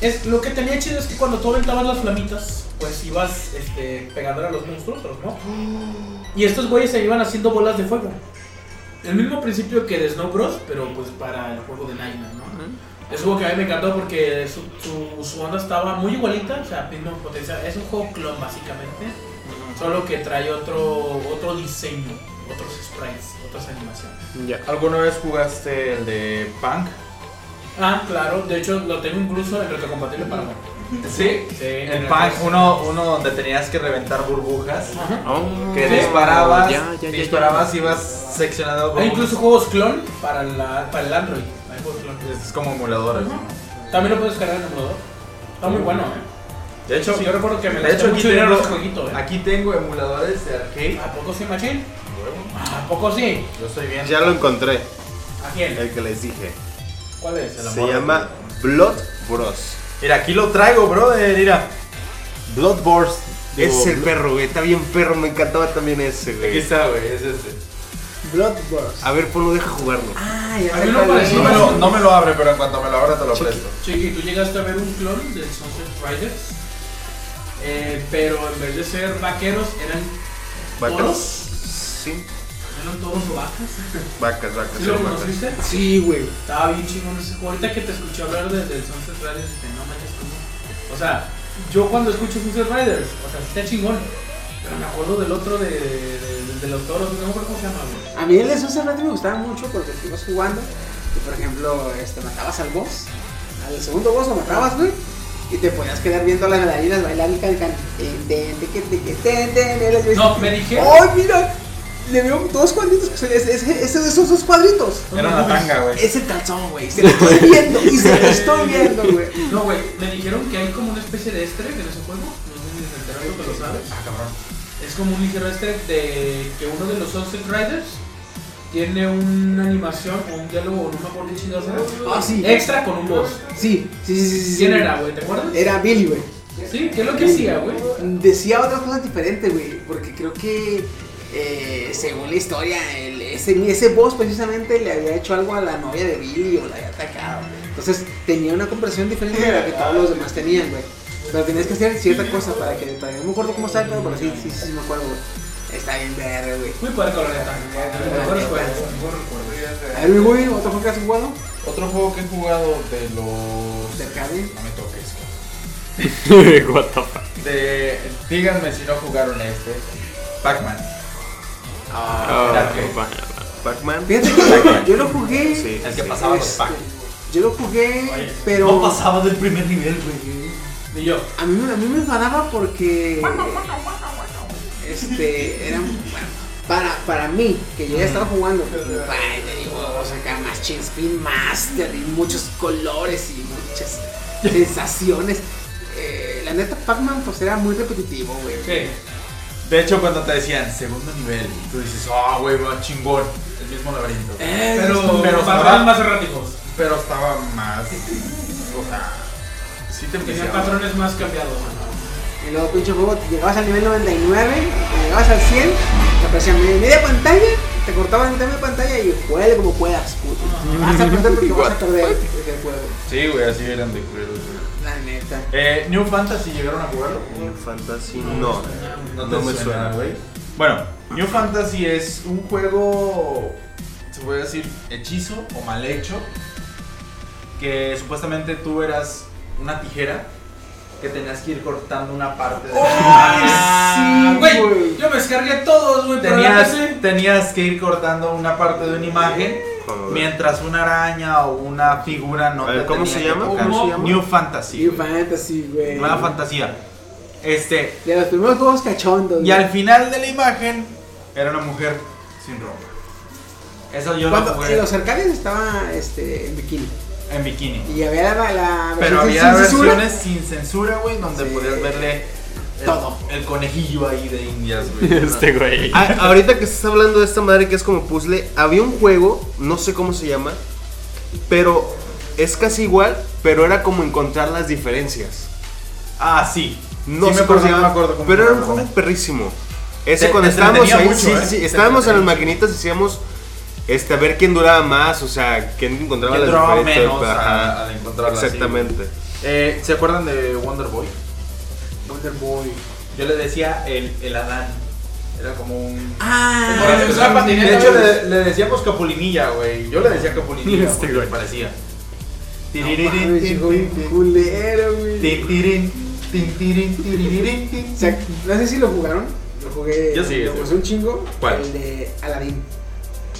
B: Es, lo que tenía chido es que cuando tú aventabas las flamitas, pues ibas este, pegándole a los monstruos, a los monstruos. Y estos güeyes se iban haciendo bolas de fuego. El mismo principio que de Snow Bros, pero pues para el juego de Nightmare, ¿no? Es un juego que a mí me encantó porque su, su, su onda estaba muy igualita, o sea, mismo potencial. Es un juego clon básicamente, solo que trae otro, otro diseño, otros sprites, otras animaciones.
D: Ya.
E: ¿Alguna vez jugaste el de Punk?
B: Ah, claro, de hecho lo tengo incluso en retrocompatible para mí.
E: Sí.
B: Sí,
E: El Punk, uno, uno donde tenías que reventar burbujas.
B: Ajá.
D: Oh,
E: Que Ah, disparabas,
D: ya, ya, ya, ya.
E: disparabas, ibas seccionado por
B: Hay incluso juegos clon para, la, para el Android. Hay juegos clon.
E: Es como emulador.
B: Ajá. También lo puedes cargar en el emulador. Está muy bueno, eh.
E: De hecho,
B: Sí, yo recuerdo que me
E: de hecho
B: gasté
E: aquí,
B: mucho dinero en ese
E: tengo,
B: jueguito, eh.
E: aquí tengo emuladores de arcade.
B: ¿A poco sí, Machín? ¿A poco sí?
E: Yo soy bien.
C: Ya lo encontré,
B: ¿A quién?
C: el que les dije.
B: ¿Cuál es?
C: Se llama Blood Bros.
E: Mira, aquí lo traigo, brother. Mira.
C: Blood Bros.
E: Digo,
C: Ese es el
E: Blo-
C: perro, güey. Está bien perro, me encantaba también ese,
E: Aquí
C: güey.
E: está, güey. Es este.
A: Bloodburst.
C: A ver, ponlo, deja jugarlo.
A: Ah, ya
B: A
A: sé
B: mí no
A: cuál es.
B: pareció-
E: No me, lo, no me lo abre, pero en cuanto me lo abra te lo presto.
B: Chiqui, tú llegaste a ver un clon del Sunset Riders. Eh, pero en vez de ser vaqueros, eran
C: Vacas.
B: toros.
C: Sí,
B: Eran toros o vacas.
C: vacas, vacas.
B: ¿Sí lo
C: vacas.
B: conociste?
A: Sí, güey.
B: Estaba bien chingón ese juego. Ahorita que te escuché hablar de- del Sunset Riders, dije, no manches, ¿cómo? O sea, yo cuando escucho Sunset Riders, o sea, sí está chingón. Pero me acuerdo del otro de, de, de- de los toros, no me acuerdo cómo se llama, güey.
A: A mí el de Sunset Riders me gustaba mucho porque te ibas jugando y, por ejemplo, este, matabas al boss, al segundo boss lo matabas, güey, y te podías quedar viendo a las bailarinas bailar y cantar. Ten, ten, te, que, te, que, ten, ten, y las ves-
B: No, me dijeron-
A: ¡Ay, mira! Le veo dos cuadritos que son ese, ese, ese de esos dos cuadritos.
E: Era una tanga, güey.
A: Es el calzón, güey. Se lo estoy viendo y se lo estoy viendo, güey.
B: No, güey, me dijeron que hay como una especie de estrés en ese juego. No sé si se enteraron que lo sabes.
E: Ah, cabrón.
B: Es como un ligero este de que uno de los Sunset Riders tiene una animación o un diálogo o no me acuerdo qué chingados era.
A: Ah, sí.
B: Extra con un boss.
A: Sí, sí, sí, sí. sí, Eh, sí.
B: ¿Quién era, güey? ¿Te acuerdas?
A: Era Billy, güey.
B: Sí, ¿qué es lo que hacía, güey?
A: Decía otras cosas diferentes, güey. Porque creo que, eh, según la historia, el- ese, ese boss precisamente le había hecho algo a la novia de Billy o la había atacado. Entonces tenía una comprensión diferente de la que todos los demás tenían, güey. Pero tenías que hacer cierta cosa para que. Para, no me acuerdo cómo estaba, pero sí, sí, sí, sí, me acuerdo, güey. Está bien verde, güey.
B: Muy padre coloreta. Los mejores juegos, los mejores recuerdos.
A: A ver, mi güey, otro juego que has jugado.
E: Otro juego que he jugado de los.
A: De arcade.
E: No me toques. cabrón.
D: What the fuck.
E: de díganme si no jugaron este Pac-Man.
D: Ah,
E: ok.
D: vaya.
C: Pac-Man.
A: Fíjate que yo lo jugué.
C: Sí,
E: El que
C: sí.
E: pasaba los
A: este,
E: Pac.
A: yo lo jugué,
F: Oye,
A: pero.
F: No pasaba del primer nivel, güey.
E: Ni yo.
A: A mí, me- a mí me enfadaba porque. Este, era. Para, para mí, que yo ya estaba jugando, pues, ay, te digo, vamos a sacar más Spin Master y muchos colores y muchas sensaciones. Eh, la neta, Pac-Man pues era muy repetitivo, güey.
E: Sí. De hecho, cuando te decían segundo nivel, tú dices, ah, güey, va chingón. El mismo laberinto.
A: Eh,
B: Pero,
E: pero
B: pero patrones
E: estaba-
B: más erráticos.
E: Pero estaba más. O sea, sí te
B: Tenía
E: empecé
B: patrones más cambiados.
A: Y luego, pinche juego, te llegabas al nivel 99, te llegabas al 100, te aparecía media, media pantalla, te cortaban mitad de pantalla y juega como puedas, puto. Vas a perder porque vas a perder el juego.
E: Sí, güey, así eran de culeros, güey.
A: La neta.
E: Eh, New Fantasy llegaron a jugarlo.
C: Final Fantasy, no.
E: No,
C: No me suena.
E: güey. Bueno, New Fantasy es un juego, se puede decir, hechizo o mal hecho, que supuestamente tú eras una tijera que tenías que ir cortando una parte de
B: Ah,
A: sí, güey.
B: Güey, yo me descargué todos, güey, pero la
E: Tenías,
B: PC.
E: tenías que ir cortando una parte de una imagen mientras una araña o una figura no
C: A ver,
E: te
C: ¿cómo
E: tenía
C: se
E: que
C: llama?
E: tocar.
C: ¿Cómo se llama?
E: New Fantasy.
A: New
E: güey.
A: Fantasy, güey.
E: Nueva fantasía. Este,
A: De los primeros juegos cachondos.
E: Y
A: güey.
E: al final de la imagen era una mujer sin ropa. Eso yo lo
A: Cuando- en
E: jugué
A: los arcades estaba este, en bikini.
E: en bikini.
A: Y había la, la versión
E: Pero había
A: sin censura.
E: versiones sin censura, güey, donde
A: Sí.
E: podías verle el,
A: Todo.
E: el conejillo ahí de indias, güey.
D: Este güey.
C: Ah, ahorita que estás hablando de esta madre que es como puzzle, había un juego, no sé cómo se llama, pero es casi igual, pero era como encontrar las diferencias.
E: Ah, sí.
C: No
E: Sí
C: sé
E: me
C: cómo
E: acuerdo,
C: se
E: no me
C: llama,
E: acuerdo cómo
C: pero
E: se
C: era un
E: llama.
C: juego perrísimo. Ese
E: Te-
C: cuando
E: te
C: estábamos ahí,
E: entretenía mucho,
C: sí,
E: ¿eh?
C: sí, sí,
E: Te
C: estábamos en las
E: entretenía
C: maquinitas, hacíamos este, a ver quién duraba más, o sea, quién encontraba
E: ¿Quién
C: las
E: duraba
C: diferencias. pues,
E: menos
C: ajá.
E: a- al encontrarlas, sí,
C: Exactamente.
E: Eh, ¿Se acuerdan de Wonder Boy?
A: Wonder Boy.
E: Yo le decía el, el Adán. Era como un.
A: Ah,
B: Porque usaba patineta,
E: de hecho,
B: güey.
E: le, le decíamos capulinilla, güey. Yo le decía capulinilla,
D: Este
E: porque
D: güey.
E: parecía.
A: mames, llegó bien culero, güey.
E: Tin, tirin, tin, tirin, tiriririn, tin.
A: O sea, no sé si lo jugaron. Lo jugué.
E: Yo sí,
A: Lo
E: sí.
A: jugué un chingo.
E: ¿Cuál?
A: El de Aladdin.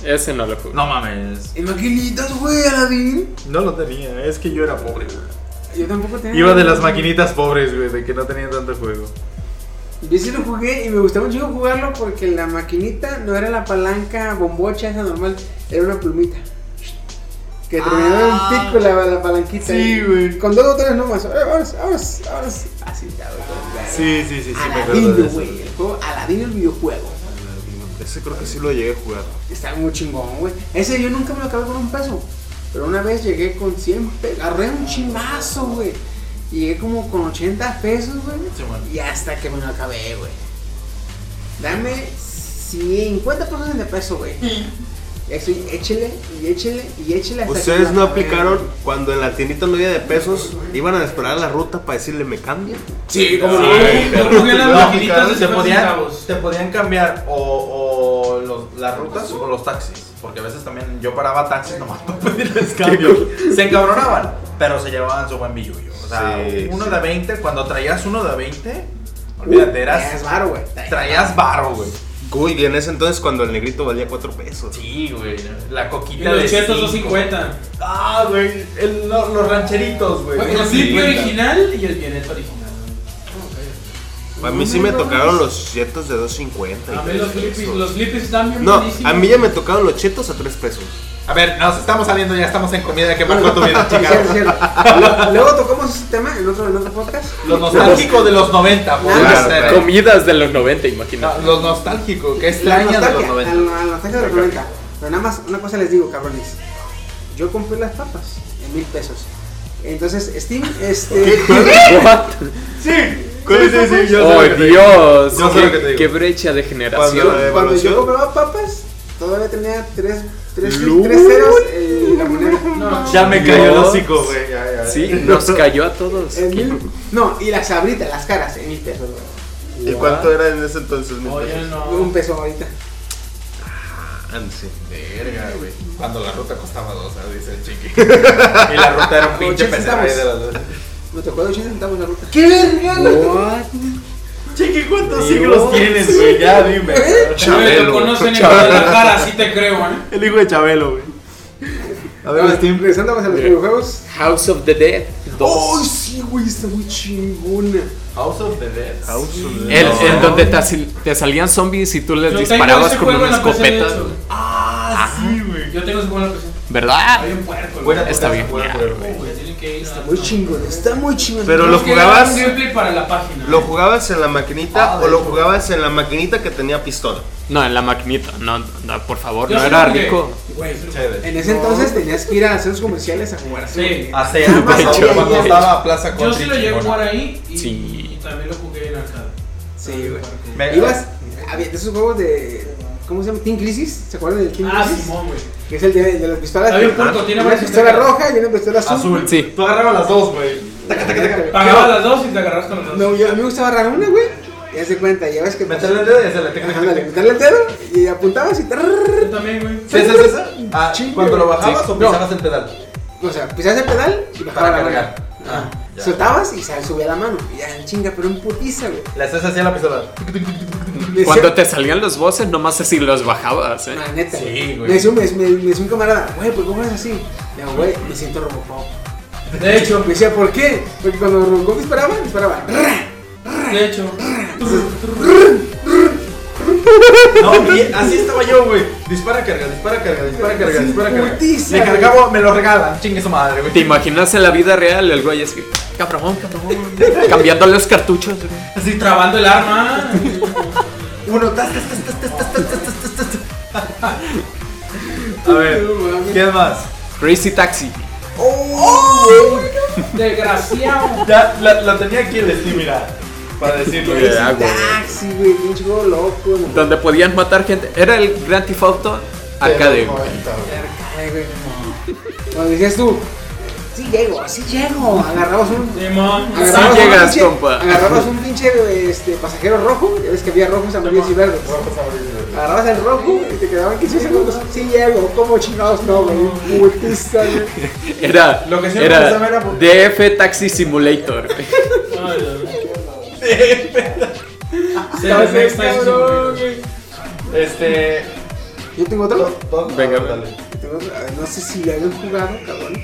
D: Ese no lo jugué.
E: No mames.
A: En maquinitas, güey, Aladdin.
E: No lo tenía, es que yo era pobre, güey.
A: Yo tampoco tenía.
E: Iba de las maquinitas pobres, güey, de que no tenía tanto juego.
A: Yo sí lo jugué y me gustaba un chingo jugarlo porque la maquinita no era la palanca bombocha esa normal, era una plumita. Que terminaba en un pico la, la palanquita.
E: Ah. Sí,
A: y-
E: güey. Ah,
A: Con dos botones nomás. ahora, vamos, vamos, vamos. Así está, güey.
E: Sí, sí, sí, sí, me acuerdo de
A: Aladino,
E: eso.
A: güey. El juego Aladín el videojuego.
C: Ese creo que sí lo llegué a jugar.
A: Está muy chingón, güey. Ese yo nunca me lo acabé con un peso. Pero una vez llegué con 100 pesos. Agarré un chingazo, güey. Y Llegué como con 80 pesos, güey.
E: Sí, bueno.
A: y hasta que me lo acabé, güey. Dame 50 pesos de peso, güey. Y así, échele y échele y échele hasta que me
C: ¿Ustedes
A: lo
C: no
A: acabé,
C: aplicaron
A: güey.
C: cuando en la tiendita no había de pesos? ¿Iban a esperar la ruta para decirle me cambian?
A: Sí, como
B: Yo
A: no.
B: jugué las
E: No,
B: maquinitas de
E: te,
B: 50
E: podían,
B: centavos.
E: te podían cambiar o, o los- las rutas o los taxis. Porque a veces también yo paraba taxis nomás para pedirles cambio. se encabronaban, pero se llevaban su buen billuyo. O sea,
C: Sí,
E: uno
C: sí.
E: de 20, cuando traías uno de 20, olvídate,
A: Traías
E: eras,
A: varo, güey.
E: traías barro, güey.
C: Uy, y en ese entonces cuando el negrito valía 4 pesos.
E: Sí, güey. La
B: Y
E: coquita
B: los
E: de
B: chetos
E: cinco.
B: 250.
E: Ah, güey. el- lo- los rancheritos, güey.
B: Güey, El flip original y el violeta original.
C: A mí sí me tocaron los chetos de 2.50. y
B: A mí los
C: tres
B: flippies,
C: pesos.
B: los flippies están bien
C: No,
B: buenísimos.
C: a mí ya me tocaron los chetos a 3 pesos.
E: A ver, nos estamos saliendo, ya estamos en comida. ¿Qué marcó tu vida,
A: Sí, cierto,
E: chicas?
A: cierto. Luego- Luego tocamos ese tema en otro, en otro podcast.
E: Los nostálgicos de los 90, por
A: Claro,
E: favor.
C: claro.
D: Comidas de los 90, imagínate.
E: No, Los nostálgicos, qué
A: La
E: extraña de los
A: nostalgia, a
E: 90.
A: la- a la nostalgia de los 90. Pero nada más, una cosa les digo, cabrones. Yo compré las papas en mil pesos. Entonces, Steam, este.
D: What?
C: ¿Cuál es ese? Yo
D: oh, Dios.
E: Yo sé lo que te
D: Qué,
E: digo.
D: qué brecha
A: yo-
C: Cuando
D: de
C: la
D: generación.
A: cuando
C: devaluación.
A: yo compraba papas, todavía tenía tres, tres,
C: Lul.
A: tres ceros en la moneda.
B: No,
E: Ya me cayó el
D: Dios.
E: hocico, güey. ya, ya.
D: Sí, nos cayó a todos.
A: En mil- no, y las abritas, las caras en mil pesos, güey.
C: ¿Y cuánto era en ese entonces?
E: Oh,
C: mil
B: Oye,
C: pesos?
A: Un
B: no.
A: peso ahorita.
C: Ah, sí.
E: Verga, güey. Cuando la ruta costaba dos, ¿sabes? dice el chiqui. Y la ruta era un pinche
A: 80
E: pesebre de
A: centavos.
E: las dos.
A: Me tocó de 80 centavos la ruta. ¡Qué verga! ¿Eh?
E: Cheque, ¿cuántos siglos tienes, güey? Ya dime.
B: Chabelo. Te conocen en Guadalajara, sí te creo, ¿eh?
E: El hijo de Chabelo, güey. A ver, Steam.
A: Regresando pues, a los videojuegos.
D: House of the Dead 2.
A: ¡Oh, sí, güey! Está muy chingona.
E: House of the Dead. House of the
D: el, el donde te, asil- te salían zombies y tú les
B: Yo tengo
D: disparabas
B: ese
D: con
B: juego
D: una
B: en la PC, de
D: escopeta.
B: hecho, güey.
E: Ah, sí, güey.
B: Yo tengo ese juego en la PC.
D: ¿Verdad?
B: Hay un puerco, güey.
E: Buena
D: Está bien.
E: buena, buena, buena.
B: Güey, tienen Pues, que ir a-
A: Muy chingona. Está muy chingona.
C: Ah. Pero lo
B: Tenemos que grabar
C: jugabas.
B: un gameplay para la página.
C: ¿Lo jugabas en la maquinita
E: Ah, de
C: o lo
E: hecho.
C: jugabas en la maquinita que tenía pistola?
D: No, en la maquinita. No, no, por favor,
B: Yo
D: no
B: sí
D: era
B: lo jugué.
D: rico.
B: Güey,
A: En ese entonces tenías que ir a centros comerciales a jugar así.
B: Sí.
A: güey.
E: Hace años
A: De hecho,
E: cuando
A: de
E: estaba Plaza
B: Yo
E: Country,
B: sí lo llegué a
E: chingona.
B: jugar ahí y,
D: Sí.
B: y también lo jugué en arcade.
A: Sí, güey.
E: Me-
A: Ibas, había de esos juegos de. ¿Cómo se llama? Team Crisis. ¿Se acuerdan del Team
B: Ah,
A: Crisis?
B: Simón, güey.
A: que es el de, el de las pistolas.
B: Había un
A: que-
B: puerco, tiene
A: una
B: varias
A: pistola
B: pistolas.
A: roja y una pistola azul.
E: Azul. Ah.
D: Sí.
E: Tú agarrabas las dos, güey.
A: Taca, taca, taca.
B: Pagabas las dos y te agarrabas con las dos.
A: No, yo, a mí me gustaba agarrar una, güey. Ya se cuenta, ya ves que.
E: Meterle el dedo y hacerle tic, tic, tic,
A: Ándale,
E: tic.
A: meterle el dedo y apuntabas y. tarrrrr.
B: Yo también, güey.
E: ¿Esa es esa? Ah,
A: Chingue,
E: cuando lo bajabas
A: sí.
E: o pisabas el pedal.
A: O sea, pisabas el pedal y bajaba
E: Para
A: la mano.
E: cargar. Ah, ya.
A: Soltabas y se subía la mano. Y ya, en chinga, pero en putiza, güey.
E: Le haces así a la pistola.
A: Me
D: Cuando
A: decía-
D: te salían los bosses, nomás así los bajabas, ¿eh?
A: Ah, neta.
E: Sí,
A: güey.
E: güey.
A: Me decía, un- me, me, me decía un camarada, güey, ¿por qué juegas así? Le digo, güey, me siento Robocop.
B: De hecho,
A: Me decía, ¿por qué? Porque cuando Robocop disparaba, disparaba.
B: de hecho.
E: No, y así estaba yo, güey. Dispara, carga, dispara, carga, dispara, carga,
A: Sí,
E: dispara, carga.
A: putiza,
E: Le
A: güey.
E: cargaba, me lo regalan. Chingue su madre, güey.
D: ¿Te imaginas en la vida real el güey así? Cabrón, cabrón. Cambiando los cartuchos, güey.
B: Así trabando el arma.
E: Uno, tas, tas, tas, tas, tas, tas, tas, tas, tas, tas, tas. A ver, ¿qué más?
D: Crazy Taxi.
B: Desgraciado.
E: Ya la, la tenía aquí el Steam, mira. Para decirlo.
A: Taxi, Ah, güey, pinche juego loco, güey.
D: Donde podían matar gente. Era el Grand Theft Auto arcade, güey.
A: Ay, güey. Cuando decías tú, sí llego, sí llego. Agarrabas un.
B: Simón.
D: Sí
A: agarrabas un
D: llegas,
A: pinche-
D: compa.
A: Agarrabas un pinche este, pasajero rojo, ya ves que había rojos, amarillos y verdes. Agarrabas el rojo y te quedaban 15 segundos. Sí llego, como chingados no, güey. Putiza, güey.
D: Era,
E: Lo que siempre pensaba
D: era
E: era-
D: DF Taxi Simulator. güey.
E: Ah,
B: Ay, Dios mío. Se
E: Pues
A: Estaba
B: les ve
A: bien,
B: extraño su
A: cabrón,
B: burrito.
E: Este.
A: Yo tengo otro.
E: Venga,
D: Venga,
E: dale.
A: Yo tengo otro. A ver, No sé si le habían jugado, cabrón.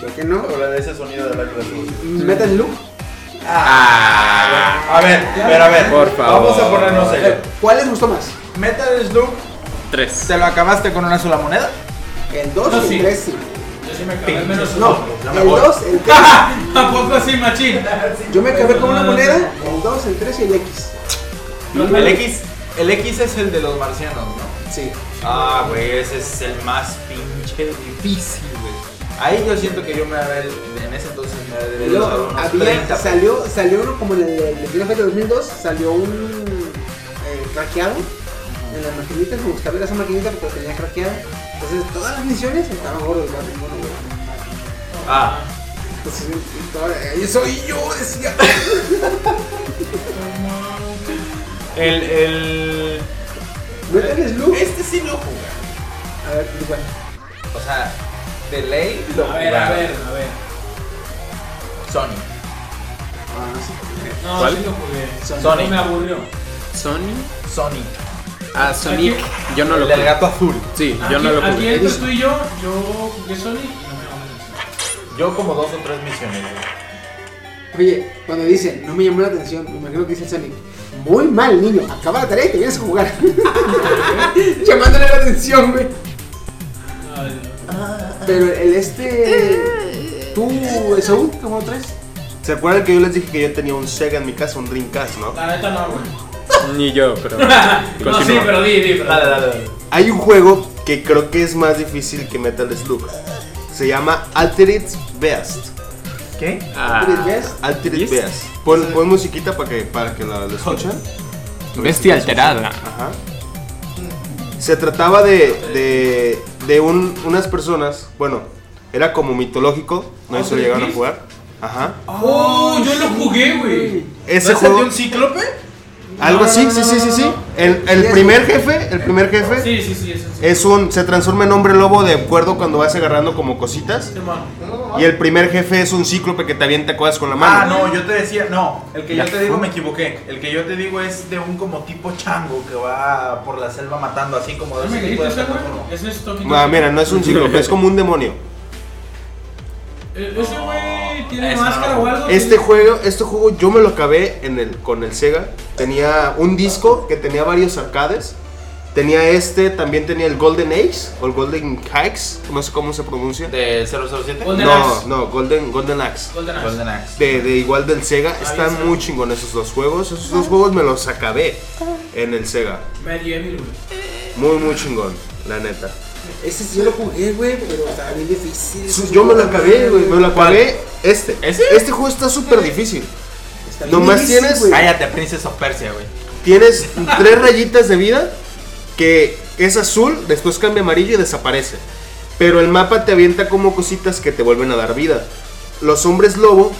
A: Creo que no.
E: Habla de ese sonido de la clase.
A: Metal Loop.
E: A ver, pero a ver.
D: ah, Por favor.
E: Vamos a ponernos
A: A ver,
E: serio.
A: ¿Cuál les gustó más?
E: Eh, Metal Slug,
D: Tres.
E: ¿te lo acabaste con una sola moneda?
A: ¿El 2
B: No,
A: o el
B: sí. pues,
A: 3?
B: Yo sí me acabé al menos uno.
A: No, el 2, el 3.
B: ¿A poco así, machín?
A: Yo me acabé con una moneda, el 2, el 3 y el X.
E: El X, el X es el de los marcianos, ¿no?
A: Sí.
E: Ah, güey, ese es el más pinche difícil, güey. Ahí yo siento que yo me había, en ese entonces me había
A: Y
E: debido
A: luego
E: a unos
A: había,
E: 30.
B: pues.
A: salió, salió uno como en el, el Final Fighter 2002, salió un eh, craqueado en las maquinitas, me gustaba ver esa maquinita porque la tenía craqueada. Entonces todas las misiones estaban gordos, igual, ninguno, güey.
E: Ah,
A: Entonces, estaba- eh, eso y yo decía.
E: el, el...
A: Metal Slug.
E: Este sí lo jugué.
A: A ver, pues igual.
E: O sea, de ley lo
B: A ver, a
E: jugaba.
B: ver, a ver.
E: Sony.
A: Ah, no sé.
B: No,
D: ¿Cuál?
B: sí lo jugué.
E: Sonic.
B: No me aburrió.
D: Sony.
E: Sonic.
D: Ah, Sonic. Yo no lo
E: El del
D: jugué.
E: gato azul.
D: Sí, yo no lo
B: Aquí
D: jugué.
B: entre tú y yo, yo jugué Sonic y no me aburrió.
E: Yo como dos o tres misiones, güey.
A: Oye, cuando dice, no me llamó la atención, me imagino que dice el Sonic. Muy mal, niño. Acaba la tarea y te vienes a jugar. Llamándole la atención, güey.
B: Ay, Dios.
A: Pero el este. Tú, Esaú, como tres.
C: ¿Se acuerdan que yo les dije que yo tenía un Sega en mi casa, un Dreamcast, no?
B: La neta no, güey.
D: Ni yo, pero.
B: No, sí,
D: Continúa.
B: pero di, di, pero.
E: Dale, dale, dale.
C: Hay un juego que creo que es más difícil que Metal Slug. Se llama Altered Beast.
E: ¿Qué?
D: Ah,
C: Altered
D: ¿Beast?
C: Beast. Pon, pon musiquita para que, para que la, la escuchen.
D: bestia alterada.
C: Ajá. Se trataba de, de, de un- unas personas, bueno, era como mitológico,
B: Ah,
C: no se lo llegaron a jugar. Ajá.
B: Oh, yo lo jugué, güey.
C: Ese
E: ¿No es el
C: juego,
E: de un cíclope?
C: algo
B: No, no,
C: así,
B: no,
C: sí,
B: no,
C: sí,
B: no,
C: sí,
B: no,
C: sí.
B: no.
C: El, el primer jefe, el primer jefe
B: Sí, sí, sí, eso sí.
C: es un. Se transforma en hombre lobo de acuerdo cuando vas agarrando como cositas.
B: Simón.
C: Y el primer jefe es un cíclope que te avienta cosas con la mano.
E: Ah, no, yo te decía, no, el que
C: Ya.
E: yo te digo me equivoqué. El que yo te digo es de un como tipo chango que va por la selva matando así como de
B: ¿No me
E: ese tipo de
B: dijiste, güey?
E: plataforma.
B: Ese es Toki
C: Ah,
B: Toki.
C: mira, no es un cíclope, es como un demonio.
B: Eh, Ese güey tiene
E: Ese no.
B: máscara o algo.
C: Este juego, este juego yo me lo acabé en el, con el Sega. Tenía un disco que tenía varios arcades. Tenía este, también tenía el Golden Age o el Golden Hacks, no sé cómo se pronuncia.
E: ¿De 007?
B: Golden
C: no,
B: Axe.
C: no, Golden, Golden Axe.
B: Golden Axe.
E: Golden Axe.
C: De, de igual del Sega, están muy chingón esos dos juegos. Esos dos juegos me los acabé en el Sega.
B: Mary Emily, güey.
C: Muy, muy chingón, la neta.
A: Ese sí lo jugué, güey, pero estaba bien difícil.
C: Sí, Yo me lo acabé, güey, me lo acabé. Este, este juego está súper difícil.
A: Está bien
C: Nomás
A: difícil,
C: tienes-
A: güey.
E: Cállate, Princess of Persia, güey.
C: Tienes tres rayitas de vida que es azul, después cambia a amarillo y desaparece. Pero el mapa te avienta como cositas que te vuelven a dar vida. Los hombres lobo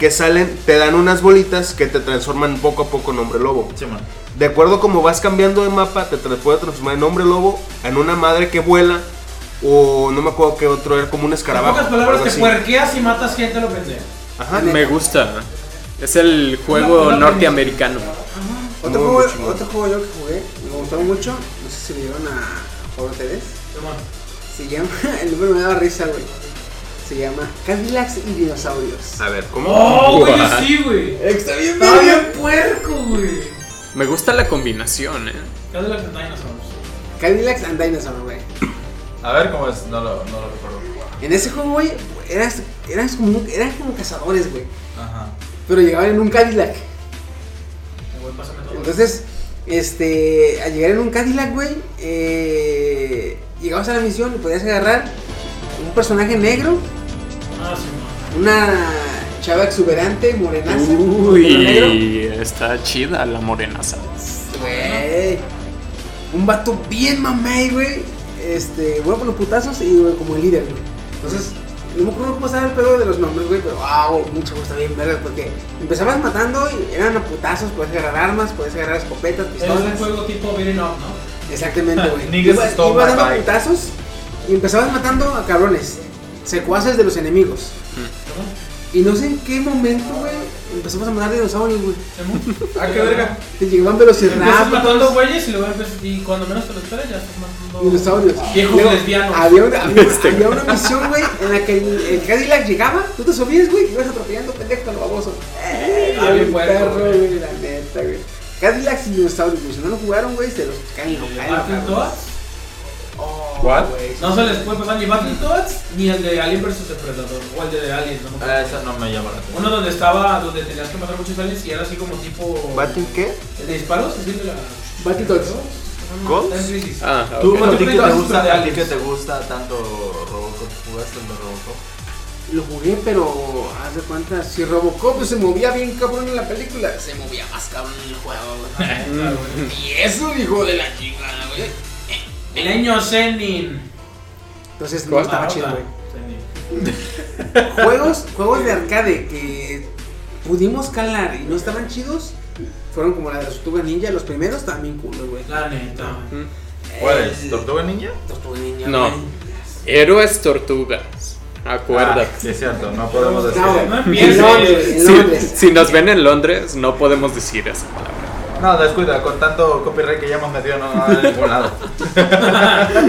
C: que salen te dan unas bolitas que te transforman poco a poco en hombre lobo.
E: Simón.
C: De acuerdo como vas cambiando de mapa, te tra- puede transformar en hombre lobo, en una madre que vuela o no me acuerdo qué otro era como un
B: En
C: escarabajo.
B: pocas
C: algo
B: palabras, te
C: así.
B: puerqueas y matas gente, lo pensé.
C: Ajá.
D: Me gusta. Es el juego
B: Una- una
D: norteamericano.
A: Otro
C: Muy, muy
A: juego,
C: chingón.
A: otro juego yo que jugué, me gustó mucho, no sé si lo llevan a Juego TV.
B: Simón.
A: Se llama, el nombre me daba risa, güey. Se llama Cadillacs y Dinosaurios.
C: A ver, ¿cómo?
B: Oh, güey,
D: Guau.
B: sí, güey.
A: Está bien,
B: Está bien puerco, güey.
D: Me gusta la combinación, eh.
B: ¿Qué de la que dinosaurs?
A: Cadillacs and Dinosaurs, güey.
E: A ver cómo es, no lo, no lo recuerdo.
A: En ese juego, güey, eras, eras, como, eran como cazadores, güey.
E: Ajá.
A: Pero llegaban en un Cadillac.
B: Eh, Güey, pásame todo.
A: Entonces, este, al llegar en un Cadillac, güey, eh, llegabas a la misión y podías agarrar un personaje negro,
B: Ah, Simón.
A: una chava exuberante, morenaza. con pelo negro.
D: Uy, está chida la morenaza.
A: Güey. Un vato bien mamey, güey. Este, bueno, con los putazos y güey, como el líder, güey. Entonces, no me acuerdo cómo sabe el pedo de los nombres, güey, pero ah, güey, mucho gusto bien, verga, porque empezabas matando y eran a putazos, puedes agarrar armas, puedes agarrar escopetas,
B: Es un
A: pistolas.
B: juego tipo beating up, ¿no?
A: Exactamente, güey.
E: Niggas
A: Ibas
E: stole
A: iba
E: my
A: dando
E: bike.
A: putazos y empezabas matando a cabrones, secuaces de los enemigos. Y no sé en qué momento, güey, empezamos a matar dinosaurios, güey.
B: Simón.
E: Ah, qué verga.
A: Te llegaban
B: Empiezas matando
C: pues.
A: velociraptors.
B: güeyes y luego empiezas- y cuando menos te lo esperas ya estás matando
A: Dinosaurios.
B: Viejos
A: Luego,
B: lesbianos.
A: Había una, había, había una misión, güey, en la que el, el Cadillac llegaba, tú te subías, güey, y ibas atropellando pendejo con lo baboso. ¡Eh!
B: Ah, bien puerco,
A: perro,
B: güey.
A: güey, la neta, güey. Cadillac y dinosaurios, güey. Si no lo jugaron, güey, se los caen
B: ¿Y
A: los
B: el
A: caen, los
B: Battle
A: caen.
B: Toads?
A: Oh,
E: ¿What?
A: güey.
B: No se les puede pasar ni Battle Toads ni el de Alien vs Depredador o el de Alien, ¿no?
E: Ah, esa no me llama la atención.
B: Uno donde estaba, donde tenías que matar muchos aliens y era así como tipo.
C: ¿Battle qué?
B: ¿El de disparos? Así de la.
A: Battle Toads.
C: ¿Goals?
B: Está en crisis.
D: Ah,
E: ¿Tú,
B: ¿Qué
E: a ti
B: te
E: que te
B: gusta de
E: gusta, a ti
B: Aliens?
E: que te gusta tanto Robocop? ¿Jugaste el de Robocop?
A: Lo jugué, pero haz de cuenta, si Robocop pues, se movía bien cabrón en la película, se movía más cabrón en el juego, güey. y eso, hijo de la chingada, güey.
B: El año Zenin.
A: Entonces no estaba
B: Ah,
A: chido,
B: ah,
A: güey.
B: Zenin.
A: juegos, juegos de arcade que pudimos calar y no estaban chidos fueron como la de las Tortugas Ninja, los primeros también culos, güey.
B: La neta. güey.
E: ¿Cuál es? ¿Tortuga Ninja?
A: Tortuga Ninja.
D: No.
A: güey.
D: Héroes tortugas. Acuérdate.
E: Ah, sí, es cierto, no podemos decir.
A: No,
B: No
A: en
B: empieces.
A: Londres, en
D: Si,
A: Londres.
D: si nos ven en Londres, no podemos decir esa palabra.
E: No, descuida, con tanto copyright que ya hemos metido, no, no, de ningún lado.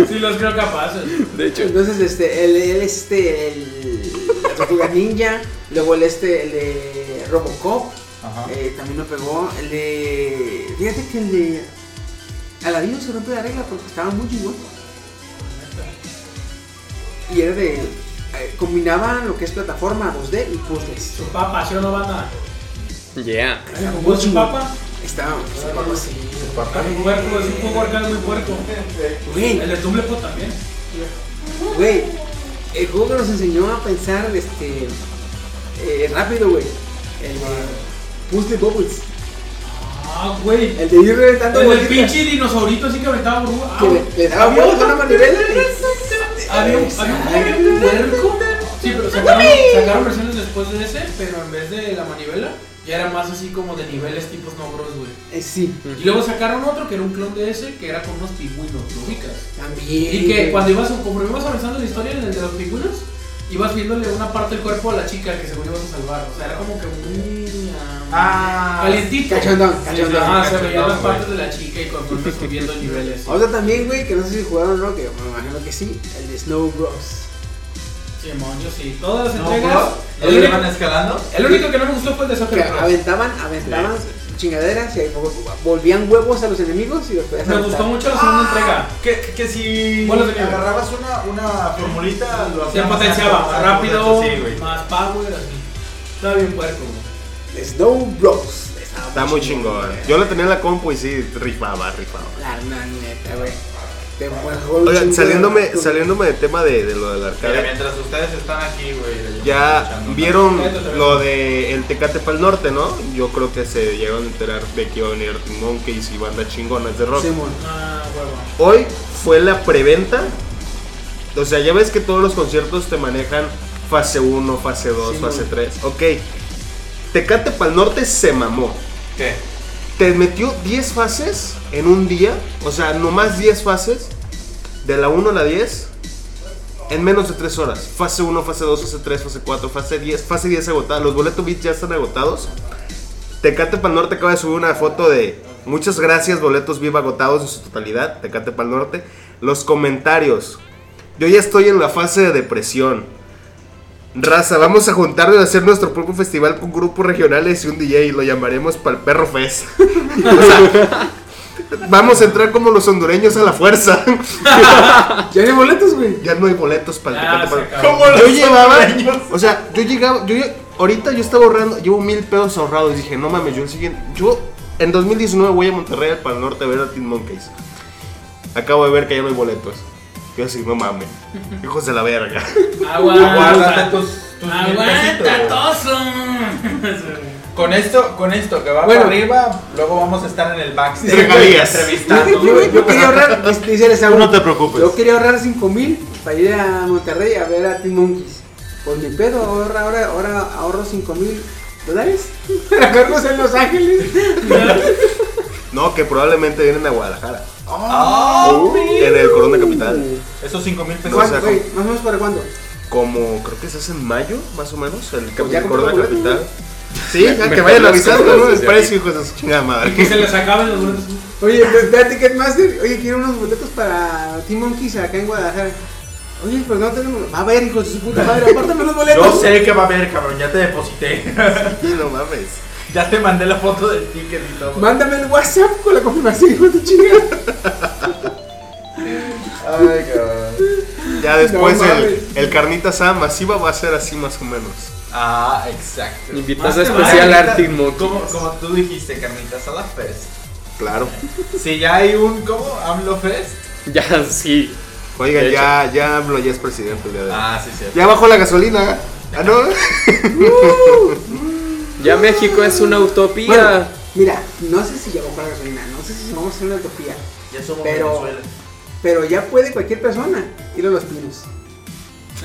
B: Sí, los creo capaces.
D: De hecho,
A: Entonces, este, el, el este, el, la Tortuga Ninja, luego el este, el de Robocop,
E: Ajá.
A: eh, también lo pegó, el de, fíjate que el de Aladino se rompe la regla porque estaba muy chingón. Y era de, eh, combinaba lo que es plataforma 2D y puzzles.
B: Su papa, ¿sí o no banda?
D: yeah.
B: ¿Jugó su papa?
A: Estaba, estaba así.
B: Un puerco, es un juego arcade muy puerco.
A: Güey,
B: El de Tumblepot también.
A: güey. El juego que nos enseñó a pensar este eh, rápido, güey. El de Puzzle Bubbles.
B: Ah, güey.
A: El de ir reventando
B: El del
A: bolitas.
B: pinche dinosaurito así que aventaba burbuja. Ah,
A: Que le, le daba
B: había
A: vueltas con una
B: otro-
A: manivela.
B: Había un había un puerco. Sí, pero sacaron, sacaron versiones después de ese, pero en vez de la manivela, ya era más así como de niveles tipos no bros, güey.
A: Eh, sí,
B: Y luego sacaron otro que era un clon de ese, que era con unos pingüinos, ¿lo ubicas?
A: también.
B: Y que
A: güey.
B: cuando ibas, conforme ibas avanzando en la historia, en el de los pingüinos, ibas viéndole una parte del cuerpo a la chica que según ibas a salvar. O sea, era como que muy...
E: Ah,
B: Calientito.
A: Cachondón, cachondón,
B: Ah, se veían
E: cachondón,
B: las
E: güey.
B: partes de la chica y conforme subiendo niveles.
A: Ahora también, güey, que no sé si jugaron o no, que me imagino que sí, el de Snow Bros.
B: Sí, mon, yo sí. Todas las
E: ¿No,
B: entregas.
E: bro?
B: el,
E: ¿Ellos iban
B: único,
E: escalando?
B: el único que no me gustó fue el de
A: Que
B: Soccer Bros.
A: aventaban, aventaban chingaderas y volvían huevos a los enemigos y los podías
B: Me
A: aventar.
B: gustó mucho la segunda entrega.
E: Que, que si
B: ¿Cuál es el libro?
E: agarrabas una, una formulita, lo
B: Se
E: hacías más
B: potenciaba
E: alto, más
B: más
E: alto,
B: rápido,
E: Sí, güey.
B: más power, así. Estaba bien puerco. güey.
A: Snow Bros. Estaba
C: Está muy chingón. Yo lo tenía en la compu y sí, rifaba, rifaba.
A: La la neta, güey. Te juego un chingo
C: Oigan,
A: de-
C: saliéndome, saliéndome del tema de, de lo del
E: Mira,
C: arcade,
E: mientras ustedes están aquí, güey.
C: ya
E: escuchando,
C: vieron
B: ¿no?
C: lo de el Tecate para el norte, ¿no? Yo creo que se llegaron a enterar de que iba a venir Arctic Monkeys y bandas chingonas de rock.
A: Simón.
B: Ah, huevo.
C: Hoy fue la preventa. O sea, ya ves que todos los conciertos te manejan fase 1, fase 2,
A: Sí,
C: fase
A: no.
C: 3. Ok. Tecate Pal Norte se mamó.
E: ¿Qué?
C: Te metió 10 fases en un día. O sea, nomás 10 fases. De la 1 a la 10. En menos de 3 horas. Fase 1, fase 2, fase 3, fase 4, fase 10. Fase 10 agotada. Los boletos bits ya están agotados. Tecate Pal Norte acaba de subir una foto de muchas gracias, boletos viva agotados en su totalidad, Tecate Pal Norte. Los comentarios. Yo ya estoy en la fase de depresión. Raza, vamos a juntarnos y hacer nuestro propio festival con grupos regionales y un DJ y lo llamaremos Pal Perro Fest. O sea, vamos a entrar como los hondureños a la fuerza.
A: Ya hay boletos, güey.
C: ya no hay boletos para
B: Ah,
C: Tecate Pal
B: se acabó.
C: yo llevaba, o sea, yo llegaba, yo lle- ahorita yo estaba ahorrando, llevo mil pesos ahorrados. Dije, no mames, yo el siguiente, yo en 2019 voy a Monterrey para el norte a ver a Teen Monkeys. Acabo de ver que ya no hay boletos. Yo así, no mames, hijos de la verga.
E: Aguárdate
B: Aguanta.
E: tus, tus mil
B: Aguanta,
E: pesitos.
B: toso.
E: Con esto, con esto que va
A: Bueno.
E: para arriba, luego vamos a estar en el backstage
C: Regalías.
A: Yo,
E: entrevistando.
A: yo- yo- yo quería ahorrar, dice- dice el Saúl,
C: No te preocupes.
A: Yo quería ahorrar 5 mil para ir a Monterrey a ver a Team Monkeys. Por mi pedo, ahorra, ahora, ahora ahorro 5 mil dólares para vernos en Los Ángeles.
C: No, que probablemente vienen a Guadalajara.
E: Oh,
C: en el Corona Capital.
E: Esos 5 mil pesos.
C: No, o sea,
A: ¿Cuándo, güey? ¿Más o menos para cuándo?
C: Como creo que se hace en mayo, más o menos, el
A: Pues ya
C: Capital
A: compré
C: Corona
A: boleto,
C: Capital. Sí, ya que
D: Mejor
C: vayan
D: las
C: avisando,
D: compras
C: ¿no? El
D: desde
C: precio, hijos de su chingada
B: Y que se
C: madre.
B: les acaben los boletos.
A: Oye, ve- ve a Ticketmaster. Oye, quiero unos boletos para Team Monkeys acá en Guadalajara. Oye, pues no tenemos. Va a ver, hijo de su puta madre, apártame los boletos.
E: Yo sé que va a haber, cabrón, ya te deposité.
C: No mames.
E: ya te mandé la foto del ticket y todo.
A: Mándame el WhatsApp con la confirmación, hijo de tu chinga.
E: Ay, cabrón.
C: Ya después
A: No
C: el,
A: mames.
C: el carnita asada masiva va a ser así más o menos.
E: Ah, exacto.
B: Más
D: Invitado
B: te
D: especial
B: vale,
D: Arctic Monkeys.
E: Como, como tú dijiste, carnitas a la fest.
C: Claro.
E: Si ya hay un, ¿cómo? AMLO fest.
D: Ya, sí.
C: Oigan,
D: De
C: ya, ya hablo, ya es presidente el día de hoy.
E: Ah, sí, sí.
C: Ya bajó la gasolina. Ah, no.
D: Ya México es una
A: Bueno,
D: utopía.
A: mira, no sé si ya bajó la gasolina, no sé si vamos a hacer una utopía,
E: Ya somos
A: Pero-
E: Venezuela.
A: pero ya puede cualquier persona ir a los pinos.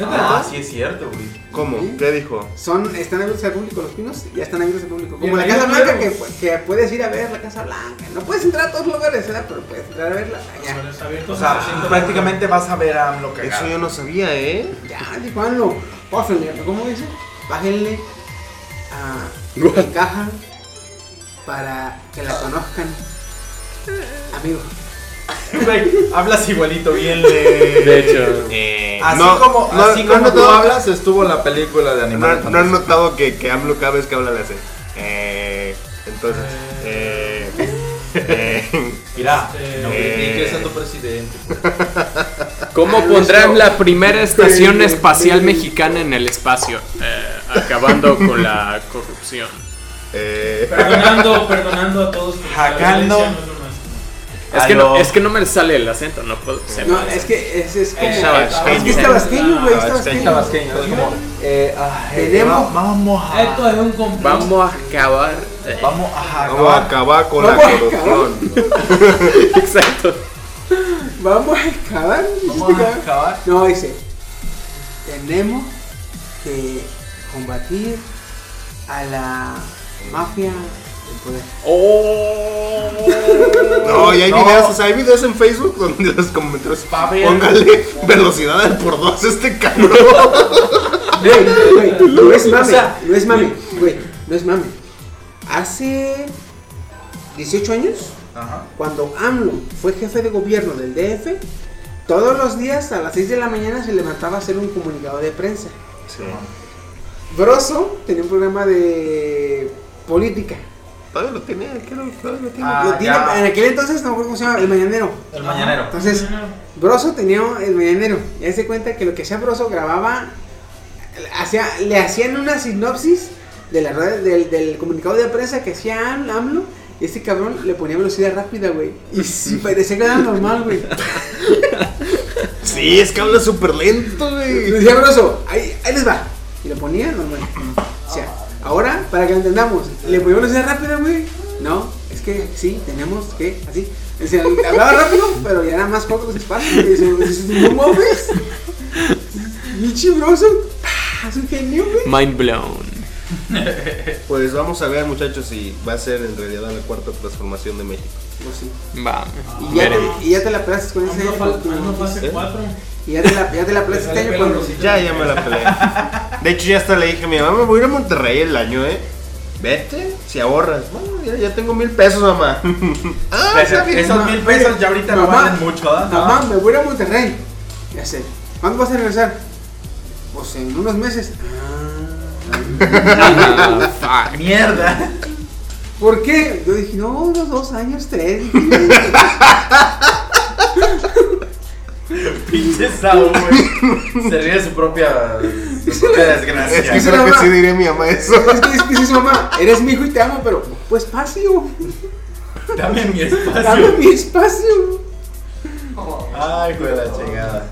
E: Ah, sí es cierto, güey.
C: ¿Cómo? ¿Qué dijo?
A: Son, están abiertos al público los pinos, ya están abiertos al público. Como
B: Bien,
A: la Casa
B: bien,
A: Blanca, que,
B: bien.
A: que puedes ir a ver la Casa Blanca. No puedes entrar a todos los lugares, ¿verdad? pero puedes entrar a verla. Ya,
B: Los abiertos
E: O sea,
B: al 100%.
E: prácticamente vas a ver a AMLO
C: Eso
E: cagado.
C: yo no sabía, ¿eh?
A: ya, dijo, hazlo. Bájenle, ¿cómo dice? Bájenle a
D: What?
A: la caja para que la conozcan. Amigo.
E: Güey, hablas igualito bien de...
D: De hecho.
C: Eh,
E: Así
C: no,
E: como,
C: no,
E: así
C: no
E: como
C: han
E: tú
C: notado-
E: hablas, estuvo la película de
C: No,
E: Animal
C: no han notado que, que AMLO cada vez que habla le hace. Eh, entonces. Eh, eh,
E: Mira, no
C: Eh.
E: critiques a tu presidente.
D: ¿Cómo
A: Ah,
D: pondrán
A: eso.
D: la primera estación
A: Pero,
D: espacial
A: pero.
D: mexicana en el espacio? Eh, acabando con la corrupción.
C: eh.
B: Perdonando, perdonando a todos. por la
E: Jacando.
B: violencia, no es lo nuestro.
D: Es que, no,
E: Aló.
D: es que no me sale el acento, no puedo. se
A: Ah, No,
D: me-
A: es que es, es como.
B: Eh,
A: es que es tabasqueño, güey, Ah, es tabasqueño.
E: Tabasqueño, es como, eh, ah, eh,
A: Tenemos-
E: va- vamos a...
B: Esto es un
A: eh.
B: complot.
D: Vamos a acabar. eh,
E: Vamos a...
C: Vamos a acabar con la
A: Vamos a acabar.
C: corrupción.
D: Exacto.
A: Vamos a excavar.
E: Vamos a acabar.
A: No, dice, tenemos que combatir a la Mafia, el poder. Oh.
C: No, y hay
E: No.
C: videos, o sea, hay videos en Facebook donde los comentarios
E: ver.
C: póngale velocidad al por dos a este cabrón.
A: Güey, güey, no es mame,
C: O sea,
A: no es mame, güey, no es mame. Hace 18 años,
E: Ajá.
A: cuando AMLO fue jefe de gobierno del DF, todos los días a las 6 de la mañana se levantaba a hacer un comunicado de prensa. Broso tenía un programa de política.
C: Todavía lo tiene, creo, todavía lo tiene.
E: Ah,
A: Lo tiene-
E: ya.
A: en aquel entonces, no me acuerdo cómo se llama, el mañanero.
E: El mañanero.
A: Entonces, Broso tenía el medianero. Y se cuenta que lo que hacía Broso grababa, hacía, le hacían una sinopsis de la red- del, del comunicado de prensa que hacía Am- AMLO. Y este cabrón le ponía velocidad rápida, güey. Y sí, parecía que era normal, güey.
C: Sí, es que habla súper lento,
A: Y
C: güey.
A: decía Broso, ahí, ahí les va. Y lo ponía normal. O sea, ahora, para que lo entendamos, ¿le ponía velocidad rápida, güey? No, es que sí, tenemos que, así. O sea, hablaba rápido, pero ya era más corto los espacios. Y se- se- se- ¿No mames? Pinche Broso, ¡pah! es un genio, güey.
D: Mind blown.
C: Pues vamos a ver, muchachos, si va a ser en realidad la cuarta transformación de México.
A: Pues sí.
D: Va.
A: Y ya,
D: veremos.
A: te, y ya te la pelas con ese.
B: Aún Ah, no fal- aún no
A: Y
B: fase
C: ¿Eh?
B: 4.
A: ya te la, ya te la pelas este año cuando.
C: Ya, ya me la peleé. De hecho, ya hasta le dije a mi mamá, me voy a ir a Monterrey el año, ¿eh? Vete, si ahorras. Bueno, ya, ya tengo mil pesos, mamá. ah,
E: Ese-
C: está bien.
E: esos mil pesos ya ahorita no
A: Mamá.
E: valen mucho, ¿ah? ¿verdad?
A: Mamá, me voy a ir a Monterrey. Ya sé. ¿Cuándo vas a regresar? Pues en unos meses.
D: Ah, fuck.
E: Mierda.
A: ¿Por qué? Yo dije, no, unos dos años, tres. Dije,
E: Pinche Saúl, güey. Se ríe de su propia, su propia desgracia.
C: Es que
A: Dice
C: creo que
A: mamá.
C: sí diré a mi mamá eso.
A: es que es que dice su mamá, eres mi hijo y te amo, pero pues espacio.
E: Dame mi
A: Dame
E: espacio.
A: mi espacio.
E: Ay, güey, la chingada.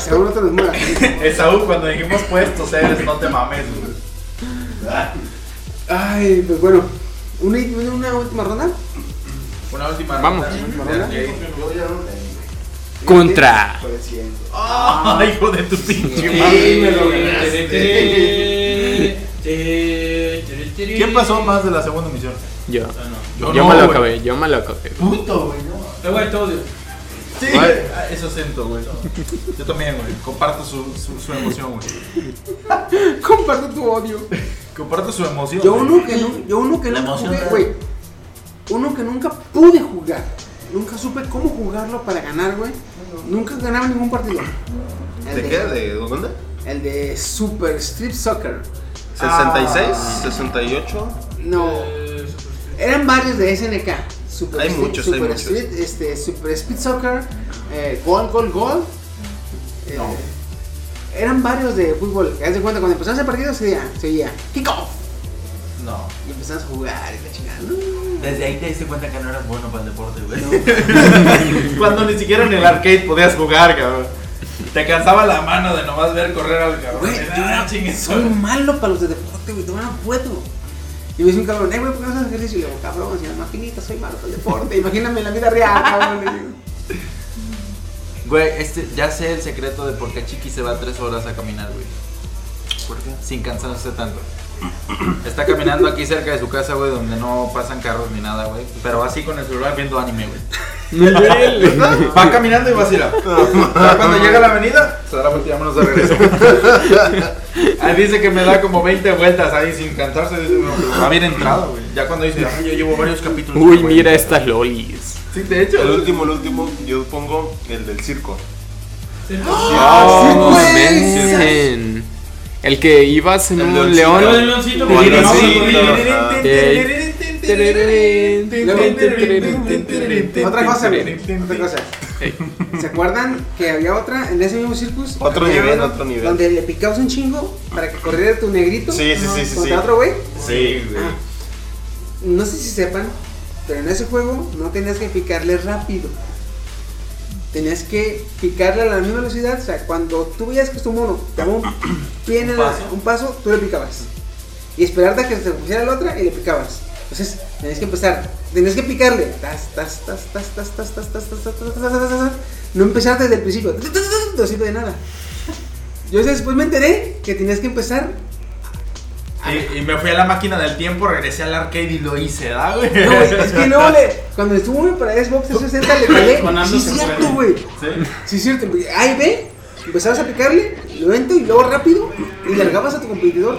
A: Seguro te desmuera.
E: Esaú, cuando dijimos puedes toser, es no te mames, güey.
A: Ay, pues bueno. Una, una última ronda.
E: Una última
D: Vamos.
E: ronda.
A: Ronda.
E: Ok.
D: Contra.
E: Ay, hijo de tu pinche
C: Sí,
E: madre.
C: me lo
E: ¿Quién pasó más de la segunda misión?
D: Yo.
B: Ah, no.
D: Yo,
E: no,
D: me lo
E: güey.
D: acabé, yo me lo acabé.
F: Puto, güey, no.
B: Eh, güey, te odio.
E: Sí,
D: ¿Cuál?
E: güey. Ah, eso siento, güey. Yo también, güey. Comparto su, su, su emoción, güey.
A: Comparto tu odio.
E: Comparto su emoción.
A: Yo
E: güey.
A: uno que, nu- yo uno que
E: La
A: nunca
E: emoción
A: jugué,
E: real.
A: güey. Uno que nunca pude jugar. Nunca supe cómo jugarlo para ganar, güey. Nunca ganaba ningún partido. El
C: ¿De qué? ¿De dónde?
A: El de Super Strip Soccer.
E: Ah.
C: 66, 68.
A: No. Eran varios de SNK. Super
C: Hay
A: Street-
C: muchos, hay
A: Super
C: muchos.
A: Street, este, Super Speed Soccer, eh, Gol, Gol, Gol. Eh, Eran varios de fútbol. Haz de cuenta, cuando empezabas el partido se oía, se oía, kick off.
E: No.
A: Y empezabas a jugar y la chingada.
E: Desde ahí te diste cuenta que no eras bueno para el deporte, güey.
A: No, no.
E: Cuando ni siquiera en el arcade podías jugar, cabrón. Te cansaba la mano de nomás ver correr al cabrón.
A: Güey,
E: Ah,
A: yo era-
E: chingue su-
A: soy malo para los de deporte, güey, no me puedo. Y me dice un cabrón, eh, güey, ¿por qué no haces ejercicio? Y le digo, cabrón, si las maquinitas, soy malo para el deporte. Imagíname en la vida real, cabrón. le digo.
E: Güey, este, ya sé el secreto de por qué Chiqui se va tres horas a caminar, güey.
C: ¿Por qué?
E: Sin cansarse tanto. Está caminando aquí cerca de su casa, güey, donde no pasan carros ni nada, güey. Pero así con el celular viendo anime, güey. Va caminando y va así, la- Ya Cuando llega a la avenida, se dará vuelta y vámonos de regreso. Ahí dice que me da como 20 vueltas ahí sin cansarse. Dice, no, pues, va bien entrado, güey. Ya cuando dice, "Ay, yo llevo varios capítulos.
D: Uy,
E: güey".
D: mira estas lolis.
E: Sí, de hecho.
C: El último, el último, yo pongo el del circo.
A: "Ah,
D: Oh,
A: pues". güey.
D: man. El que ibas en
C: El
D: un
C: leoncito.
D: león.
B: Lo del leoncito,
D: Bueno,
B: porque
D: sí.
B: vamos a
C: Sí.
B: morir.
A: Otra cosa, güey, otra cosa. ¿Se acuerdan que había otra en ese mismo circus?
C: Otro
A: Había
C: nivel,
A: uno
C: otro nivel.
A: Donde le picabas un chingo para que corriera tu negrito.
C: Sí, sí, sí, sí,
A: Contra
C: sí.
A: otro güey.
C: Sí, güey.
A: No sé si sepan, pero en ese juego no tenías que picarle rápido. Tenías que picarle a la misma velocidad. O sea, cuando tú veías que tu mono daba un pie en la- un, paso. tú le picabas. Y esperarte a que se pusiera la otra y le picabas. Entonces, tenías que empezar. Tenías que picarle. Tas, tas, tas, tas, tas, tas, tas, tas, tas, tas, tas, tas, tas, tas, tas, tas. No empezar desde el principio. Tas, tas, tas, tas, No sirve de nada. Yo después me enteré que tenías que empezar
E: Y, y me fui a la máquina del tiempo, regresé al arcade y lo hice, ¿verdad, güey?
A: No, güey, es que no, le, cuando estuve para Xbox 360 le jalé. Sí,
B: Conándose
A: es cierto,
B: fuera.
A: güey.
E: Sí.
A: Sí, es cierto. güey. Ahí ve, empezabas a picarle, lento y luego rápido, y largabas a tu competidor.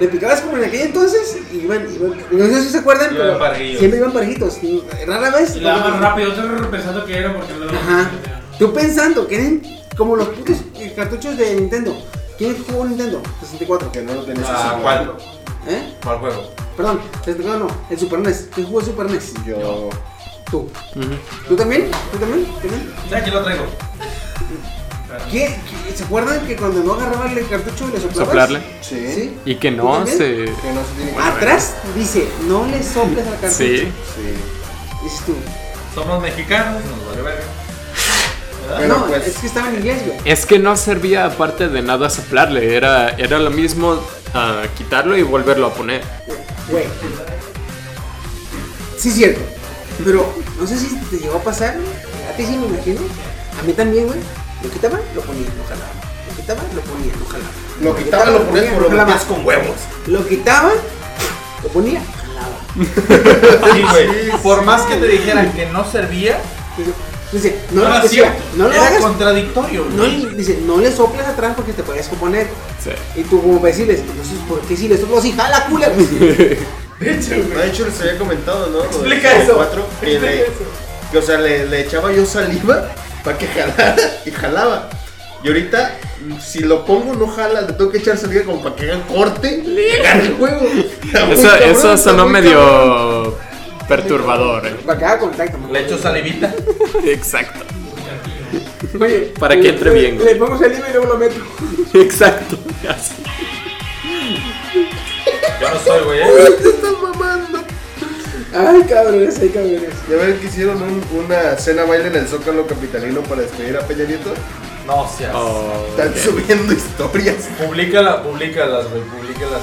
A: Le picabas como en aquel entonces, y iban, iban- no sé si se acuerdan,
E: Iban
A: pero
E: parejillos.
A: siempre iban parejitos. y Rara vez.
B: Y la más rápido, otro pensando que era porque lo
A: Ajá. Tú pensando que eran como los putos eh, cartuchos de Nintendo. ¿Quién jugó Nintendo? 64.
H: Que no lo tenés
E: Ah, ¿cuál?
A: ¿Eh?
E: ¿Cuál juego?
A: Perdón, 64 no, el Super NES. ¿Quién jugó Super NES?
H: Yo.
A: Tú. ¿Tú también? ¿Tú también? ¿Tú también?
E: Ya aquí lo traigo.
A: ¿Qué? ¿Qué? ¿Se acuerdan que cuando no agarraban el cartucho le soplabas?
D: Soplarle.
H: Sí.
A: Sí.
D: Y que
A: ¿Tú
D: no
A: también?
D: se.
H: Que no se tiene que.
A: Atrás dice, no le soples al cartucho.
D: Sí.
H: Sí.
A: Dices tú.
E: Somos mexicanos, nos vale verga.
H: Pero
A: no,
H: pues-
A: es que estaba en inglés, güey.
D: Es que no servía aparte de nada soplarle, era, era lo mismo ah, quitarlo y volverlo a poner.
A: Güey. Sí, cierto. Pero no sé si te llegó a pasar. A ti sí me imagino. A mí también, güey. Lo quitaba, lo ponía, lo jalaba. Lo quitaba, lo ponía, lo jalaba.
H: Lo quitaba, lo ponías por lo
A: jalaba.
H: metías con huevos.
A: Lo quitaba, lo ponía, jalaba.
E: Sí, güey. Por más que te dijeran que no servía,
A: Dice, no,
E: no
A: lo
E: era
A: decía,
E: cierto.
A: no lo
E: era
A: hagas.
E: contradictorio,
A: No,
E: güey.
A: le- dice, no le soplas atrás porque te puedes componer.
D: Sí.
A: Y tú como para decirles, entonces, ¿por qué si le soplo así? ¡Jala, culer!
H: De hecho, les había comentado, ¿no?
E: Explica
H: Con
E: eso.
H: Cuatro, que, le, que, o sea, le, le echaba yo saliva para que jalara y jalaba. Y ahorita, si lo pongo, no jala, le tengo que echar saliva como para que haga corte y agarre el juego. Está muy
D: Eso,
H: cabrón,
D: eso
H: está
D: sonó
H: muy
D: medio perturbador. eh.
A: Para que haga contacto. man.
E: Le echo salivita.
D: Exacto.
A: Oye,
D: para que
A: le-
D: entre
A: le-
D: bien,
A: Le,
D: güey.
A: pongo saliva y luego lo meto.
D: Exacto. Así.
E: Yo no soy, güey.
H: cabrón.
E: ¿eh?
H: Te estás mamando.
A: Ay, cabrones, ay, cabrones.
H: Ya ven que hicieron un- una cena baile en el Zócalo Capitalino para despedir a Peña Nieto.
E: No seas.
D: Oh,
H: Están subiendo historias.
E: Publícala, publícalas, güey. Publícalas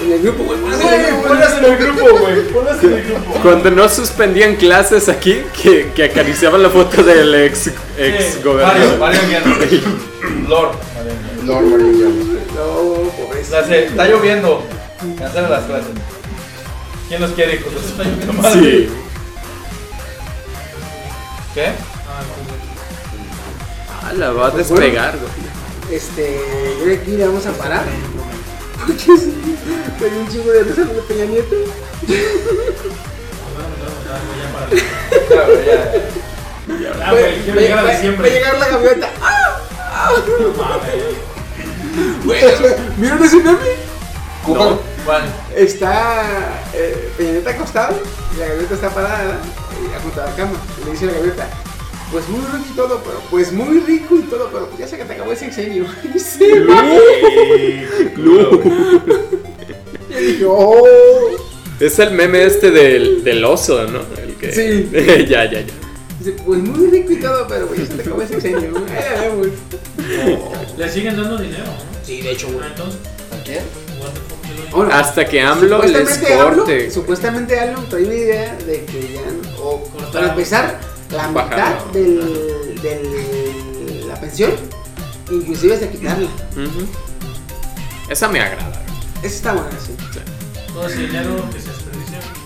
E: en
A: En el grupo, güey. ponlas en el grupo.
E: en el grupo, güey. Ponlas en el grupo.
D: Cuando no suspendían clases aquí, que, que acariciaban la foto del ex, ex
E: Mario,
D: gobernador.
E: Mario Guiano. Lord. Mario
H: No,
E: Guiano.
H: Mario,
A: No, pobreza.
E: La sé, está lloviendo. Cancela las clases. ¿Quién los quiere, hijos de su puta madre?
D: Sí.
E: ¿Qué?
D: Ah, la va a
H: Pues
D: despegar, güey.
A: Este, yo creo que aquí le vamos a parar. Porque sí, hay un chico de risa de Peña Nieto.
E: Ya, güey, ya.
B: Ah, güey, quiero llegar a
A: Va a
B: diciembre.
A: llegar la camioneta. ¡Ah! ¡Ah! Güey, ¿Vieron ese meme?
E: No, ¿Cuál?
A: Está eh, Peña Nieto acostado y la camioneta está parada eh, acostada a la cama. Y le dice la camioneta, pues muy rico y todo, pero pues muy rico y todo, pero pues ya sé que te acabó ese sexenio. Y se va. Yo dije, oh.
D: Es el meme este del, del oso, ¿no? El que...
A: Sí.
D: ya, ya, ya.
A: Dice, pues muy rico y todo, pero pues ya se te acabó ese sexenio. Ahí la vemos.
B: Le siguen dando dinero. Sí, de hecho, güey. Entonces,
H: ¿A quién?
B: what the fuck, yo-
A: Ahora,
D: Hasta que AMLO les
A: supuestamente AMLO-
D: corte.
A: supuestamente AMLO trae una idea de que ya, o
B: Cortar.
A: para empezar, la mitad
D: Bajarlo.
A: del, del- la pensión, inclusive hasta quitarla.
D: Ujú. Esa me agrada.
A: Eso está bueno, sí.
B: Todo ese dinero que se desperdició,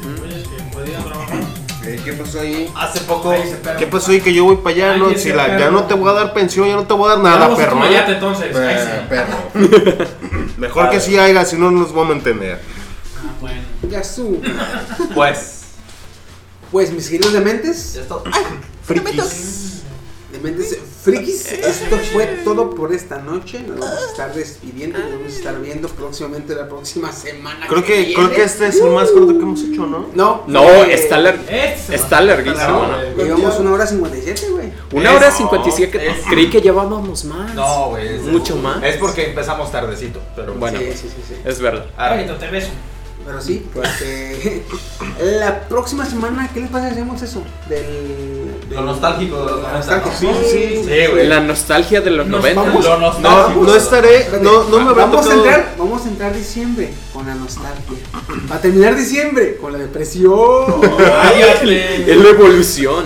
A: Mm.
B: güeyes que podían trabajar.
H: Eh, ¿Qué pasó ahí?
E: Hace poco.
B: Ahí se perra.
C: ¿Qué pasó ahí que yo voy para allá?
B: Ay,
C: No,
B: ese
C: si la- ya
B: perro.
C: no te voy a dar pensión, ya no te voy a dar nada,
B: Vamos a
C: perro.
B: tu mayate, entonces. Ahí
H: Eh,
B: sí.
H: perro.
C: Mejor que sí haya, si no nos vamos a entender.
B: Ah, bueno.
A: Ya su.
E: Pues.
A: Pues mis queridos dementes,
E: Esto.
C: Frikis.
A: dementes frikis, esto fue todo por esta noche. Nos vamos a estar despidiendo, nos vamos a estar viendo próximamente la próxima semana.
C: Creo que, creo
A: viene.
C: que este es el más corto que hemos hecho, ¿no?
A: No,
D: No,
A: eh,
D: está, lar-
B: Este se
D: está larguísimo. ¿no?
A: Llevamos una hora cincuenta y siete, güey.
D: Una hora
E: Es-
D: cincuenta y siete.
E: es-
D: Creí que llevábamos más.
E: No, güey. es-
D: Mucho más.
E: Es porque empezamos tardecito, pero
D: Bueno.
A: Sí, sí, sí, sí.
C: Eh,
D: Es verdad.
E: Arre.
B: Ahorita te beso.
A: Pero sí, pues eh, la próxima semana, ¿qué les pasa si hacemos eso? Del. del-
E: Lo nostálgico de los 90.
A: nostálgico.
E: ¿no?
A: Sí, sí.
E: Sí, güey.
D: La nostalgia de los
B: Nos
D: 90.
B: vamos-
E: Lo
C: No,
E: nostálgico.
C: no estaré,
E: pues,
A: Espérate,
C: no, no me habrá
A: vamos
C: tocado-
A: a entrar, vamos a entrar diciembre con la nostalgia. Va a terminar diciembre con la depresión.
E: Cállate.
D: Es la evolución.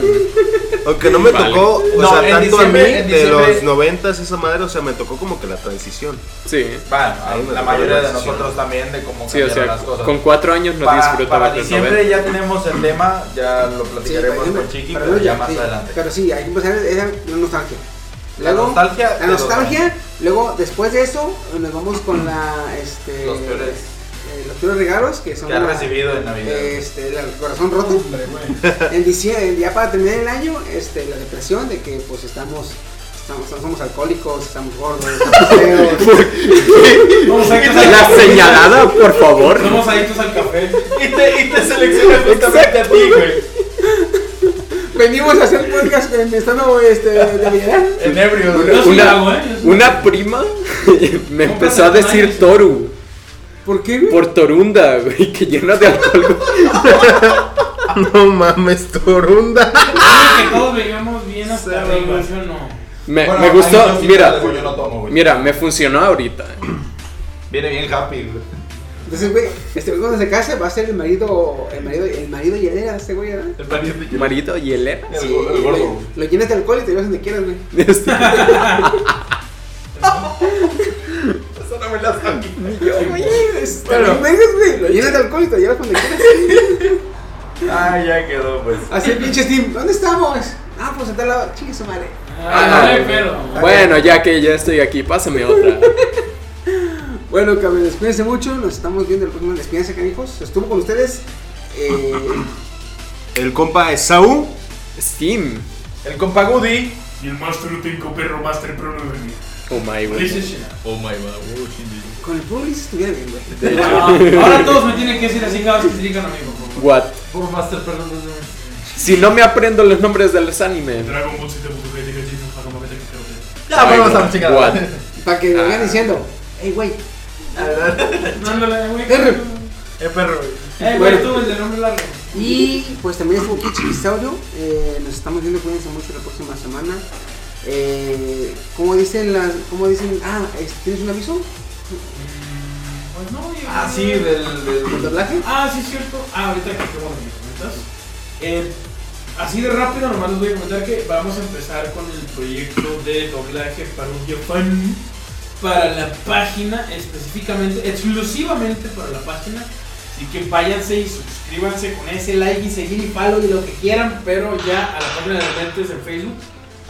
C: Aunque no me
D: Vale.
C: tocó, o
E: No,
C: sea,
E: en
C: tanto a mí,
E: diciembre- en
C: de
E: diciembre-
C: los noventas, esa madre, o sea, me tocó como que la transición.
D: Sí,
E: Bueno, a
C: Ahí me
E: la
C: tocó
E: mayoría
C: la
E: de
C: decisión.
E: nosotros también de cómo
D: sí, o
E: cambiaron
D: sea,
E: las cosas.
D: con cuatro años no
E: para,
D: disfrutaba
E: para
D: de
E: diciembre ya tenemos el tema, ya lo
A: Sí,
E: platicaremos
A: pero-
E: con Chiqui,
A: pero
E: pero
A: luego
E: ya
A: ya,
E: más
A: sí.
E: adelante.
A: Pero sí, hay que empezar esa la nostalgia.
E: La
A: Luego,
E: nostalgia de
A: La
E: los-
A: nostalgia. Luego, después de eso, nos vamos con la. Este,
E: Los peores.
A: eh, los peores regalos que son.
E: que has
A: la-
E: recibido en Navidad.
A: Este, la- el corazón roto. en diciembre, ya para terminar el año, este, la depresión de que pues estamos. Estamos, somos alcohólicos, estamos gordos, estamos feos.
B: Vamos a irnos al
D: La
B: café.
D: señalada, por favor.
B: Vamos a irnos al café.
E: Y te, y te seleccionas justamente a ti, güey.
A: Venimos a hacer podcast en estado este, de Navidad.
E: En ebrio,
B: Yo sí
D: Una-
B: lo hago, ¿eh? Yo sí lo
D: Una prima me empezó a decir Toru
A: ¿Por qué, güey?
D: por Torunda, güey, que llena de alcohol.
C: No mames, Torunda.
B: Creo que todos veíamos bien hasta arriba, ¿sí o no?
D: Me,
E: Bueno,
D: me
E: hay
D: gustó,
E: dos
D: mira,
E: tipos de- yo no tomo, güey.
D: mira, me funcionó ahorita. ¿eh?
E: Viene bien happy, güey.
A: Entonces, güey, este güey cuando se case va a ser el marido, el marido, el marido y este güey, ¿verdad?
E: El pariente-
D: Marido y helera.
E: El go- el gordo, güey.
A: Lo llenas de alcohol y te llevas donde quieras, güey.
D: Este,
E: Ah, Eso no me la saqué.
A: Pero, güey, lo llenas de alcohol y te llevas donde quieras.
E: Ah, ya quedó, pues.
A: Así el pinche Steam, ¿dónde estamos? Ah, pues a tal lado, chingue su madre.
B: Ah, no, hay pedo.
D: bueno, ya que ya estoy aquí, pásame otra.
A: Bueno, cabrón, despídense mucho, nos estamos viendo el próximo Despídense, canijos. Estuvo con ustedes, eh,
C: El compa es Saúl.
D: Steam.
E: El compa Goody.
F: Y el Master Utenco Perro Master Pro 9000.
D: Oh my
B: Dice
D: god.
B: Shina.
E: Oh my god.
A: con el Publis estuviera bien, güey.
B: Ah, Ahora todos me tienen que decir así cada vez que se digan amigo. por favor.
D: What?
E: Puro Master, perdón.
D: Si no me aprendo los nombres de los animes.
F: Dragon Ball Z Budokai Tenkaichi Mujo Madoka Tenkaichi.
E: Ya, vamos a la chingada.
D: What?
A: Para que me
E: Ah.
A: vayan diciendo, hey, güey,
B: Mándale, güey.
A: R.
E: Eh, perro, güey.
B: Eh, güey, tú, el de nombre largo.
A: Y pues también estuvo aquí Chiquisaurio. Eh, nos estamos viendo, cuídense mucho la próxima semana. Eh, como dicen las. Como dicen. Ah, es- ¿tienes un aviso?
B: Pues no, yo-
E: Ah, sí, del.
A: ¿Por
E: del...
A: doblaje?
B: Ah, sí, es cierto. Ah, ahorita que tengo los minutos. Eh, así de rápido, nomás les voy a comentar que vamos a empezar con el proyecto de doblaje para un Japan. Para la página, específicamente, exclusivamente para la página. Así que váyanse y suscríbanse con ese like y seguir y palo y lo que quieran, pero ya a la página de Mentes en Facebook.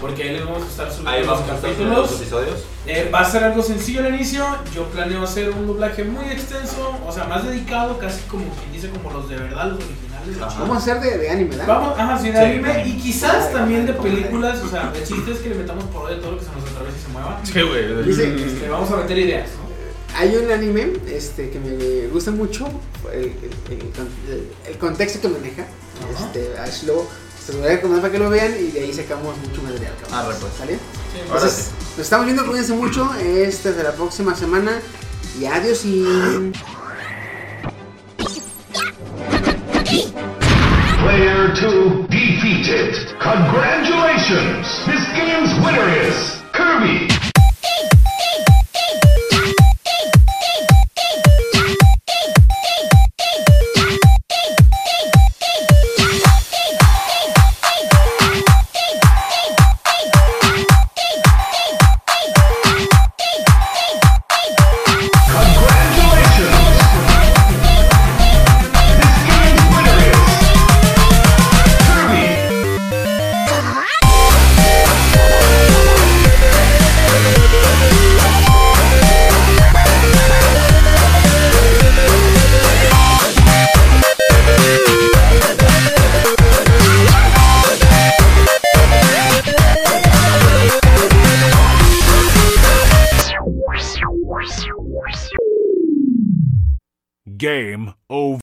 B: Porque ahí les vamos a estar subiendo
E: Ahí
B: los
E: vamos a estar con
B: capítulos.
E: los episodios.
B: Eh, va a ser algo sencillo al inicio. Yo planeo hacer un doblaje muy extenso, o sea, más dedicado, casi como quien dice, como los de verdad, los originales. los
E: Ajá.
B: chidos.
A: Vamos a hacer de, de anime, ¿verdad?
B: Vamos, ajá, sí, de
E: Sí.
B: anime y quizás también de películas, o sea, de chistes que le metamos por hoy de todo lo que se nos atraviesa y se mueva.
E: Sí, güey.
A: Dice,
B: Este, vamos a meter ideas, ¿no?
A: hay un anime este, que me gusta mucho. El, el- el con- el- el contexto que maneja.
B: Ajá.
A: Este, ahí lo- se lo voy a recomendar para que lo vean y de ahí sacamos mucho material. cabrón.
E: Ah, pues.
A: ¿Sale?
B: Sí,
E: Ahora
A: Entonces,
E: sí.
A: nos estamos viendo, cuídense mucho. Este es de la próxima semana. Y adiós y.
I: Player two defeated. Congratulations! This game's winner is Kirby. Congratulations! This game's winner is Kirby.
J: Game over.